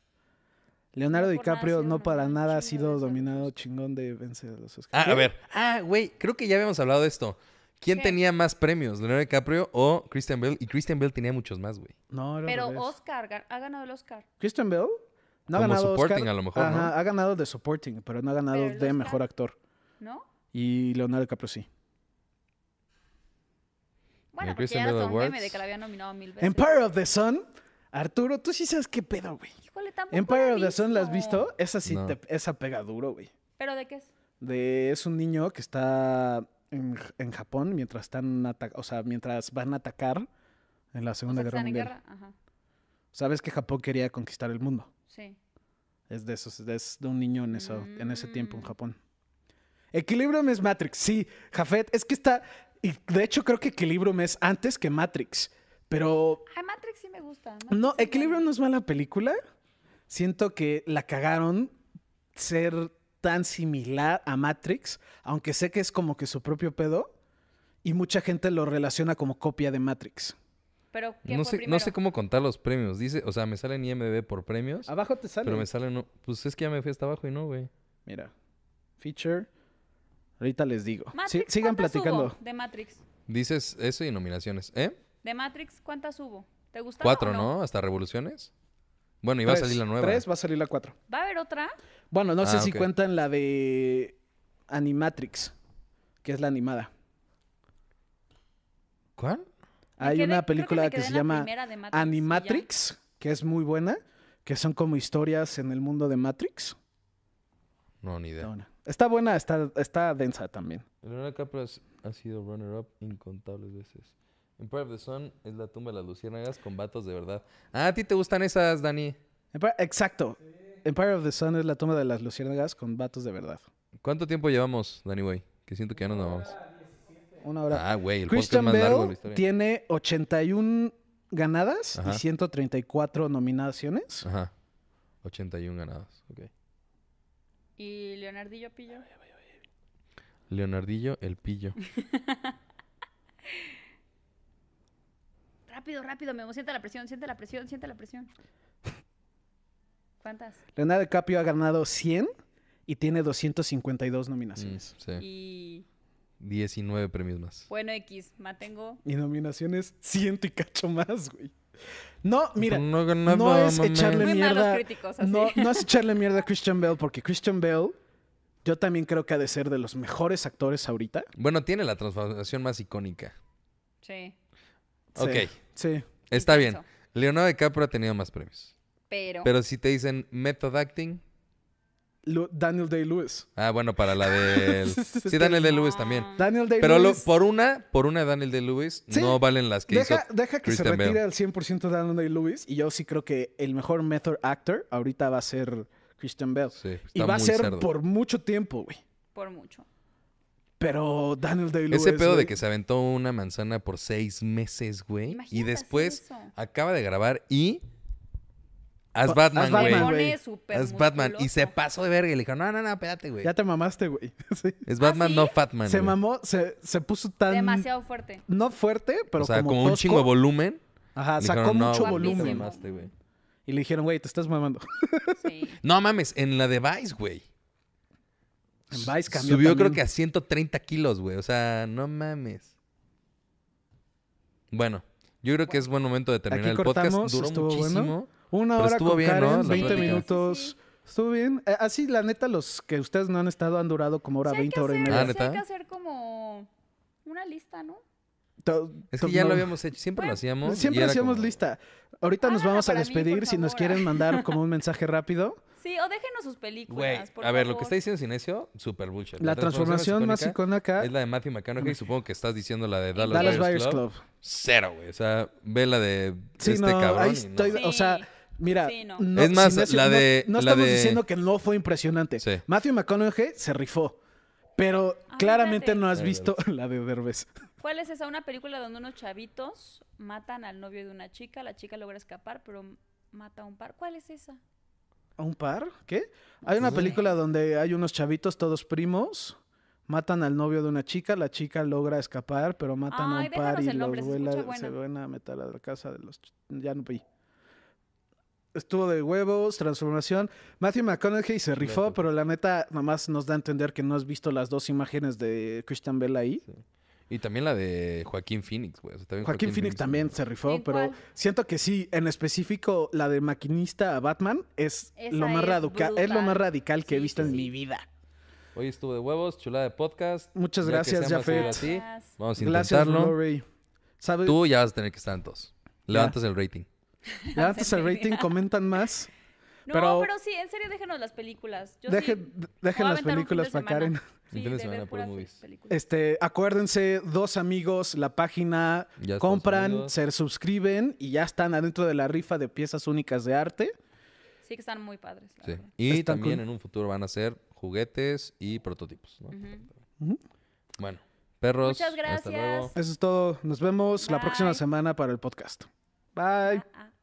S3: Leonardo
S4: No por nada ha
S3: DiCaprio
S4: sido
S3: no
S4: nominado
S3: para
S4: un
S3: nada ha
S4: chingo de
S3: sido
S4: Oscars.
S3: dominado chingón de vencer de los Oscars.
S2: Ah, a ver. Ah, güey, creo que ya habíamos hablado de esto. ¿Quién
S4: ¿Qué?
S2: tenía más premios, Leonardo DiCaprio o Christian Bell? Y Christian Bell tenía muchos más, güey.
S3: No, era al
S4: Pero
S3: revés.
S4: Oscar, gan- ha ganado el Oscar.
S3: Christian Bell no ha
S2: Como
S3: ganado
S2: supporting,
S3: Oscar.
S2: a lo mejor, ¿no?
S3: Ajá, ha ganado de supporting, pero no ha ganado
S4: Pero el
S3: de
S4: Oscar. Pues
S3: mejor actor.
S4: ¿No?
S3: Y Leonardo DiCaprio sí.
S4: Bueno,
S2: El
S4: porque
S2: Christian
S4: ya era
S2: Bale
S4: hasta un meme
S2: Awards.
S4: de que la había nominado mil veces.
S3: Empire of the Sun. Arturo, tú sí sabes qué pedo, güey.
S4: Híjole, tampoco
S3: Empire
S4: la he
S3: of the Sun, ¿la has
S4: visto.
S3: visto? Esa sí,
S2: No.
S3: te- esa pega duro, güey.
S4: ¿Pero de qué es?
S3: de es un niño que está en, J- en Japón mientras están ata- o sea, mientras van a atacar en la
S4: O
S3: Segunda
S4: sea, que
S3: Guerra
S4: están en
S3: Mundial.
S4: guerra. Ajá,
S3: Sabes que Japón quería conquistar el mundo.
S4: sí.
S3: Es de esos, es de un niño en eso, en ese tiempo en
S4: Mm.
S3: Japón. Equilibrium es Matrix, sí, Jafet, es que está. Y de hecho, creo que Equilibrium es antes que Matrix. Pero
S4: Ay, Matrix sí me gusta. Matrix
S3: no,
S4: es
S3: Equilibrium
S4: buena.
S3: no es mala película. Siento que la cagaron ser tan similar a Matrix, aunque sé que es como que su propio pedo y mucha gente lo relaciona como copia de Matrix.
S4: Pero, ¿qué
S2: No
S4: fue
S2: sé, no sé
S4: primero?
S2: cómo contar los premios. Dice, o sea, me salen IMDb por premios,
S3: Abajo te sale.
S2: pero me salen. no- Pues es que ya me fui hasta abajo y no, güey.
S3: Mira, feature. Ahorita les digo. Sí,
S4: Matrix,
S3: sigan
S4: ¿cuántas
S3: platicando.
S4: hubo de Matrix?
S2: Dices eso y nominaciones. ¿Eh?
S4: De Matrix, ¿cuántas hubo? ¿Te gustaba
S2: Cuatro,
S4: o
S2: ¿no? Hasta revoluciones. Bueno, y va a
S3: Tres,
S2: salir la nueva.
S3: Tres, va a salir la cuatro.
S4: ¿Va a haber otra?
S3: Bueno, no sé
S2: Ah,
S3: si
S2: ok.
S3: cuentan la de Animatrix, que es la animada.
S2: ¿Cuál?
S4: Me
S3: Hay
S4: quedé- creo
S3: una
S4: que
S3: película
S4: me
S3: que,
S4: quedé
S3: se
S4: en la
S3: llama
S4: primera de Matrix y ya.
S3: Animatrix, que es muy buena, que son como historias en el mundo de Matrix.
S2: No, ni idea.
S3: Está buena, está, buena, está, está densa también.
S2: Leonardo DiCaprio has- ha sido runner-up incontables veces. Empire of the Sun es la tumba de las luciérnagas con vatos de verdad. Ah, ¿a ti te gustan esas, Dani?
S3: Empire- exacto. Empire of the Sun es la toma de las luciérnagas con vatos de verdad.
S2: ¿Cuánto tiempo llevamos, Dani, güey? Que siento que ya nos vamos.
S3: Una hora.
S2: Ah, güey, el podcast
S3: Christian
S2: más largo de la
S3: Bale
S2: historia.
S3: tiene 81 ganadas
S2: Ajá. Ah.
S3: y 134 nominaciones.
S2: Ajá. 81 ganados. Ok.
S4: Y Leonardillo Pillo.
S2: Leonardillo, el pillo.
S4: Rápido, rápido, Memo. Siente la presión, siente la presión, siente la presión. ¿Cuántas?
S3: Leonardo DiCaprio ha ganado 100 y tiene 252
S2: Mm,
S3: nominaciones.
S2: sí.
S4: Y
S2: 19 premios más.
S4: bueno, X, mantengo.
S2: Mm.
S3: Y nominaciones ciento y cacho más, güey. No, mira, no,
S2: no ganaba,
S3: es
S2: mamá.
S3: echarle
S4: Muy malos
S3: mierda.
S4: críticos, así.
S3: No, no es echarle mierda a Christian Bale, porque Christian Bale, yo también creo que ha de ser de los mejores actores ahorita.
S2: Bueno, tiene la transformación más icónica.
S4: Sí,
S3: Sí,
S2: Ok.
S3: Sí.
S2: Está bien.
S4: Intenso.
S2: Leonardo DiCaprio ha tenido más premios.
S4: pero.
S2: Pero si te dicen method acting,
S3: Lu- Daniel Day-Lewis.
S2: Ah, bueno, para
S3: [LAUGHS]
S2: la de... Sí, Daniel de Lewis también.
S4: Ah.
S3: Daniel Day-Lewis.
S2: Pero lo- por una, por una Daniel de Lewis
S3: Sí.
S2: no valen las que
S3: Deja,
S2: hizo
S3: deja que se
S2: Christian Bale.
S3: retire al 100% Daniel Day-Lewis. Y yo sí creo que el mejor method actor ahorita va a ser Christian Bale.
S2: Sí, está
S3: y va a
S2: muy
S3: ser
S2: cerdo.
S3: por mucho tiempo, güey.
S4: Por mucho.
S3: Pero Daniel Day-Lewis.
S2: Ese pedo
S3: güey,
S2: de que se aventó una manzana por seis meses, güey.
S4: Imagínate
S2: Y
S4: hacer
S2: después
S4: eso.
S2: acaba de grabar y. Haz
S3: Pa-
S2: Batman,
S3: haz
S2: güey.
S3: Batman, güey.
S4: Pone súper
S2: Haz Batman. Y se
S4: musculoso.
S2: pasó de verga. Y le dijeron, no, no, no, espérate, güey.
S3: Ya te mamaste, güey. [LAUGHS] Sí.
S2: Es Batman,
S4: Ah, ¿sí?
S2: no Fatman.
S3: Se
S2: güey.
S3: mamó, se, se puso tan.
S4: Demasiado fuerte.
S3: No fuerte, pero
S2: o sea, como, un
S3: tosco.
S2: chingo de volumen.
S3: Ajá,
S2: Le
S3: sacó
S2: dijeron, no,
S3: mucho
S2: güey, te
S3: volumen.
S4: Guapísimo.
S2: mamaste, güey.
S3: Y le dijeron, güey, te estás mamando. [LAUGHS]
S4: Sí.
S2: No mames, en la de Vice, güey.
S3: En Vice cambió.
S2: Subió creo
S3: también.
S2: que a 130 kilos, güey. O sea, no mames. Bueno, yo creo que es buen momento de terminar
S3: Aquí
S2: el podcast.
S3: cortamos,
S2: Duró
S3: estuvo
S2: muchísimo.
S3: bueno. Una
S2: Pero
S3: hora
S2: estuvo
S3: con
S2: bien, ¿no?
S3: Karen,
S2: La
S3: 20
S2: plática.
S3: minutos.
S4: Sí, sí, sí.
S3: Estuvo bien. Eh, Así, la neta, los que ustedes no han estado han durado como hora
S4: Sí hay
S3: 20,
S4: que
S3: hora y
S4: hacer-
S2: Ah,
S3: media.
S4: sí
S2: ¿neta?
S4: hay que hacer como una lista, ¿no?
S3: To-
S2: Es
S3: to-
S2: que ya
S3: no.
S2: lo habíamos hecho, siempre lo hacíamos. y
S3: Siempre
S2: era
S3: hacíamos
S2: como-
S3: lista. Ahorita nos
S4: Háganla
S3: vamos a
S4: para mí,
S3: despedir.
S4: por
S3: si nos
S4: favor.
S3: quieren mandar como
S4: [LAUGHS]
S3: un mensaje rápido.
S4: Sí, o déjenos sus
S2: Güey,
S4: películas. por
S2: a ver, lo
S4: favor.
S2: que está diciendo Sinesio, super bullshit.
S3: La transformación más icónica.
S2: es la de Matthew McConaughey. Supongo que estás diciendo la de Dallas,
S3: Dallas
S2: Buyers, Club.
S3: Club.
S2: Cero, güey. O sea, ve la de
S3: Sí,
S2: este
S3: no,
S2: cabrón.
S3: ahí
S2: y no.
S3: estoy. O
S4: Sí.
S3: sea, Mira,
S4: Sí, no.
S2: Es más,
S3: si Matthew-
S2: la de-
S3: No, no
S2: la
S3: estamos
S2: de-
S3: diciendo que no fue impresionante.
S2: Sí.
S3: Matthew McConaughey se rifó. Pero
S4: Ay,
S3: claramente
S4: espérate.
S3: no has
S2: La de
S3: visto [LAUGHS] la de Derbez.
S4: ¿Cuál es esa? Una película donde unos chavitos matan al novio de una chica, la chica logra escapar, pero mata a un par. ¿Cuál es esa?
S3: ¿A un par? ¿Qué? Hay una película donde hay unos chavitos, todos primos, matan al novio de una chica, la chica logra escapar, pero matan
S4: Ay,
S3: a un par
S4: déjanos
S3: y
S4: el
S3: los
S4: nombre, se
S3: vuela-
S4: escucha buena.
S3: se van a meter a la casa de los... ch- Ya no vi. Estuvo de huevos, transformación. Matthew McConaughey se rifó, pero la neta nomás nos da a entender que no has visto las dos imágenes de Christian Bell ahí.
S2: Y también la de Joaquín Phoenix, güey. O sea, también
S3: Joaquín Phoenix también se rifó,
S4: ¿En
S3: pero
S4: cuál?
S3: siento que sí, en específico la de maquinista a Batman es
S4: Esa
S3: lo más
S4: es
S3: radical, es lo
S4: brutal.
S3: más radical que he
S4: Sí,
S3: visto
S4: sí,
S3: en
S4: sí.
S3: mi vida.
S2: Hoy estuvo de huevos, chulada de podcast.
S3: Muchas
S2: Ya que
S3: gracias,
S2: sea más seguido
S3: Jafet.
S2: así,
S4: Gracias.
S2: Vamos a
S3: Gracias,
S2: intentarlo.
S3: Lori. ¿Sabe?
S2: Tú ya vas a tener que estar en dos. Levantas el rating.
S3: Levantas el
S4: [LAUGHS]
S3: rating, comentan más.
S4: No,
S3: Pero-
S4: pero, sí, en serio, déjenos las películas. Yo
S3: Deje-
S4: sí,
S3: Dejen,
S4: me voy a
S3: las
S4: aventar un fin
S3: películas
S4: de
S3: para
S4: semana.
S3: Karen.
S4: Sí,
S2: Un fin de
S4: de
S2: semana
S4: ver
S2: por
S4: puras
S2: movies.
S4: películas.
S3: Este, acuérdense, dos amigos, la página,
S2: Ya Estados
S3: compran,
S2: Unidos.
S3: se suscriben y ya están adentro de la rifa de piezas únicas de arte.
S4: Sí, que están muy padres. la
S2: Sí.
S3: Ah,
S4: verdad.
S2: Y
S3: Está
S2: también
S3: cool.
S2: en un futuro van a ser juguetes y prototipos. ¿no?
S4: Ujú.
S2: Bueno, perros.
S4: Muchas
S2: hasta luego.
S4: gracias.
S3: Eso es todo. Nos vemos la próxima
S4: Bye.
S3: semana para el podcast. Bye.
S4: Ah, ah.